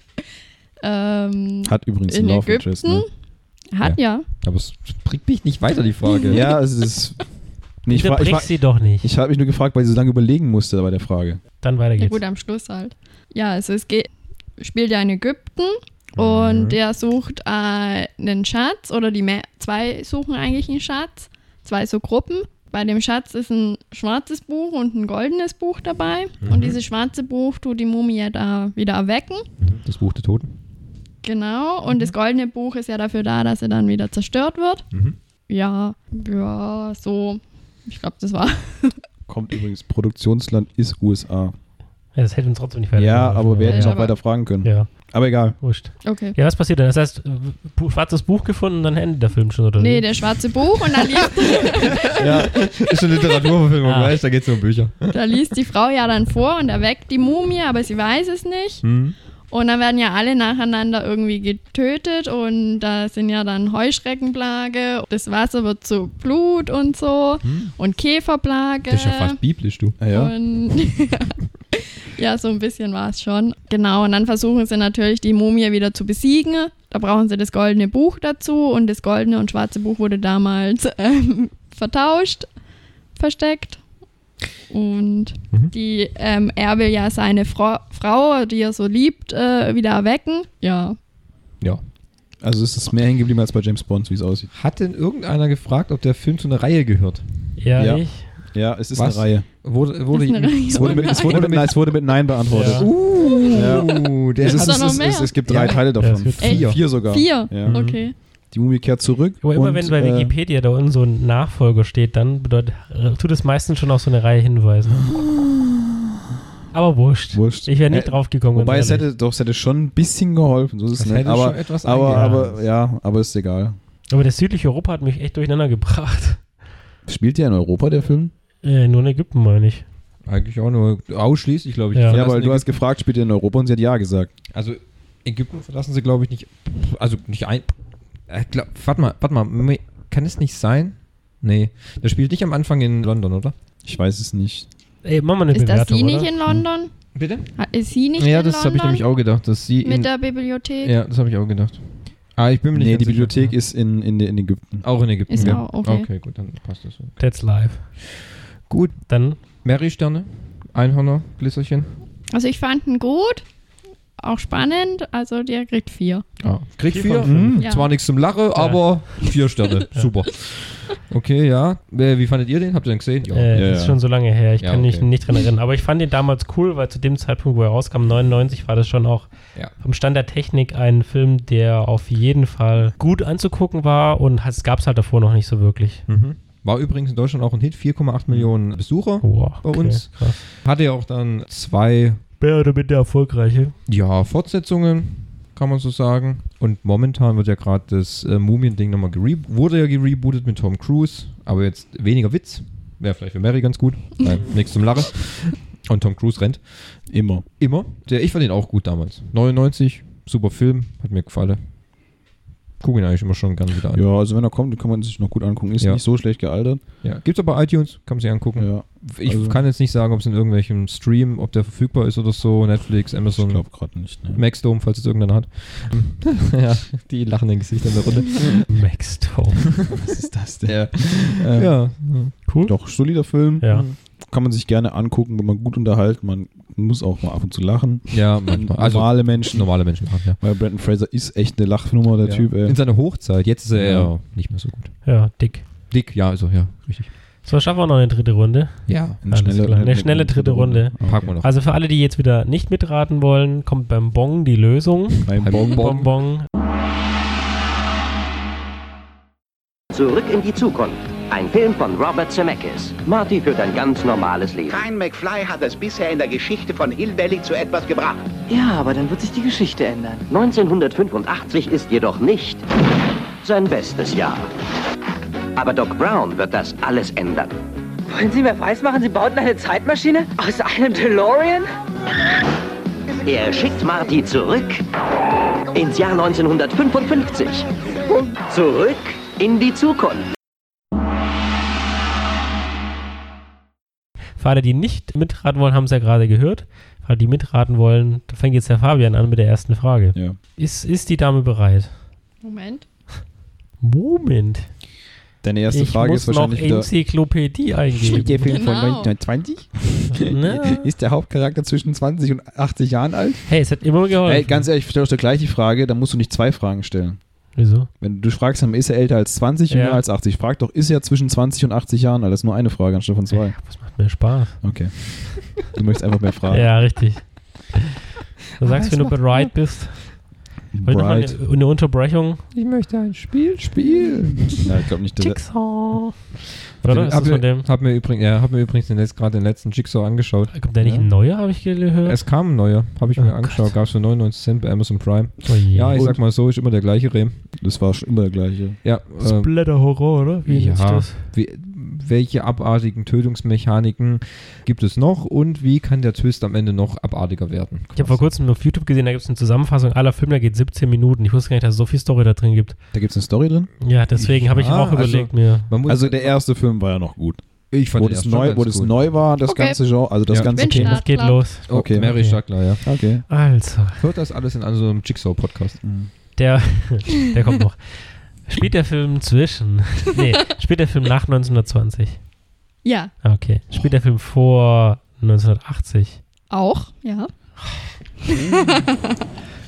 Speaker 1: ähm,
Speaker 2: Hat übrigens
Speaker 1: in
Speaker 2: einen Love Interest,
Speaker 1: Ägypten.
Speaker 2: ne?
Speaker 1: Hat ja.
Speaker 6: Aber es bringt mich nicht weiter, die Frage.
Speaker 2: Ja, es ist. Nee, ich
Speaker 3: Bitte
Speaker 2: fra- ich
Speaker 3: brich
Speaker 2: fra-
Speaker 3: sie doch nicht.
Speaker 2: ich habe mich nur gefragt, weil sie so lange überlegen musste bei der Frage.
Speaker 3: Dann weiter
Speaker 1: Ja
Speaker 3: geht's.
Speaker 1: gut, am Schluss halt. Ja, also es geht, spielt ja in Ägypten Und
Speaker 6: Mhm.
Speaker 1: der sucht äh, einen Schatz oder die mehr, zwei suchen eigentlich einen Schatz, zwei so Gruppen. Bei dem Schatz ist ein schwarzes Buch und ein goldenes Buch dabei.
Speaker 6: Mhm.
Speaker 1: Und dieses schwarze Buch tut die Mumie da wieder erwecken.
Speaker 6: Das Buch der Toten.
Speaker 1: Genau. Und das goldene Buch ist ja dafür da, dass er dann wieder zerstört wird.
Speaker 6: Mhm.
Speaker 1: Ja, ja, so. Ich glaube, das war.
Speaker 2: Kommt übrigens, Produktionsland ist USA.
Speaker 3: Ja, das hätte uns trotzdem nicht
Speaker 2: Ja, aber wir
Speaker 3: Ja,
Speaker 2: hätten
Speaker 3: ja.
Speaker 2: auch weiter fragen können.
Speaker 3: Ja.
Speaker 2: Aber egal.
Speaker 3: Wurscht.
Speaker 1: Okay.
Speaker 3: Ja, was passiert denn? Das heißt, äh, Bu- schwarzes Buch gefunden, dann endet der Film schon, oder?
Speaker 1: Nee,
Speaker 3: wie?
Speaker 1: der schwarze Buch und da liest,
Speaker 6: Ja, ist eine Literaturverfilmung,
Speaker 3: Ah.
Speaker 6: weißt du? Da geht es um Bücher.
Speaker 1: da liest die Frau ja dann vor und erweckt die Mumie, aber sie weiß es nicht.
Speaker 2: Hm?
Speaker 6: Mhm.
Speaker 1: Und dann werden ja alle nacheinander irgendwie getötet und da sind ja dann Heuschreckenplage, das Wasser wird zu Blut und so und Käferplage.
Speaker 6: Hm. Das ist ja fast biblisch,
Speaker 2: Ah,
Speaker 6: du.
Speaker 1: Und ja, so ein bisschen war es schon. Genau, und dann versuchen sie natürlich, die Mumie wieder zu besiegen. Da brauchen sie das goldene Buch dazu und das goldene und schwarze Buch wurde damals ähm, vertauscht, versteckt. Und
Speaker 6: Mhm.
Speaker 1: die, ähm, er will ja seine Fro Frau, die er so liebt, äh, wieder erwecken. Ja.
Speaker 6: Ja.
Speaker 2: Also ist es mehr hängen geblieben als bei James Bond, wie es aussieht.
Speaker 6: Hat denn irgendeiner gefragt, ob der Film zu einer Reihe gehört?
Speaker 3: Ja,
Speaker 2: Ja.
Speaker 3: ich.
Speaker 2: Ja, es ist
Speaker 6: Was?
Speaker 2: eine Reihe.
Speaker 6: Wurde, wurde
Speaker 1: Das ist eine Reihe.
Speaker 2: Es wurde mit, es wurde mit, nein, es wurde mit Nein beantwortet.
Speaker 3: Ja.
Speaker 6: Uh, der
Speaker 2: es,
Speaker 6: ist
Speaker 2: ist,
Speaker 1: doch
Speaker 2: es,
Speaker 1: noch
Speaker 2: ist,
Speaker 1: mehr.
Speaker 2: es, es gibt drei
Speaker 6: Ja.
Speaker 2: Teile
Speaker 3: Ja,
Speaker 2: davon.
Speaker 3: es wird
Speaker 2: vier.
Speaker 6: vier.
Speaker 2: vier sogar.
Speaker 1: Vier.
Speaker 2: Ja.
Speaker 1: Okay.
Speaker 6: Mhm.
Speaker 2: Die Mumie kehrt zurück.
Speaker 3: Aber immer
Speaker 2: und,
Speaker 3: wenn bei
Speaker 2: äh,
Speaker 3: Wikipedia da unten so ein Nachfolger steht, dann bedeutet, äh, tut es meistens schon auf so eine Reihe hinweisen. Aber wurscht.
Speaker 2: Wurscht.
Speaker 3: Ich wäre nicht
Speaker 2: Äh,
Speaker 3: drauf gekommen.
Speaker 2: Wobei es hätte, doch, es hätte schon ein bisschen geholfen. So ist es
Speaker 6: Das
Speaker 2: nicht.
Speaker 6: hätte
Speaker 2: Aber,
Speaker 6: schon etwas
Speaker 2: aber,
Speaker 3: eingeladen.
Speaker 2: aber, ja, aber ist egal.
Speaker 3: Aber das südliche Europa hat mich echt durcheinander gebracht.
Speaker 2: Spielt der in Europa, der Film?
Speaker 3: Äh, nur in Ägypten, meine ich.
Speaker 6: Eigentlich auch nur ausschließlich, glaube ich.
Speaker 3: Ja.
Speaker 6: Die
Speaker 2: Ja,
Speaker 6: verlassen
Speaker 2: weil du hast gefragt, spielt der in Europa und sie hat Ja gesagt.
Speaker 6: Ägypten- also Ägypten verlassen sie, glaube ich, nicht. Also nicht ein. Äh, glaub, warte mal, warte mal. Moment, Kann es nicht sein? Nee. Der spielt nicht am Anfang in London, oder?
Speaker 2: Ich weiß es nicht.
Speaker 3: Ey, mach mal eine
Speaker 1: Ist das
Speaker 3: Bewertung,
Speaker 1: sie nicht
Speaker 3: oder?
Speaker 1: in London?
Speaker 6: Bitte?
Speaker 1: Ist sie nicht
Speaker 6: ja,
Speaker 1: in
Speaker 6: das
Speaker 1: London?
Speaker 6: habe ich nämlich auch gedacht, dass sie.
Speaker 1: Mit
Speaker 6: In,
Speaker 1: der Bibliothek?
Speaker 6: ja, das habe ich auch gedacht. Ah, ich bin mir nicht
Speaker 2: Nee, die
Speaker 6: ganz sicher.
Speaker 2: Bibliothek ist in, in, in Ägypten.
Speaker 6: Auch in Ägypten.
Speaker 1: Ist
Speaker 6: ja.
Speaker 1: auch- okay.
Speaker 6: gut, dann passt das.
Speaker 3: That's live.
Speaker 6: Gut,
Speaker 3: Dann
Speaker 6: Mary-Sterne, Einhörner, Glisserchen.
Speaker 1: Also ich fand ihn gut, auch spannend, also der kriegt vier.
Speaker 6: Ah, krieg
Speaker 3: Vier
Speaker 6: vier.
Speaker 3: von
Speaker 2: Hm.
Speaker 3: fünf.
Speaker 6: Mhm.
Speaker 1: Ja.
Speaker 6: Zwar nichts zum Lache, aber vier Sterne. Super. Okay, ja. Äh, Wie fandet ihr den? Habt ihr den gesehen? Ja.
Speaker 3: Äh,
Speaker 2: Ja,
Speaker 3: das ist
Speaker 2: ja.
Speaker 3: schon so lange her. Ich
Speaker 6: Ja,
Speaker 3: kann mich
Speaker 6: okay.
Speaker 3: nicht dran erinnern. Aber ich fand den damals cool, weil zu dem Zeitpunkt, wo er rauskam, 99, war das schon auch
Speaker 6: Ja.
Speaker 3: vom Stand der Technik ein Film, der auf jeden Fall gut anzugucken war und es gab es halt davor noch nicht so wirklich.
Speaker 6: Mhm. War übrigens in Deutschland auch ein Hit. 4,8 Millionen Besucher
Speaker 3: Wow,
Speaker 6: bei uns. Hatte ja auch dann zwei
Speaker 3: Wer oder mit der erfolgreiche?
Speaker 6: ja, Fortsetzungen, kann man so sagen. Und momentan wird ja gerade das äh, Mumien-Ding nochmal gere wurde ja gerebootet mit Tom Cruise, aber jetzt weniger Witz. Wäre vielleicht für Mary ganz gut. Nein, nichts zum Lachen. Und Tom Cruise rennt.
Speaker 2: Immer.
Speaker 6: Immer. Der, ich fand den auch gut damals. 99, super Film, hat mir gefallen. Guck ihn eigentlich immer schon gerne wieder an.
Speaker 2: Ja, also wenn er kommt, kann man sich noch gut angucken. Ist
Speaker 6: Ja.
Speaker 2: nicht so schlecht gealtert.
Speaker 6: Ja. Gibt's aber iTunes, kann man sich angucken.
Speaker 2: Ja,
Speaker 6: Ich
Speaker 2: also-
Speaker 6: kann jetzt nicht sagen, ob es in irgendwelchem Stream, ob der verfügbar ist oder so, Netflix,
Speaker 2: ich
Speaker 6: Amazon,
Speaker 2: glaube gerade nicht. Ne?
Speaker 6: Maxdome, falls es irgendeiner hat. ja, die lachenden Gesichter in der Runde.
Speaker 3: Max Stone.
Speaker 2: Was ist das denn?
Speaker 6: Ähm, ja.
Speaker 3: Cool.
Speaker 2: Doch, solider Film.
Speaker 3: Ja.
Speaker 2: Kann man sich gerne angucken, wenn man gut unterhalten. Man muss auch mal ab und zu lachen.
Speaker 6: ja, manchmal. Also
Speaker 2: normale Menschen.
Speaker 6: normale Menschen machen, ja.
Speaker 2: Weil Brandon Fraser ist echt eine Lachnummer, der
Speaker 6: ja.
Speaker 2: Typ. Ey.
Speaker 6: In seiner Hochzeit, jetzt ist er
Speaker 2: Ja.
Speaker 6: ja nicht mehr so gut.
Speaker 3: Ja, dick.
Speaker 6: Dick, ja, also ja, richtig.
Speaker 3: So, schaffen wir noch eine dritte Runde.
Speaker 6: Ja.
Speaker 2: Eine
Speaker 3: Alles klar. Eine schnelle dritte Runde.
Speaker 2: Okay.
Speaker 6: Packen wir noch.
Speaker 3: Also für alle, die jetzt wieder nicht mitraten wollen, kommt beim Bong die Lösung.
Speaker 2: Mein
Speaker 6: Halb-
Speaker 2: Bon.
Speaker 6: Bong.
Speaker 3: Bonbon.
Speaker 12: Zurück in die Zukunft. Ein Film von Robert Zemeckis. Marty führt ein ganz normales Leben.
Speaker 10: Kein McFly hat es bisher in der Geschichte von Hillbilly zu etwas gebracht.
Speaker 13: Ja, aber dann wird sich die Geschichte ändern.
Speaker 12: 1985 ist jedoch nicht sein bestes Jahr. Aber Doc Brown wird das alles ändern.
Speaker 13: Wollen Sie mir weismachen, Sie bauten eine Zeitmaschine aus einem DeLorean?
Speaker 12: Er schickt Marty zurück ins Jahr 1955. Zurück in die Zukunft.
Speaker 3: Für alle, die nicht mitraten wollen, haben es ja gerade gehört. Für alle, die mitraten wollen, da fängt jetzt der Fabian an mit der ersten Frage.
Speaker 2: Ja.
Speaker 3: Ist, ist die Dame bereit?
Speaker 1: Moment.
Speaker 3: Moment.
Speaker 2: Deine erste
Speaker 3: ich
Speaker 2: Frage
Speaker 3: muss
Speaker 2: ist wahrscheinlich
Speaker 3: noch
Speaker 2: wieder-
Speaker 3: Enzyklopädie eingeben.
Speaker 2: Spielt der Film von Genau.
Speaker 5: 1920?
Speaker 3: Ne?
Speaker 2: Ist der Hauptcharakter zwischen 20 und 80 Jahren alt?
Speaker 3: Hey, es hat immer geholfen.
Speaker 2: Ey, ganz e- ehrlich, stell doch gleich die Frage, dann musst du nicht zwei Fragen stellen.
Speaker 3: Wieso?
Speaker 2: Wenn du fragst, dann ist er älter als 20 und
Speaker 3: Ja.
Speaker 2: jünger als 80? Frag doch, ist er zwischen 20 und 80 Jahren alt? Das ist nur eine Frage anstatt von zwei.
Speaker 3: Das macht mir Spaß.
Speaker 2: Okay. Du möchtest einfach mehr fragen.
Speaker 3: Ja, richtig. Du
Speaker 2: Aber
Speaker 3: sagst,
Speaker 2: es
Speaker 3: wenn du
Speaker 2: macht
Speaker 3: bereit bist. Wollt ihr noch mal
Speaker 2: Bright.
Speaker 3: eine, eine Unterbrechung?
Speaker 5: Ich möchte ein Spiel
Speaker 2: spielen. Ja, ich glaube nicht. dass-
Speaker 3: Jigsaw. Oder ist
Speaker 6: hab,
Speaker 3: das
Speaker 6: mir,
Speaker 3: von dem?
Speaker 6: hab mir übrigens, ja, hab mir übrigens den letzt, gerade den letzten Jigsaw angeschaut.
Speaker 3: Kommt der nicht
Speaker 6: ja?
Speaker 3: ein neuer, habe ich gehört?
Speaker 6: Es kam ein neuer, habe ich
Speaker 3: Oh
Speaker 6: mir angeschaut. Gab es für 99 Cent bei Amazon Prime.
Speaker 3: Oh je.
Speaker 6: ja, ich
Speaker 3: Und-
Speaker 6: sag mal so, ist immer der gleiche Rehm.
Speaker 2: Das war schon immer der gleiche.
Speaker 6: Ja, ähm,
Speaker 3: Splatter-Horror, oder? Wie nennt sich
Speaker 6: ja,
Speaker 3: das?
Speaker 6: wie, welche abartigen Tötungsmechaniken gibt es noch und wie kann der Twist am Ende noch abartiger werden?
Speaker 3: Ich habe vor kurzem auf YouTube gesehen, da gibt es eine Zusammenfassung aller Filme, da geht 17 Minuten. Ich wusste gar nicht, dass es so viel Story da drin gibt.
Speaker 2: Da gibt es eine Story drin?
Speaker 3: Ja, deswegen habe ich
Speaker 6: Ja,
Speaker 3: auch überlegt
Speaker 6: also-
Speaker 3: mir.
Speaker 6: Man muss-
Speaker 2: Also der erste Film war ja noch gut.
Speaker 6: Ich fand
Speaker 2: wo
Speaker 6: den
Speaker 2: das
Speaker 6: ersten schon
Speaker 2: neu,
Speaker 6: ganz
Speaker 2: wo das
Speaker 6: gut.
Speaker 2: neu war, das
Speaker 1: Okay.
Speaker 2: ganze Genre, also das
Speaker 6: Ja.
Speaker 2: ganze
Speaker 1: Bin
Speaker 2: Thema.
Speaker 1: startklar.
Speaker 3: Geht los.
Speaker 6: Oh,
Speaker 2: Okay.
Speaker 6: Mary
Speaker 3: okay.
Speaker 6: Schackler, ja.
Speaker 2: Okay.
Speaker 3: Also,
Speaker 6: Hört das alles in so einem Jigsaw-Podcast.
Speaker 3: der, der kommt noch. Spielt der Film zwischen? Nee, spielt der Film nach 1920?
Speaker 1: Ja,
Speaker 3: Ah, Okay. Spielt der Film vor 1980?
Speaker 1: auch, ja.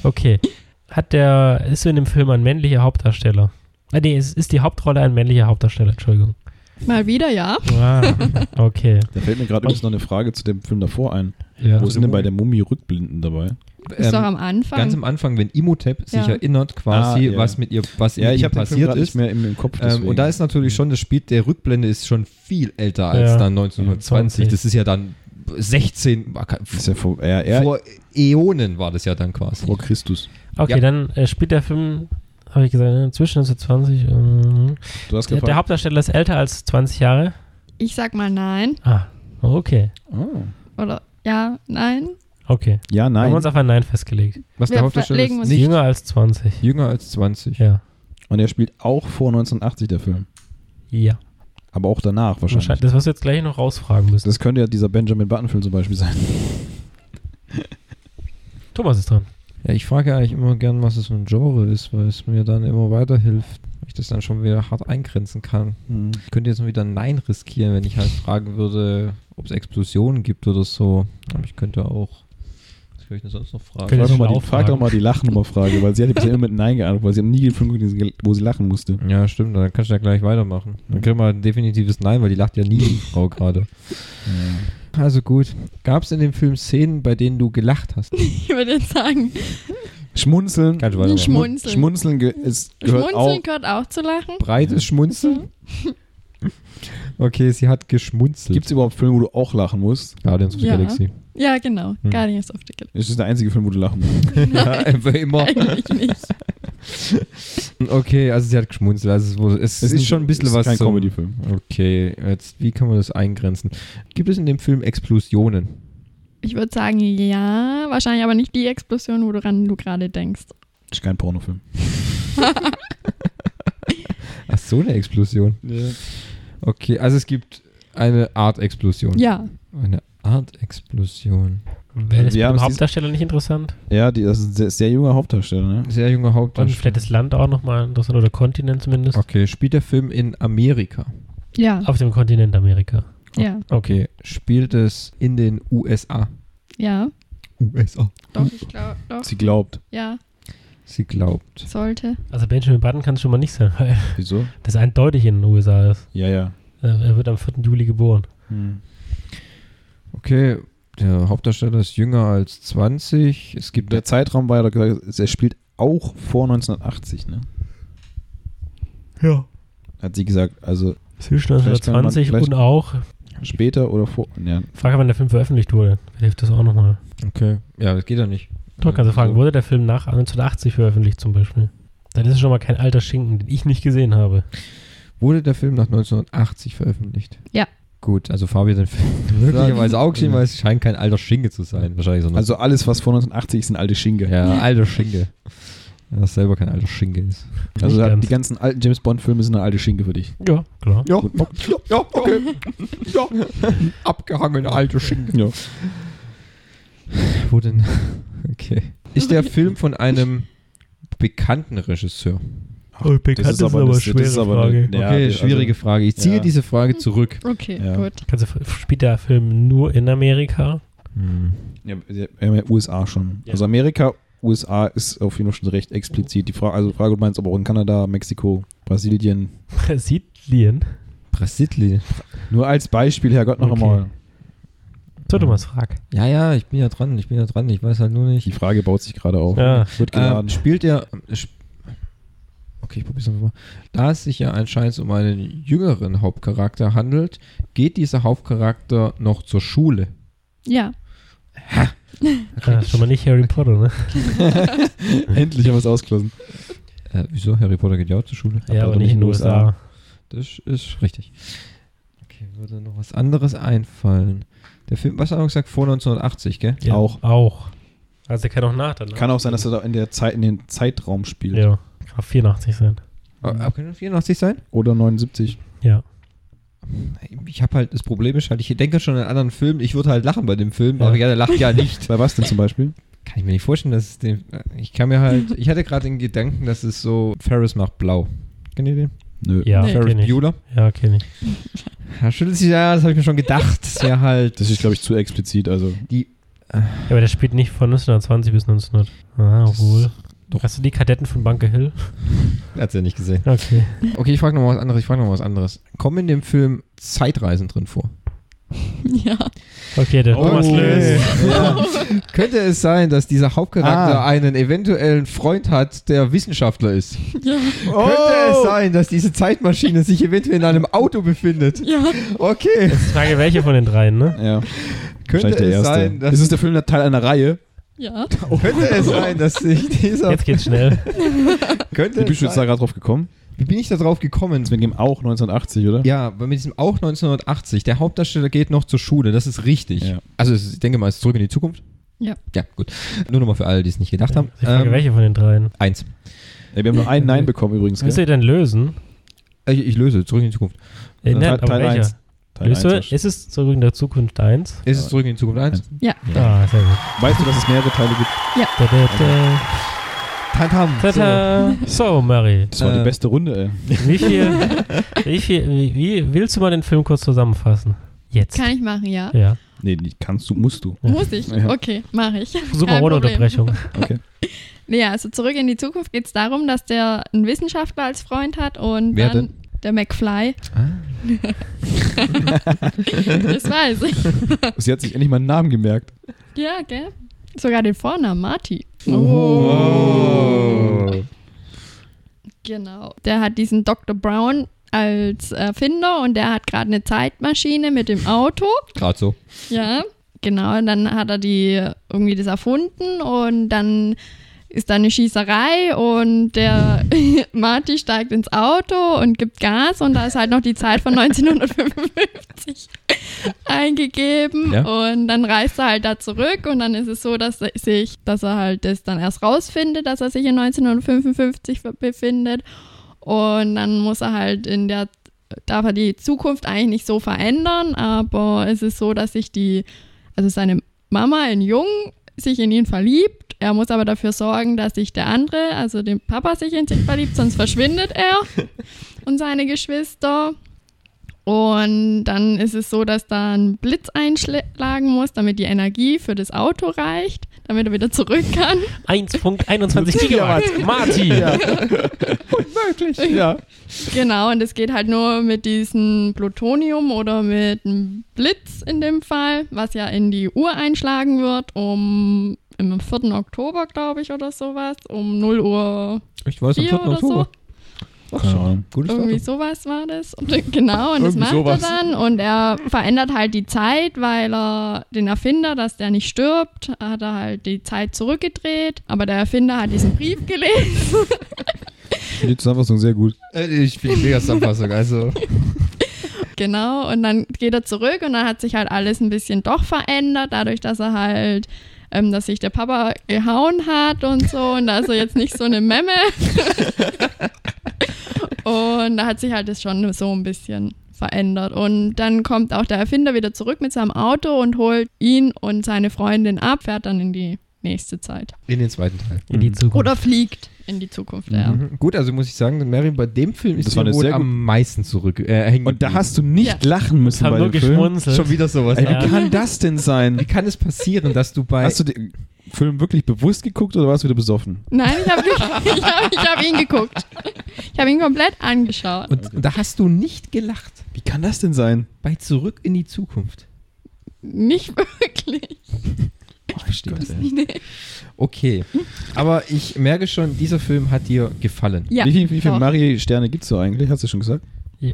Speaker 3: Okay. Hat der, ist in dem Film ein männlicher Hauptdarsteller? Ah, nee, es ist die Hauptrolle ein männlicher Hauptdarsteller, Entschuldigung.
Speaker 1: Mal wieder, ja.
Speaker 3: Ah, okay.
Speaker 2: Da fällt mir gerade übrigens noch eine Frage zu dem Film davor ein.
Speaker 3: Ja.
Speaker 2: Wo sind denn bei der Mumie Rückblinden dabei?
Speaker 1: Ist doch am Anfang.
Speaker 6: Ähm, Ganz am Anfang, wenn Imhotep sich
Speaker 1: Ja.
Speaker 6: erinnert quasi,
Speaker 2: Ah, ja.
Speaker 6: was mit ihr, was
Speaker 2: Ja,
Speaker 6: mit
Speaker 2: ich
Speaker 6: ihr
Speaker 2: hab den Film
Speaker 6: passiert
Speaker 2: grad nicht
Speaker 6: ist.
Speaker 2: mehr im- im Kopf,
Speaker 6: ähm,
Speaker 2: deswegen.
Speaker 6: und da ist natürlich schon das Spiel, der Rückblende ist schon viel älter als
Speaker 3: Ja.
Speaker 6: dann 1920.
Speaker 3: 20.
Speaker 6: Das ist ja dann 16, war kein-
Speaker 2: Ist ja vor, ja, ja,
Speaker 6: vor Äonen war das ja dann quasi.
Speaker 2: vor Christus.
Speaker 3: Okay,
Speaker 6: Ja.
Speaker 3: dann äh, spielt der Film, habe ich gesagt, ne, zwischen 1920 und.
Speaker 2: Du hast
Speaker 3: ähm, Der,
Speaker 2: gefragt.
Speaker 3: der Hauptdarsteller ist älter als 20 Jahre.
Speaker 1: Ich sag mal nein.
Speaker 3: Ah, okay.
Speaker 2: Oh.
Speaker 1: Oder ja, nein.
Speaker 3: Okay.
Speaker 2: Ja,
Speaker 3: Haben wir
Speaker 2: nein.
Speaker 3: uns auf ein Nein festgelegt.
Speaker 6: Was
Speaker 1: Wir
Speaker 6: der Hauptdarsteller
Speaker 1: verlegen
Speaker 6: ist,
Speaker 1: uns-
Speaker 6: nicht
Speaker 3: Jünger als 20.
Speaker 6: jünger als 20.
Speaker 3: Ja.
Speaker 2: Und er spielt auch vor 1980 der Film.
Speaker 3: Ja.
Speaker 2: Aber auch danach wahrscheinlich.
Speaker 3: Wahrscheinlich. Das wirst du jetzt gleich noch rausfragen müssen.
Speaker 2: Das könnte ja dieser Benjamin Button-Film zum Beispiel sein.
Speaker 3: Thomas ist dran.
Speaker 6: Ja, ich frage ja eigentlich immer gern, was es für ein Genre ist, weil es mir dann immer weiterhilft, weil ich das dann schon wieder hart eingrenzen kann.
Speaker 2: Mhm.
Speaker 6: Ich könnte jetzt mal wieder ein Nein riskieren, wenn ich halt fragen würde, ob es Explosionen gibt oder so. Aber ich könnte auch. Was kann ich denn sonst noch
Speaker 3: Könnte-
Speaker 6: fragen?
Speaker 2: Frag
Speaker 3: Das
Speaker 2: doch,
Speaker 3: ist
Speaker 2: mal
Speaker 3: schon
Speaker 2: die, frag doch mal die Lachnummer-Frage, weil sie hatte bisher immer mit Nein geantwortet, weil sie haben nie einen Film gesehen, wo sie lachen musste.
Speaker 6: Ja, stimmt, dann kannst du ja gleich weitermachen. Dann kriegen wir ein definitives Nein, weil die lacht ja nie, die Frau gerade. Also gut. Gab es in dem Film Szenen, bei denen du gelacht hast?
Speaker 1: Ich würde jetzt sagen,
Speaker 2: Schmunzeln.
Speaker 6: Kannst du weitermachen.
Speaker 1: Schmunzeln.
Speaker 2: Schmunzeln ge ist, gehört
Speaker 1: Schmunzeln
Speaker 2: auch.
Speaker 1: gehört auch zu lachen.
Speaker 6: Breites Schmunzeln? Okay, sie hat geschmunzelt.
Speaker 2: Gibt es überhaupt Filme, wo du auch lachen musst?
Speaker 6: Guardians of the
Speaker 1: Ja.
Speaker 6: Galaxy.
Speaker 1: Ja, genau.
Speaker 6: Hm.
Speaker 1: Guardians of the Galaxy.
Speaker 2: Ist das der einzige Film, wo du lachen musst?
Speaker 6: ja, einfach immer.
Speaker 1: Eigentlich nicht.
Speaker 6: Okay, also sie hat geschmunzelt. Also es, wurde, es, ist,
Speaker 2: nicht-
Speaker 6: schon ein bisschen
Speaker 2: ist
Speaker 6: was.
Speaker 2: Kein
Speaker 6: zum-
Speaker 2: Comedy-Film.
Speaker 6: Okay, jetzt wie kann man das eingrenzen? Gibt es in dem Film Explosionen?
Speaker 1: Ich würde sagen, ja. Wahrscheinlich aber nicht die Explosion, woran du gerade denkst.
Speaker 2: Ist kein Pornofilm.
Speaker 6: Ach so, eine Explosion. Okay, also es gibt eine Art Explosion.
Speaker 1: Ja.
Speaker 6: Eine Art Explosion.
Speaker 3: Wäre das
Speaker 2: Wir
Speaker 3: mit
Speaker 2: haben
Speaker 3: dem
Speaker 2: es
Speaker 3: Hauptdarsteller nicht interessant?
Speaker 2: Ja, die, das ist ein sehr, sehr junger Hauptdarsteller, ne?
Speaker 6: Sehr junger
Speaker 3: Und vielleicht
Speaker 6: Hauptdarsteller.
Speaker 3: das Land auch nochmal interessant oder Kontinent zumindest.
Speaker 6: Okay, spielt der Film in Amerika?
Speaker 1: Ja.
Speaker 3: Auf dem Kontinent Amerika.
Speaker 1: Ja.
Speaker 6: Okay, spielt es in den USA?
Speaker 1: Ja.
Speaker 6: USA.
Speaker 1: Doch, ich glaube. Doch.
Speaker 2: Sie glaubt.
Speaker 1: Ja.
Speaker 6: Sie glaubt.
Speaker 1: Sollte.
Speaker 3: Also Benjamin Button kann es schon mal nicht sein, weil
Speaker 2: Wieso?
Speaker 3: das eindeutig in den USA ist.
Speaker 2: Ja, ja.
Speaker 3: Er er wird am 4. Juli geboren.
Speaker 2: Hm.
Speaker 6: Okay, der Hauptdarsteller ist jünger als 20. Es gibt
Speaker 2: Der Zeitraum war ja, da gesagt, er spielt auch vor 1980, ne?
Speaker 3: Ja.
Speaker 2: Hat sie gesagt, also
Speaker 3: Zwischen
Speaker 2: Vielleicht kann man-
Speaker 3: 1920
Speaker 2: vielleicht-
Speaker 3: und auch.
Speaker 2: später oder vor. Ja,
Speaker 3: Frage, wann der Film veröffentlicht wurde. Vielleicht hilft das auch nochmal.
Speaker 6: Okay, ja, das geht ja nicht.
Speaker 3: Doch, kannst du fragen,
Speaker 6: Also,
Speaker 3: wurde der Film nach 1980 veröffentlicht zum Beispiel? Dann ist es schon mal kein alter Schinken, den ich nicht gesehen habe.
Speaker 6: Wurde der Film nach 1980 veröffentlicht?
Speaker 1: Ja.
Speaker 6: Gut, also Fabi hat den Film möglicherweise auch gesehen, weil es scheint kein alter Schinke zu sein. Wahrscheinlich, sondern.
Speaker 2: also alles, was vor 1980 ist, ein alte Schinke.
Speaker 6: ja, alter Schinke. Er selber kein alter Schinke ist.
Speaker 2: Also
Speaker 3: Nicht ganz.
Speaker 2: die ganzen alten James Bond-Filme sind eine alte Schinke für dich.
Speaker 3: Ja, klar.
Speaker 6: Ja, ja, okay. Ja. Abgehangene alte Schinke.
Speaker 2: Ja.
Speaker 6: Wurde. Okay. Ist der Film von einem bekannten Regisseur?
Speaker 3: Oh, bekannt
Speaker 2: ist aber- das- das ist aber eine- ja,
Speaker 6: okay,
Speaker 2: also-
Speaker 6: schwierige Frage. Ich ziehe
Speaker 2: Ja.
Speaker 6: diese Frage zurück.
Speaker 1: Okay,
Speaker 2: Ja.
Speaker 1: gut.
Speaker 3: Also f- spielt der Film nur in Amerika?
Speaker 6: Hm.
Speaker 2: Ja, wir haben ja USA schon. Also Amerika, USA ist auf jeden Fall schon recht explizit. Die Frage, also Frage, du meinst aber auch in Kanada, Mexiko, Brasilien.
Speaker 3: Brasilien?
Speaker 6: Brasilien.
Speaker 2: Nur als Beispiel, Herrgott, noch
Speaker 3: Okay.
Speaker 2: einmal.
Speaker 3: So, Thomas, frag.
Speaker 6: Ja, ja, ich bin ja dran, ich bin ja dran, ich weiß halt nur nicht.
Speaker 2: Die Frage baut sich gerade auf.
Speaker 3: Ja.
Speaker 2: Wird
Speaker 6: Ähm,
Speaker 2: geladen.
Speaker 6: spielt er. sp- Okay, ich probier's nochmal. Da es sich ja anscheinend um einen jüngeren Hauptcharakter handelt, geht dieser Hauptcharakter noch zur Schule.
Speaker 1: Ja.
Speaker 3: Ah, schon mal nicht Harry Potter, ne?
Speaker 2: Endlich haben wir es ausgeschlossen.
Speaker 6: Äh, wieso? Harry Potter geht ja auch zur Schule.
Speaker 3: Ja, aber nicht in den USA.
Speaker 6: Das ist richtig. Okay, würde noch was anderes einfallen. Der Film, was haben wir gesagt, vor 1980, gell?
Speaker 3: Ja,
Speaker 2: Auch.
Speaker 3: Auch. Also der kann auch nach dann.
Speaker 2: Kann auch sein, dass er da in, der Zeit, in den Zeitraum spielt.
Speaker 3: Ja, kann auch 84 sein.
Speaker 6: Ah, Können 84 sein?
Speaker 2: Oder 79.
Speaker 3: Ja.
Speaker 6: Ich habe halt, das Problem ist halt, ich denke schon an einen anderen Film, ich würde halt lachen bei dem Film, aber ja, der lacht ja nicht.
Speaker 2: Bei was denn zum Beispiel?
Speaker 6: Kann ich mir nicht vorstellen, dass es den. Ich kann mir halt. Ich hatte gerade den Gedanken, dass es so. Ferris macht blau. Kennt ihr den?
Speaker 2: Nö.
Speaker 3: Ja,
Speaker 6: Nee.
Speaker 3: kenn
Speaker 6: Ferris
Speaker 3: ich.
Speaker 6: Bueller?
Speaker 3: Ja, kenn ich.
Speaker 6: Ja, schüttelt sich ja, das habe ich mir schon gedacht. Das wäre halt.
Speaker 2: Das ist, glaube ich, zu explizit. Also
Speaker 6: Die.
Speaker 3: Ja, aber der spielt nicht von 1920 bis 1900. Ah,
Speaker 6: Das-
Speaker 3: obwohl.
Speaker 6: doch.
Speaker 3: Hast du die Kadetten von Bunker Hill?
Speaker 6: Hat's ja nicht gesehen.
Speaker 3: Okay.
Speaker 6: Okay, ich frage nochmal was anderes. Ich frage nochmal was anderes. Kommen in dem Film Zeitreisen drin vor?
Speaker 1: Ja.
Speaker 3: Okay,
Speaker 6: Oh,
Speaker 3: der Thomas löst.
Speaker 6: Ja. Könnte es sein, dass dieser Hauptcharakter
Speaker 2: Ah.
Speaker 6: einen eventuellen Freund hat, der Wissenschaftler ist?
Speaker 1: Ja.
Speaker 6: Könnte es sein, dass diese Zeitmaschine sich eventuell in einem Auto befindet?
Speaker 1: Ja.
Speaker 6: Okay.
Speaker 3: Jetzt frage welche von den dreien, ne?
Speaker 2: Ja,
Speaker 6: Könnte
Speaker 2: wahrscheinlich der
Speaker 6: es
Speaker 2: erste.
Speaker 6: sein, dass
Speaker 2: ist es der Film der Teil einer Reihe?
Speaker 1: Ja.
Speaker 6: Könnte es sein, dass sich dieser.
Speaker 3: Jetzt geht's schnell.
Speaker 6: könnte
Speaker 2: Wie bist du
Speaker 6: es
Speaker 2: jetzt da
Speaker 6: sein,
Speaker 2: gerade drauf gekommen?
Speaker 6: wie bin ich da drauf gekommen?
Speaker 2: Deswegen eben auch 1980, oder?
Speaker 6: Ja, aber mit diesem auch 1980. Der Hauptdarsteller geht noch zur Schule, das ist richtig.
Speaker 2: Ja.
Speaker 6: Also es ist- ich denke mal, es ist zurück in die Zukunft.
Speaker 1: Ja.
Speaker 6: Ja, gut. Nur nochmal für alle, die es nicht gedacht haben.
Speaker 3: Ich frage
Speaker 6: Ähm,
Speaker 3: welche von den dreien.
Speaker 6: eins.
Speaker 2: Ey, wir haben nur ein Nein bekommen übrigens.
Speaker 3: Müsst
Speaker 2: Gell?
Speaker 3: ihr denn lösen?
Speaker 6: Ich, ich löse, zurück in die Zukunft.
Speaker 2: Ja,
Speaker 3: Äh, nein,
Speaker 2: Teil-
Speaker 3: aber
Speaker 2: Teil
Speaker 3: welcher?
Speaker 2: eins. Teil
Speaker 3: Löst
Speaker 2: eins
Speaker 3: du?
Speaker 2: hast du.
Speaker 3: Ist es zurück in der Zukunft 1?
Speaker 6: Ist es zurück in die Zukunft eins?
Speaker 1: Ja.
Speaker 3: Ah, sehr gut.
Speaker 2: Weißt du, dass es mehrere Teile gibt?
Speaker 3: Da, da, da.
Speaker 6: Tantam.
Speaker 3: Tada. So, Mary.
Speaker 2: Das war
Speaker 6: Äh.
Speaker 2: die beste Runde, ey.
Speaker 3: Wie viel, wie viel, wie, wie willst du mal den Film kurz zusammenfassen? Jetzt.
Speaker 1: Kann ich machen, ja.
Speaker 3: ja.
Speaker 2: Nee, nicht kannst du, musst du.
Speaker 1: Muss ich?
Speaker 2: Ja.
Speaker 1: Okay, mache ich.
Speaker 3: Super
Speaker 1: Kein
Speaker 3: ohne
Speaker 1: Problem.
Speaker 3: Unterbrechung.
Speaker 2: Okay.
Speaker 1: Nee, also zurück in die Zukunft geht es darum, dass der einen Wissenschaftler als Freund hat und
Speaker 6: Wer
Speaker 1: dann der McFly. das weiß ich.
Speaker 2: Sie hat sich endlich mal einen Namen gemerkt.
Speaker 1: Ja, gell? Sogar den Vornamen, Marty.
Speaker 6: Oh.
Speaker 1: Genau. Der hat diesen Dr. Brown als Erfinder und der hat gerade eine Zeitmaschine mit dem Auto.
Speaker 6: Gerade so.
Speaker 1: Ja, genau. Und dann hat er die irgendwie das erfunden und dann ist da eine Schießerei und der Marty steigt ins Auto und gibt Gas und da ist halt noch die Zeit von 1955 eingegeben
Speaker 6: Ja.
Speaker 1: und dann reist er halt da zurück und dann ist es so, dass er sich, dass er halt das dann erst rausfindet, dass er sich in 1955 befindet und dann muss er halt in der, darf er die Zukunft eigentlich nicht so verändern, aber es ist so, dass sich die, also seine Mama in Jung sich in ihn verliebt. Er muss aber dafür sorgen, dass sich der andere, also dem Papa, sich in sich verliebt, sonst verschwindet er und seine Geschwister. Und dann ist es so, dass da ein Blitz einschlagen muss, damit die Energie für das Auto reicht, damit er wieder zurück kann.
Speaker 3: 1.21 Gigawatt. Marty.
Speaker 2: Unmöglich. Ja.
Speaker 1: Genau, und es geht halt nur mit diesem Plutonium oder mit einem Blitz in dem Fall, was ja in die Uhr einschlagen wird, um im 4. Oktober, glaube ich, oder sowas, um 0 Uhr
Speaker 6: Ich weiß, am
Speaker 1: 4
Speaker 6: 4.
Speaker 1: oder so.
Speaker 6: Oktober.
Speaker 2: Keine Ahnung.
Speaker 6: Gutes
Speaker 1: Irgendwie
Speaker 6: Datum.
Speaker 1: sowas war das. Und, genau, und das
Speaker 2: Irgendwie
Speaker 1: macht
Speaker 2: sowas.
Speaker 1: er dann. Und er verändert halt die Zeit, weil er den Erfinder, dass der nicht stirbt, hat er halt die Zeit zurückgedreht. Aber der Erfinder hat diesen Brief gelesen.
Speaker 2: Ich finde die Zusammenfassung sehr gut.
Speaker 6: Äh, Ich bin die Mega-Zusammenfassung, also.
Speaker 1: Genau, und dann geht er zurück und dann hat sich halt alles ein bisschen doch verändert, dadurch, dass er halt, ähm, dass sich der Papa gehauen hat und so und da ist er jetzt nicht so eine Memme. und da hat sich halt das schon so ein bisschen verändert. Und dann kommt auch der Erfinder wieder zurück mit seinem Auto und holt ihn und seine Freundin ab, fährt dann in die nächste Zeit.
Speaker 6: In den zweiten Teil.
Speaker 3: In
Speaker 2: Mhm.
Speaker 3: die Zukunft.
Speaker 1: Oder fliegt in die Zukunft, ja.
Speaker 6: Mhm. Gut, also muss ich sagen, Mary, bei dem Film ist
Speaker 2: Das
Speaker 6: sie
Speaker 2: war eine
Speaker 6: wohl
Speaker 2: sehr gut-
Speaker 6: am meisten zurück äh, hängen
Speaker 2: Und da
Speaker 6: geblieben.
Speaker 2: hast du nicht
Speaker 1: Ja.
Speaker 2: lachen müssen
Speaker 3: Haben
Speaker 2: bei
Speaker 3: nur
Speaker 2: dem Film.
Speaker 3: geschmunzelt.
Speaker 6: schon wieder sowas.
Speaker 2: Ey, wie
Speaker 3: Ja.
Speaker 2: kann das denn sein?
Speaker 6: Wie kann es passieren, dass du bei
Speaker 2: Hast du den Film wirklich bewusst geguckt oder warst du wieder besoffen?
Speaker 1: Nein, ich habe ich hab, ich hab ihn geguckt. Ich habe ihn komplett angeschaut.
Speaker 6: und, und da hast du nicht gelacht
Speaker 2: Wie kann das denn sein?
Speaker 6: bei Zurück in die Zukunft?
Speaker 1: Nicht wirklich.
Speaker 6: Ich verstehe das nicht.
Speaker 1: Nee.
Speaker 6: Oh, Okay, aber ich merke schon, dieser Film hat dir gefallen.
Speaker 1: Ja,
Speaker 2: wie viele wie viel
Speaker 1: doch.
Speaker 2: Marie-Sterne gibt es so eigentlich? Hast du schon gesagt?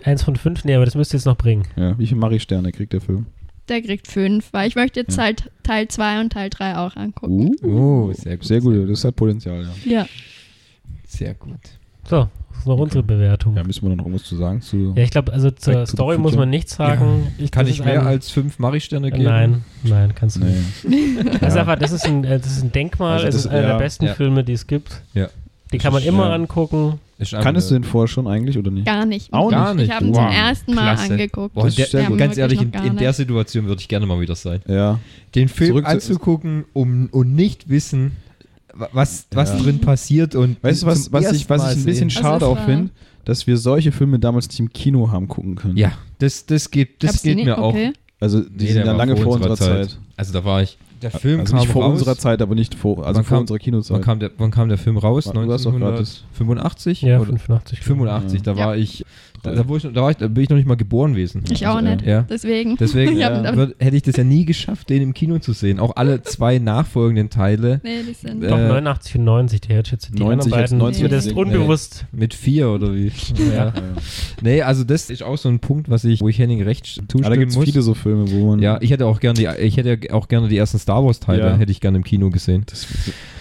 Speaker 3: Eins von fünf, nee, aber das müsst ihr jetzt noch bringen.
Speaker 2: Ja, wie viele Marie-Sterne kriegt der Film?
Speaker 1: Der kriegt fünf, weil ich möchte jetzt halt Teil 2 und Teil 3 auch angucken.
Speaker 6: Oh, sehr gut.
Speaker 2: Uh. Sehr gut, das hat Potenzial, ja.
Speaker 1: Ja.
Speaker 6: Sehr gut.
Speaker 3: So, das ist noch unsere Bewertung.
Speaker 2: Ja,
Speaker 3: Ja,
Speaker 2: müssen wir noch irgendwas zu sagen? Zu
Speaker 3: ich glaube, also
Speaker 2: Back
Speaker 3: zur
Speaker 2: to the
Speaker 3: Story
Speaker 2: Future.
Speaker 3: muss man nichts sagen. Ich,
Speaker 6: Kann
Speaker 3: das
Speaker 6: ich
Speaker 3: ist
Speaker 6: mehr
Speaker 3: ein- äh,
Speaker 6: als fünf Marie-Sterne geben?
Speaker 3: Nein, nein, kannst du
Speaker 2: nee.
Speaker 3: nicht. Das ist einfach, das ist ein, äh, das ist ein Denkmal,
Speaker 2: Also
Speaker 3: es
Speaker 2: das-
Speaker 3: ist einer
Speaker 2: ja,
Speaker 3: der besten
Speaker 6: ja.
Speaker 3: Filme, die es gibt.
Speaker 6: Ja.
Speaker 3: Die kann man
Speaker 2: ist,
Speaker 3: immer
Speaker 2: ja.
Speaker 3: angucken.
Speaker 6: Ist einfach
Speaker 2: Kannst du
Speaker 6: eine-
Speaker 2: den vorher schon eigentlich oder nicht?
Speaker 1: Gar nicht.
Speaker 2: Auch
Speaker 6: Gar nicht.
Speaker 1: Ich habe ihn
Speaker 6: Wow.
Speaker 1: zum ersten Mal
Speaker 6: Klasse.
Speaker 1: angeguckt.
Speaker 6: Boah, in der,
Speaker 2: sehr gut.
Speaker 6: ganz ehrlich, in,
Speaker 1: Wirklich noch
Speaker 6: in
Speaker 1: gar
Speaker 6: der
Speaker 1: nicht.
Speaker 6: Situation würde ich gerne mal wieder sein.
Speaker 2: Ja.
Speaker 6: Den Film
Speaker 2: Zurück zu-
Speaker 6: anzugucken um, und nicht wissen, wa- was, was
Speaker 2: Ja.
Speaker 6: drin passiert. Und
Speaker 2: Weißt du, was,
Speaker 6: zum
Speaker 2: was, ich, was
Speaker 6: ersten
Speaker 2: ich ein
Speaker 6: Mal
Speaker 2: bisschen
Speaker 6: sehen.
Speaker 1: Das
Speaker 2: schade
Speaker 1: ist
Speaker 2: auch
Speaker 1: wahr.
Speaker 2: finde? Dass wir solche Filme damals nicht im Kino haben gucken können.
Speaker 6: Ja, das, das geht, das
Speaker 1: Hab's
Speaker 6: geht
Speaker 1: nie-
Speaker 6: mir auch.
Speaker 1: okay.
Speaker 2: Also, die
Speaker 6: Nee, der
Speaker 2: sind ja
Speaker 6: war
Speaker 2: lange vor unserer Zeit.
Speaker 6: Also da war ich. Der Film
Speaker 2: also
Speaker 6: kam
Speaker 2: nicht vor
Speaker 6: raus.
Speaker 2: unserer Zeit, aber nicht vor, also
Speaker 6: Wann
Speaker 2: vor
Speaker 6: kam-
Speaker 2: unserer Kinozeit.
Speaker 6: Wann kam, der, wann kam der Film raus?
Speaker 2: Warte, du hast doch gratis.
Speaker 6: 1985?
Speaker 3: Ja,
Speaker 6: Oder
Speaker 3: 85.
Speaker 6: 85, da
Speaker 1: Ja.
Speaker 6: war ich. Da, da, wurde ich da, war ich, da bin ich noch nicht mal geboren gewesen.
Speaker 1: Ich auch
Speaker 2: Also,
Speaker 1: nicht.
Speaker 6: ja.
Speaker 1: Deswegen.
Speaker 6: Deswegen
Speaker 1: Ich hab
Speaker 2: Ja.
Speaker 1: da-
Speaker 6: wird, hätte ich das ja nie geschafft, den im Kino zu sehen. Auch alle zwei nachfolgenden Teile
Speaker 1: Nee, die sind.
Speaker 6: Äh,
Speaker 3: Doch, 89 und 90, die hätte ich jetzt die
Speaker 2: 90 jetzt
Speaker 3: anderen beiden.
Speaker 2: 90
Speaker 3: Ist mir das
Speaker 2: gesehen.
Speaker 3: unbewusst.
Speaker 6: mit vier oder wie.
Speaker 3: Ja.
Speaker 6: Nee, also das ist auch so ein Punkt, was ich, wo ich Henning recht zustimmen
Speaker 2: Aber da gibt es
Speaker 6: muss.
Speaker 2: viele so Filme, wo man.
Speaker 6: ja, ich hätte auch gerne die, ich hätte auch gerne die ersten Star Wars Teile,
Speaker 2: Ja.
Speaker 6: hätte ich gerne im Kino gesehen.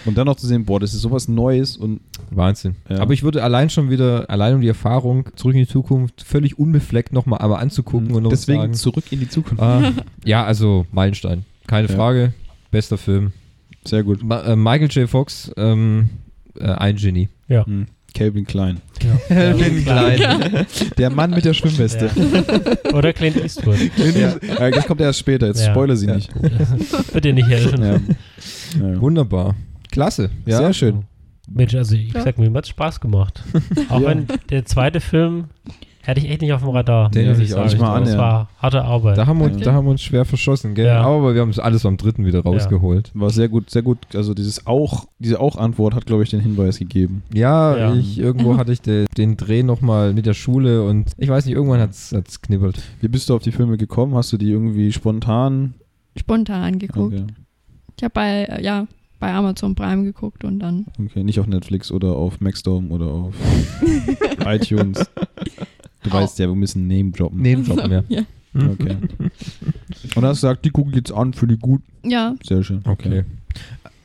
Speaker 2: Und dann noch zu sehen, boah, das ist sowas Neues und
Speaker 6: Wahnsinn.
Speaker 2: Ja.
Speaker 6: Aber ich würde allein schon wieder, allein um die Erfahrung zurück in die Zukunft völlig unbefleckt nochmal einmal anzugucken und noch
Speaker 2: Mhm. deswegen
Speaker 6: sagen,
Speaker 2: zurück in die Zukunft.
Speaker 6: ah, ja, also Meilenstein, keine
Speaker 2: Ja.
Speaker 6: Frage, bester Film.
Speaker 2: Sehr gut.
Speaker 6: Ma äh, Michael J. Fox, ähm, äh, ein Genie.
Speaker 2: Hm. Calvin Klein.
Speaker 3: Ja.
Speaker 6: Calvin Klein.
Speaker 2: Der Mann mit der Schwimmweste.
Speaker 3: Oder Clint Eastwood.
Speaker 2: Äh, Das kommt erst später, jetzt
Speaker 3: Ja.
Speaker 2: spoiler sie nicht.
Speaker 3: Bitte nicht helfen.
Speaker 2: Ja. Ja.
Speaker 6: Wunderbar. Klasse.
Speaker 2: Ja. Sehr schön.
Speaker 3: Mensch, also ich sag mir, mir hat Spaß gemacht. Auch
Speaker 2: Ja.
Speaker 3: wenn der zweite Film hätte ich echt nicht auf dem Radar.
Speaker 6: Den
Speaker 3: muss
Speaker 6: hätte ich auch
Speaker 3: sagen.
Speaker 6: nicht
Speaker 2: mal an,
Speaker 3: Das
Speaker 2: ja.
Speaker 3: war harte Arbeit.
Speaker 6: Da haben, wir uns,
Speaker 2: Ja.
Speaker 6: da haben wir uns schwer verschossen, gell?
Speaker 3: Ja.
Speaker 6: Aber wir haben es alles am dritten wieder rausgeholt.
Speaker 2: War sehr gut, sehr gut. Also dieses auch, diese Auch-Antwort hat, glaube ich, den Hinweis gegeben.
Speaker 6: Ja,
Speaker 3: Ja.
Speaker 6: Ich,
Speaker 1: Mhm.
Speaker 6: irgendwo hatte ich de, den Dreh nochmal mit der Schule und ich weiß nicht, irgendwann hat es knibbelt.
Speaker 2: Wie bist du auf die Filme gekommen? Hast du die irgendwie spontan?
Speaker 1: spontan geguckt.
Speaker 2: Okay.
Speaker 1: Ich habe bei, äh, ja, bei Amazon Prime geguckt und dann.
Speaker 2: okay, nicht auf Netflix oder auf Maxdome oder auf iTunes. Du weißt ja, wir müssen Name droppen.
Speaker 6: Nebenjob mehr.
Speaker 1: Ja.
Speaker 2: Okay. Und hast gesagt, die gucke ich jetzt an, für die gut.
Speaker 1: ja,
Speaker 2: Sehr schön.
Speaker 6: Okay.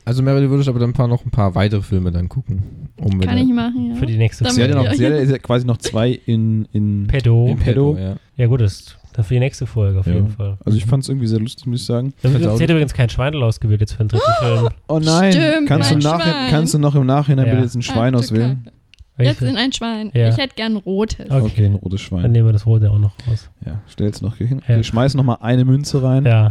Speaker 6: Also Mary, du würdest aber dann ein paar, noch ein paar weitere Filme dann gucken. Um
Speaker 1: kann
Speaker 6: wieder-
Speaker 1: ich machen. Ja.
Speaker 3: Für die nächste
Speaker 1: Damit-
Speaker 2: Sie hat ja genau.
Speaker 3: Folge.
Speaker 2: noch, sie hat ja quasi noch zwei in, in
Speaker 3: Pedo.
Speaker 6: in Pedo,
Speaker 2: Pedo.
Speaker 6: ja.
Speaker 3: Ja gut, das ist dann für die nächste Folge auf
Speaker 2: Ja.
Speaker 3: jeden Fall.
Speaker 2: Also ich fand es irgendwie sehr lustig, muss ich sagen.
Speaker 3: Sie
Speaker 6: Verdauung.
Speaker 3: hat übrigens kein Schweindel ausgewählt jetzt für den dritten Film.
Speaker 2: Oh nein,
Speaker 1: Stimmt,
Speaker 2: kannst, du
Speaker 1: mein
Speaker 2: nachher,
Speaker 1: Schwein.
Speaker 2: kannst du noch im Nachhinein
Speaker 3: Ja.
Speaker 2: bitte jetzt ein Schwein
Speaker 1: Ach, du
Speaker 2: auswählen?
Speaker 1: Kacke. Jetzt in
Speaker 3: Welche?
Speaker 1: ein Schwein.
Speaker 3: Ja.
Speaker 1: Ich hätte gern rotes.
Speaker 3: Okay.
Speaker 2: Okay, ein rotes Schwein.
Speaker 3: Dann nehmen wir das rote auch noch raus.
Speaker 2: Ja, stell's noch hier hin.
Speaker 3: Ja.
Speaker 2: Wir schmeißen noch mal eine Münze rein.
Speaker 3: Ja.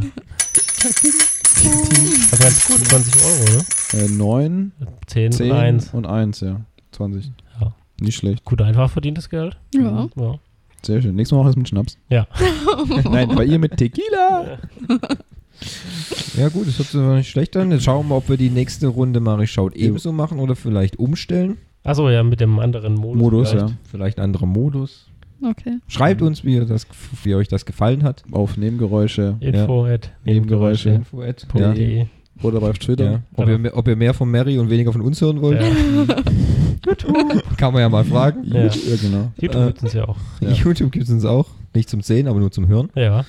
Speaker 3: Das war ganz gut, 20 Euro, ne?
Speaker 2: Äh, neun,
Speaker 3: 10,
Speaker 2: zehn
Speaker 3: 1.
Speaker 2: und eins, ja. 20.
Speaker 3: Ja.
Speaker 2: Nicht schlecht.
Speaker 3: Gut, einfach verdientes Geld.
Speaker 1: Ja.
Speaker 3: Ja.
Speaker 2: Sehr schön. Nächstes Mal machen wir es mit Schnaps.
Speaker 3: Ja.
Speaker 2: Nein, bei ihr mit Tequila.
Speaker 6: Ja gut, das hört sich aber nicht schlecht an. Jetzt schauen wir mal, ob wir die nächste Runde Mari schaut ebenso machen oder vielleicht umstellen.
Speaker 3: Achso, ja, mit dem anderen Modus.
Speaker 2: Modus,
Speaker 3: vielleicht.
Speaker 2: ja.
Speaker 6: Vielleicht anderer Modus.
Speaker 1: Okay.
Speaker 6: Schreibt uns, wie, ihr das, wie euch das gefallen hat.
Speaker 2: Auf Nebengeräusche
Speaker 3: Info at
Speaker 2: Nebengeräusche.
Speaker 6: Ja.
Speaker 3: nebengeräusche.de.
Speaker 2: oder bei auf Twitter.
Speaker 6: E. Ja. Ob, ihr, mehr- ob ihr mehr von Mary und weniger von uns hören wollt,
Speaker 3: Ja.
Speaker 6: kann man ja mal fragen.
Speaker 3: Ja.
Speaker 2: ja genau.
Speaker 3: YouTube gibt es ja auch.
Speaker 2: Ja.
Speaker 6: YouTube gibt es uns auch. Nicht zum Sehen, aber nur zum Hören.
Speaker 3: Ja.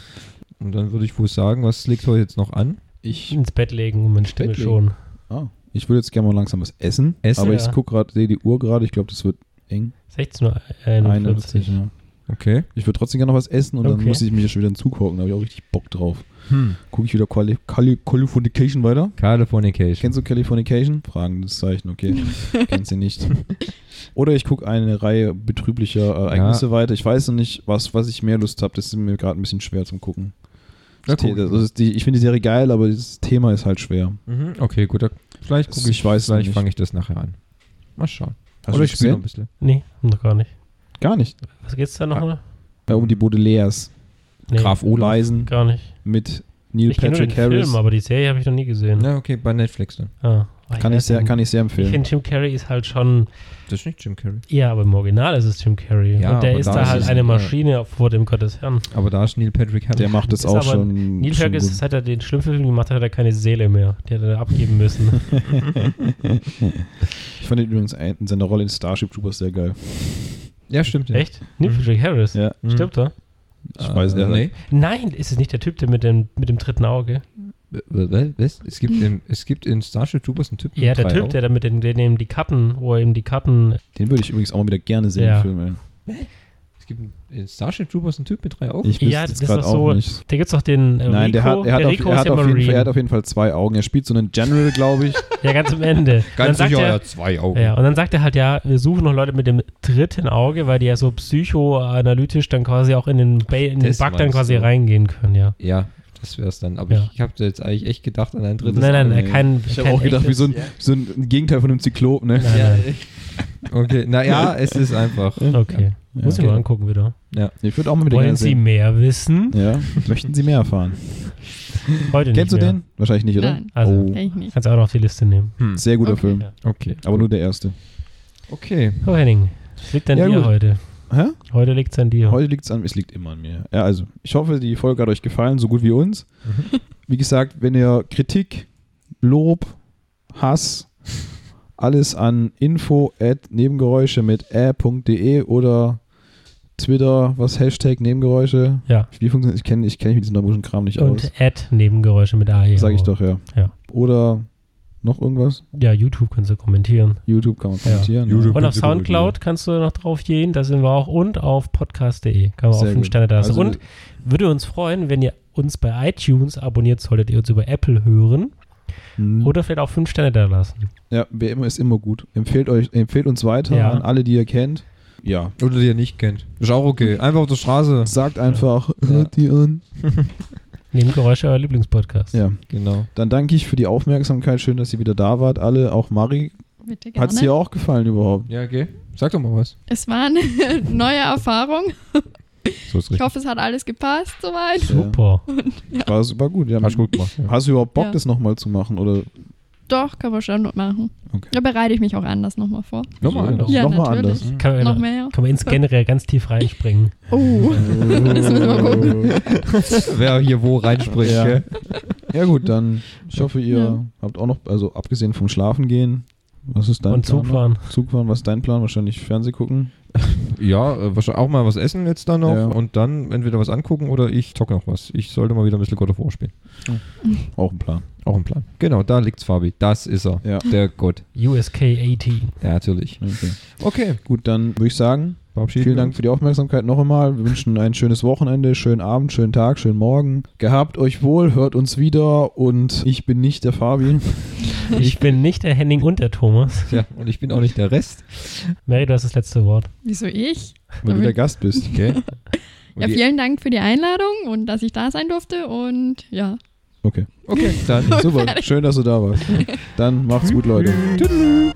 Speaker 2: Hm.
Speaker 6: Und dann würde ich wohl sagen, was liegt heute jetzt noch an?
Speaker 2: Ich,
Speaker 3: Ins Bett legen und meine Stimme
Speaker 2: Bett legen.
Speaker 3: schon.
Speaker 2: ah, ich würde jetzt gerne mal langsam was essen.
Speaker 6: Essen,
Speaker 2: aber ich
Speaker 3: ja.
Speaker 2: guck gerade, sehe die Uhr gerade. Ich glaube, das wird eng.
Speaker 3: 16.41 Uhr.
Speaker 2: ja.
Speaker 6: Okay.
Speaker 2: Ich würde trotzdem gerne noch was essen und dann
Speaker 3: Okay.
Speaker 2: muss ich mich ja schon wieder in den Zug hocken. Da habe ich auch richtig Bock drauf.
Speaker 6: Hm.
Speaker 2: Gucke ich wieder Quali Quali Californication weiter.
Speaker 6: Californication.
Speaker 2: Kennst du Californication? Fragendes Zeichen, okay. Kennst du nicht. Oder ich gucke eine Reihe äh, betrüblicher Ereignisse weiter. Ich weiß noch nicht, was, was ich mehr Lust habe. Das ist mir gerade ein bisschen schwer zum Gucken.
Speaker 6: Na
Speaker 2: Das
Speaker 6: gut.
Speaker 2: The- das ist die, ich finde die Serie geil, aber das Thema ist halt schwer.
Speaker 6: Mhm, okay, gut. da- Vielleicht
Speaker 2: Das-
Speaker 6: gucke ich,
Speaker 2: ich weiß
Speaker 6: vielleicht
Speaker 2: nicht.
Speaker 6: fange ich das nachher an. Mal schauen.
Speaker 2: Hast du
Speaker 6: Oder
Speaker 2: das
Speaker 6: ich spiele noch ein
Speaker 2: gesehen?
Speaker 3: Nee,
Speaker 6: bisschen.
Speaker 3: noch gar nicht.
Speaker 2: Gar nicht.
Speaker 3: Was geht's da nochmal?
Speaker 2: Ja, um die Baudelaires.
Speaker 3: Nee.
Speaker 2: Graf Oleisen.
Speaker 3: Gar nicht.
Speaker 2: Mit Neil
Speaker 3: ich kenne nur den
Speaker 2: Patrick Harris. Ne.
Speaker 3: Film, aber die Serie habe ich noch nie gesehen.
Speaker 6: Ja, okay, bei Netflix dann.
Speaker 3: Ah,
Speaker 2: Kann ich sehr-
Speaker 3: weiß
Speaker 2: kann ich sehr empfehlen.
Speaker 3: Ich finde, Jim Carrey ist halt schon.
Speaker 6: Das ist nicht Jim Carrey.
Speaker 3: Ja, aber im Original ist es Jim Carrey.
Speaker 6: Ja,
Speaker 3: Und der
Speaker 6: aber
Speaker 3: ist
Speaker 6: da
Speaker 3: da
Speaker 6: ist
Speaker 3: halt
Speaker 6: es-
Speaker 3: eine
Speaker 6: ja.
Speaker 3: Maschine vor dem Gottes Herrn.
Speaker 6: Aber da ist Neil Patrick Harris.
Speaker 2: Der macht das
Speaker 3: Ist
Speaker 2: auch
Speaker 3: aber-
Speaker 2: schon.
Speaker 3: Neil
Speaker 2: schon
Speaker 3: Patrick ist, seit er den schlimmsten Film gemacht hat, hat er keine Seele mehr. Die hat er abgeben müssen.
Speaker 2: gut. ich fand ihn übrigens ein- in seiner Rolle in Starship Troopers sehr geil.
Speaker 6: Ja, stimmt. Ja.
Speaker 3: Echt? Neil Patrick Harris?
Speaker 2: Ja. Mhm.
Speaker 3: Stirbt er?
Speaker 2: Ich weiß
Speaker 6: Äh,
Speaker 2: der-
Speaker 6: nee.
Speaker 3: Nein, ist es nicht der Typ, der mit dem, mit dem dritten Auge?
Speaker 6: Was? Es gibt, im, es gibt in Starship Troopers einen Typen.
Speaker 3: Ja,
Speaker 6: mit
Speaker 3: der
Speaker 6: drei
Speaker 3: Typ,
Speaker 6: Augen.
Speaker 3: der da mit den, der nimmt die Karten, wo er eben die Karten.
Speaker 2: Den würde ich übrigens auch mal wieder gerne sehen
Speaker 3: Ja.
Speaker 2: im Film. Ey.
Speaker 6: Es gibt einen- in Starship Troopers einen Typ mit drei Augen.
Speaker 2: Ich wüsste
Speaker 3: ja,
Speaker 2: jetzt
Speaker 3: das ist
Speaker 2: gerade
Speaker 3: doch
Speaker 2: auch
Speaker 3: so.
Speaker 2: nicht.
Speaker 3: Da gibt's doch den äh,
Speaker 2: Nein,
Speaker 3: Rico.
Speaker 2: der hat, er hat, auf,
Speaker 3: Rico
Speaker 2: er,
Speaker 3: ist
Speaker 2: hat
Speaker 3: ja
Speaker 2: auf jeden
Speaker 3: Marine.
Speaker 2: Fall, er hat auf jeden Fall zwei Augen. Er spielt so einen General, glaube ich.
Speaker 3: Ja, ganz am Ende. Und dann
Speaker 6: Ganz
Speaker 3: sagt
Speaker 6: sicher,
Speaker 3: er-
Speaker 6: er hat zwei Augen.
Speaker 3: Ja, und dann sagt er halt, ja, wir suchen noch Leute mit dem dritten Auge, weil die ja so psychoanalytisch dann quasi auch in den, ba in den
Speaker 6: Das
Speaker 3: Bug dann
Speaker 6: meinst
Speaker 3: quasi
Speaker 6: du.
Speaker 3: reingehen können, ja.
Speaker 6: Ja, das wäre es dann. Aber
Speaker 3: Ja.
Speaker 6: ich habe da jetzt eigentlich echt gedacht an ein drittes.
Speaker 3: Nein, nein,
Speaker 6: Auge.
Speaker 3: er kann.
Speaker 2: Ich habe
Speaker 3: kein
Speaker 2: auch gedacht, wie
Speaker 3: echtes-
Speaker 2: so ein, so ein Gegenteil von einem Zyklop, ne?
Speaker 3: Nein, nein.
Speaker 6: Okay, naja, es ist einfach. Hm,
Speaker 3: Okay.
Speaker 2: Ja.
Speaker 3: Muss ich
Speaker 6: Okay.
Speaker 3: mal angucken wieder.
Speaker 2: Ich würde auch mal wieder
Speaker 3: Wollen
Speaker 2: gerne
Speaker 3: Sie
Speaker 2: sehen.
Speaker 3: mehr wissen?
Speaker 2: Ja. Möchten Sie mehr erfahren?
Speaker 3: Heute
Speaker 2: Kennst du
Speaker 3: nicht mehr.
Speaker 2: den? Wahrscheinlich nicht, oder?
Speaker 1: Nein,
Speaker 3: Also-
Speaker 2: oh.
Speaker 1: kenn ich nicht.
Speaker 3: Kannst du auch noch auf die Liste nehmen.
Speaker 2: Sehr guter
Speaker 1: Okay.
Speaker 2: Film.
Speaker 3: Ja.
Speaker 6: Okay.
Speaker 2: Aber nur der erste.
Speaker 6: Okay.
Speaker 3: Oh, Henning, es liegt an
Speaker 2: Ja,
Speaker 3: dir
Speaker 2: gut.
Speaker 3: heute.
Speaker 2: Hä?
Speaker 3: Heute liegt's an dir.
Speaker 2: Heute liegt es an, es liegt immer an mir. Ja, also, ich hoffe, die Folge hat euch gefallen, so gut wie uns.
Speaker 3: Mhm.
Speaker 2: Wie gesagt, wenn ihr Kritik, Lob, Hass, alles an info at nebengeräusche mit ä.de oder Twitter, was Hashtag Nebengeräusche.
Speaker 3: Ja.
Speaker 2: Wie funktioniert Ich kenne ich kenn mich mit diesem norwegischen Kram nicht aus.
Speaker 3: Und Ad-Nebengeräusche mit AE.
Speaker 2: Sag ich doch, ja.
Speaker 3: Ja.
Speaker 2: Oder noch irgendwas?
Speaker 3: Ja, YouTube kannst du kommentieren.
Speaker 2: YouTube kann man kommentieren.
Speaker 6: YouTube
Speaker 3: Und auf
Speaker 6: kannst du kommentieren.
Speaker 3: Soundcloud kannst du noch drauf gehen, da sind wir auch. Und auf podcast.de kann man
Speaker 2: Sehr
Speaker 3: auch
Speaker 2: gut.
Speaker 3: fünf Sterne da lassen.
Speaker 2: Also-
Speaker 3: und würde uns freuen, wenn ihr uns bei iTunes abonniert, solltet ihr uns über Apple hören.
Speaker 2: Mhm.
Speaker 3: Oder vielleicht auch fünf Sterne da lassen.
Speaker 2: Ja, wer immer ist immer gut. Empfehlt euch, empfehlt uns weiter
Speaker 3: Ja.
Speaker 2: an alle, die ihr kennt. Ja.
Speaker 6: Oder die ihr nicht kennt. Ist auch okay.
Speaker 3: Hm.
Speaker 6: Einfach auf der Straße.
Speaker 2: Sagt einfach, hört die an.
Speaker 3: Nebengeräusche euer Lieblingspodcast.
Speaker 2: Ja.
Speaker 6: Genau.
Speaker 2: Dann danke ich für die Aufmerksamkeit. Schön, dass ihr wieder da wart. Alle, auch Mari.
Speaker 1: Bitte gerne.
Speaker 2: Hat es dir auch gefallen überhaupt?
Speaker 6: Ja, okay. Sag doch mal was.
Speaker 1: Es war eine neue Erfahrung.
Speaker 6: So ist
Speaker 1: Ich hoffe, es hat alles gepasst soweit.
Speaker 3: Super.
Speaker 2: War super gut. Ja,
Speaker 6: Hast du gut gemacht.
Speaker 2: Hast du überhaupt Bock,
Speaker 1: Ja.
Speaker 2: das nochmal zu machen? Oder
Speaker 1: Doch, kann man schon machen.
Speaker 2: Okay.
Speaker 1: Da bereite ich mich auch anders nochmal vor.
Speaker 6: Nochmal Hm.
Speaker 2: so,
Speaker 6: anders.
Speaker 1: Ja,
Speaker 2: nochmal
Speaker 1: natürlich.
Speaker 2: anders?
Speaker 3: Kann man,
Speaker 1: Noch mehr?
Speaker 3: kann man ins generell ganz tief reinspringen.
Speaker 1: Oh, das müssen wir gucken.
Speaker 6: Wer hier wo reinspricht,
Speaker 2: Ja.
Speaker 6: gell?
Speaker 2: Ja, gut, dann. Ich hoffe, ihr
Speaker 1: Ja.
Speaker 2: habt auch noch, also abgesehen vom Schlafen gehen, was ist dein
Speaker 3: Und
Speaker 2: Plan? noch?
Speaker 3: Zugfahren.
Speaker 2: Zugfahren, was ist dein Plan? Wahrscheinlich Fernseh gucken.
Speaker 6: Ja, äh, wahrscheinlich auch mal was essen jetzt dann noch
Speaker 2: Ja.
Speaker 6: und dann entweder was angucken oder ich zocke noch was. Ich sollte mal wieder ein bisschen God of War spielen.
Speaker 2: Auch ein Plan.
Speaker 6: Auch ein Plan. Genau, da liegt's, Fabi. Das ist er.
Speaker 2: Ja.
Speaker 6: Der Gott.
Speaker 3: USK 18.
Speaker 6: Ja, natürlich.
Speaker 2: Okay.
Speaker 6: Okay.
Speaker 2: Gut, dann würde ich sagen,
Speaker 6: Verabschieden
Speaker 2: vielen
Speaker 6: wir
Speaker 2: Dank für die Aufmerksamkeit noch einmal. Wir wünschen ein schönes Wochenende, schönen Abend, schönen Tag, schönen Morgen. Gehabt euch wohl, hört uns wieder und ich bin nicht der Fabi.
Speaker 3: Ich bin nicht der Henning und der Thomas.
Speaker 6: uns. Ja, und ich bin auch nicht der Rest.
Speaker 3: Mary, du hast das letzte Wort.
Speaker 1: Wieso ich?
Speaker 2: Weil du der Gast bist.
Speaker 6: Okay.
Speaker 1: Ja, vielen Dank für die Einladung und dass ich da sein durfte. Und ja,
Speaker 2: Okay.
Speaker 6: Okay, dann.
Speaker 2: Super, schön, dass du da warst. Dann macht's gut, Leute. Tschüss.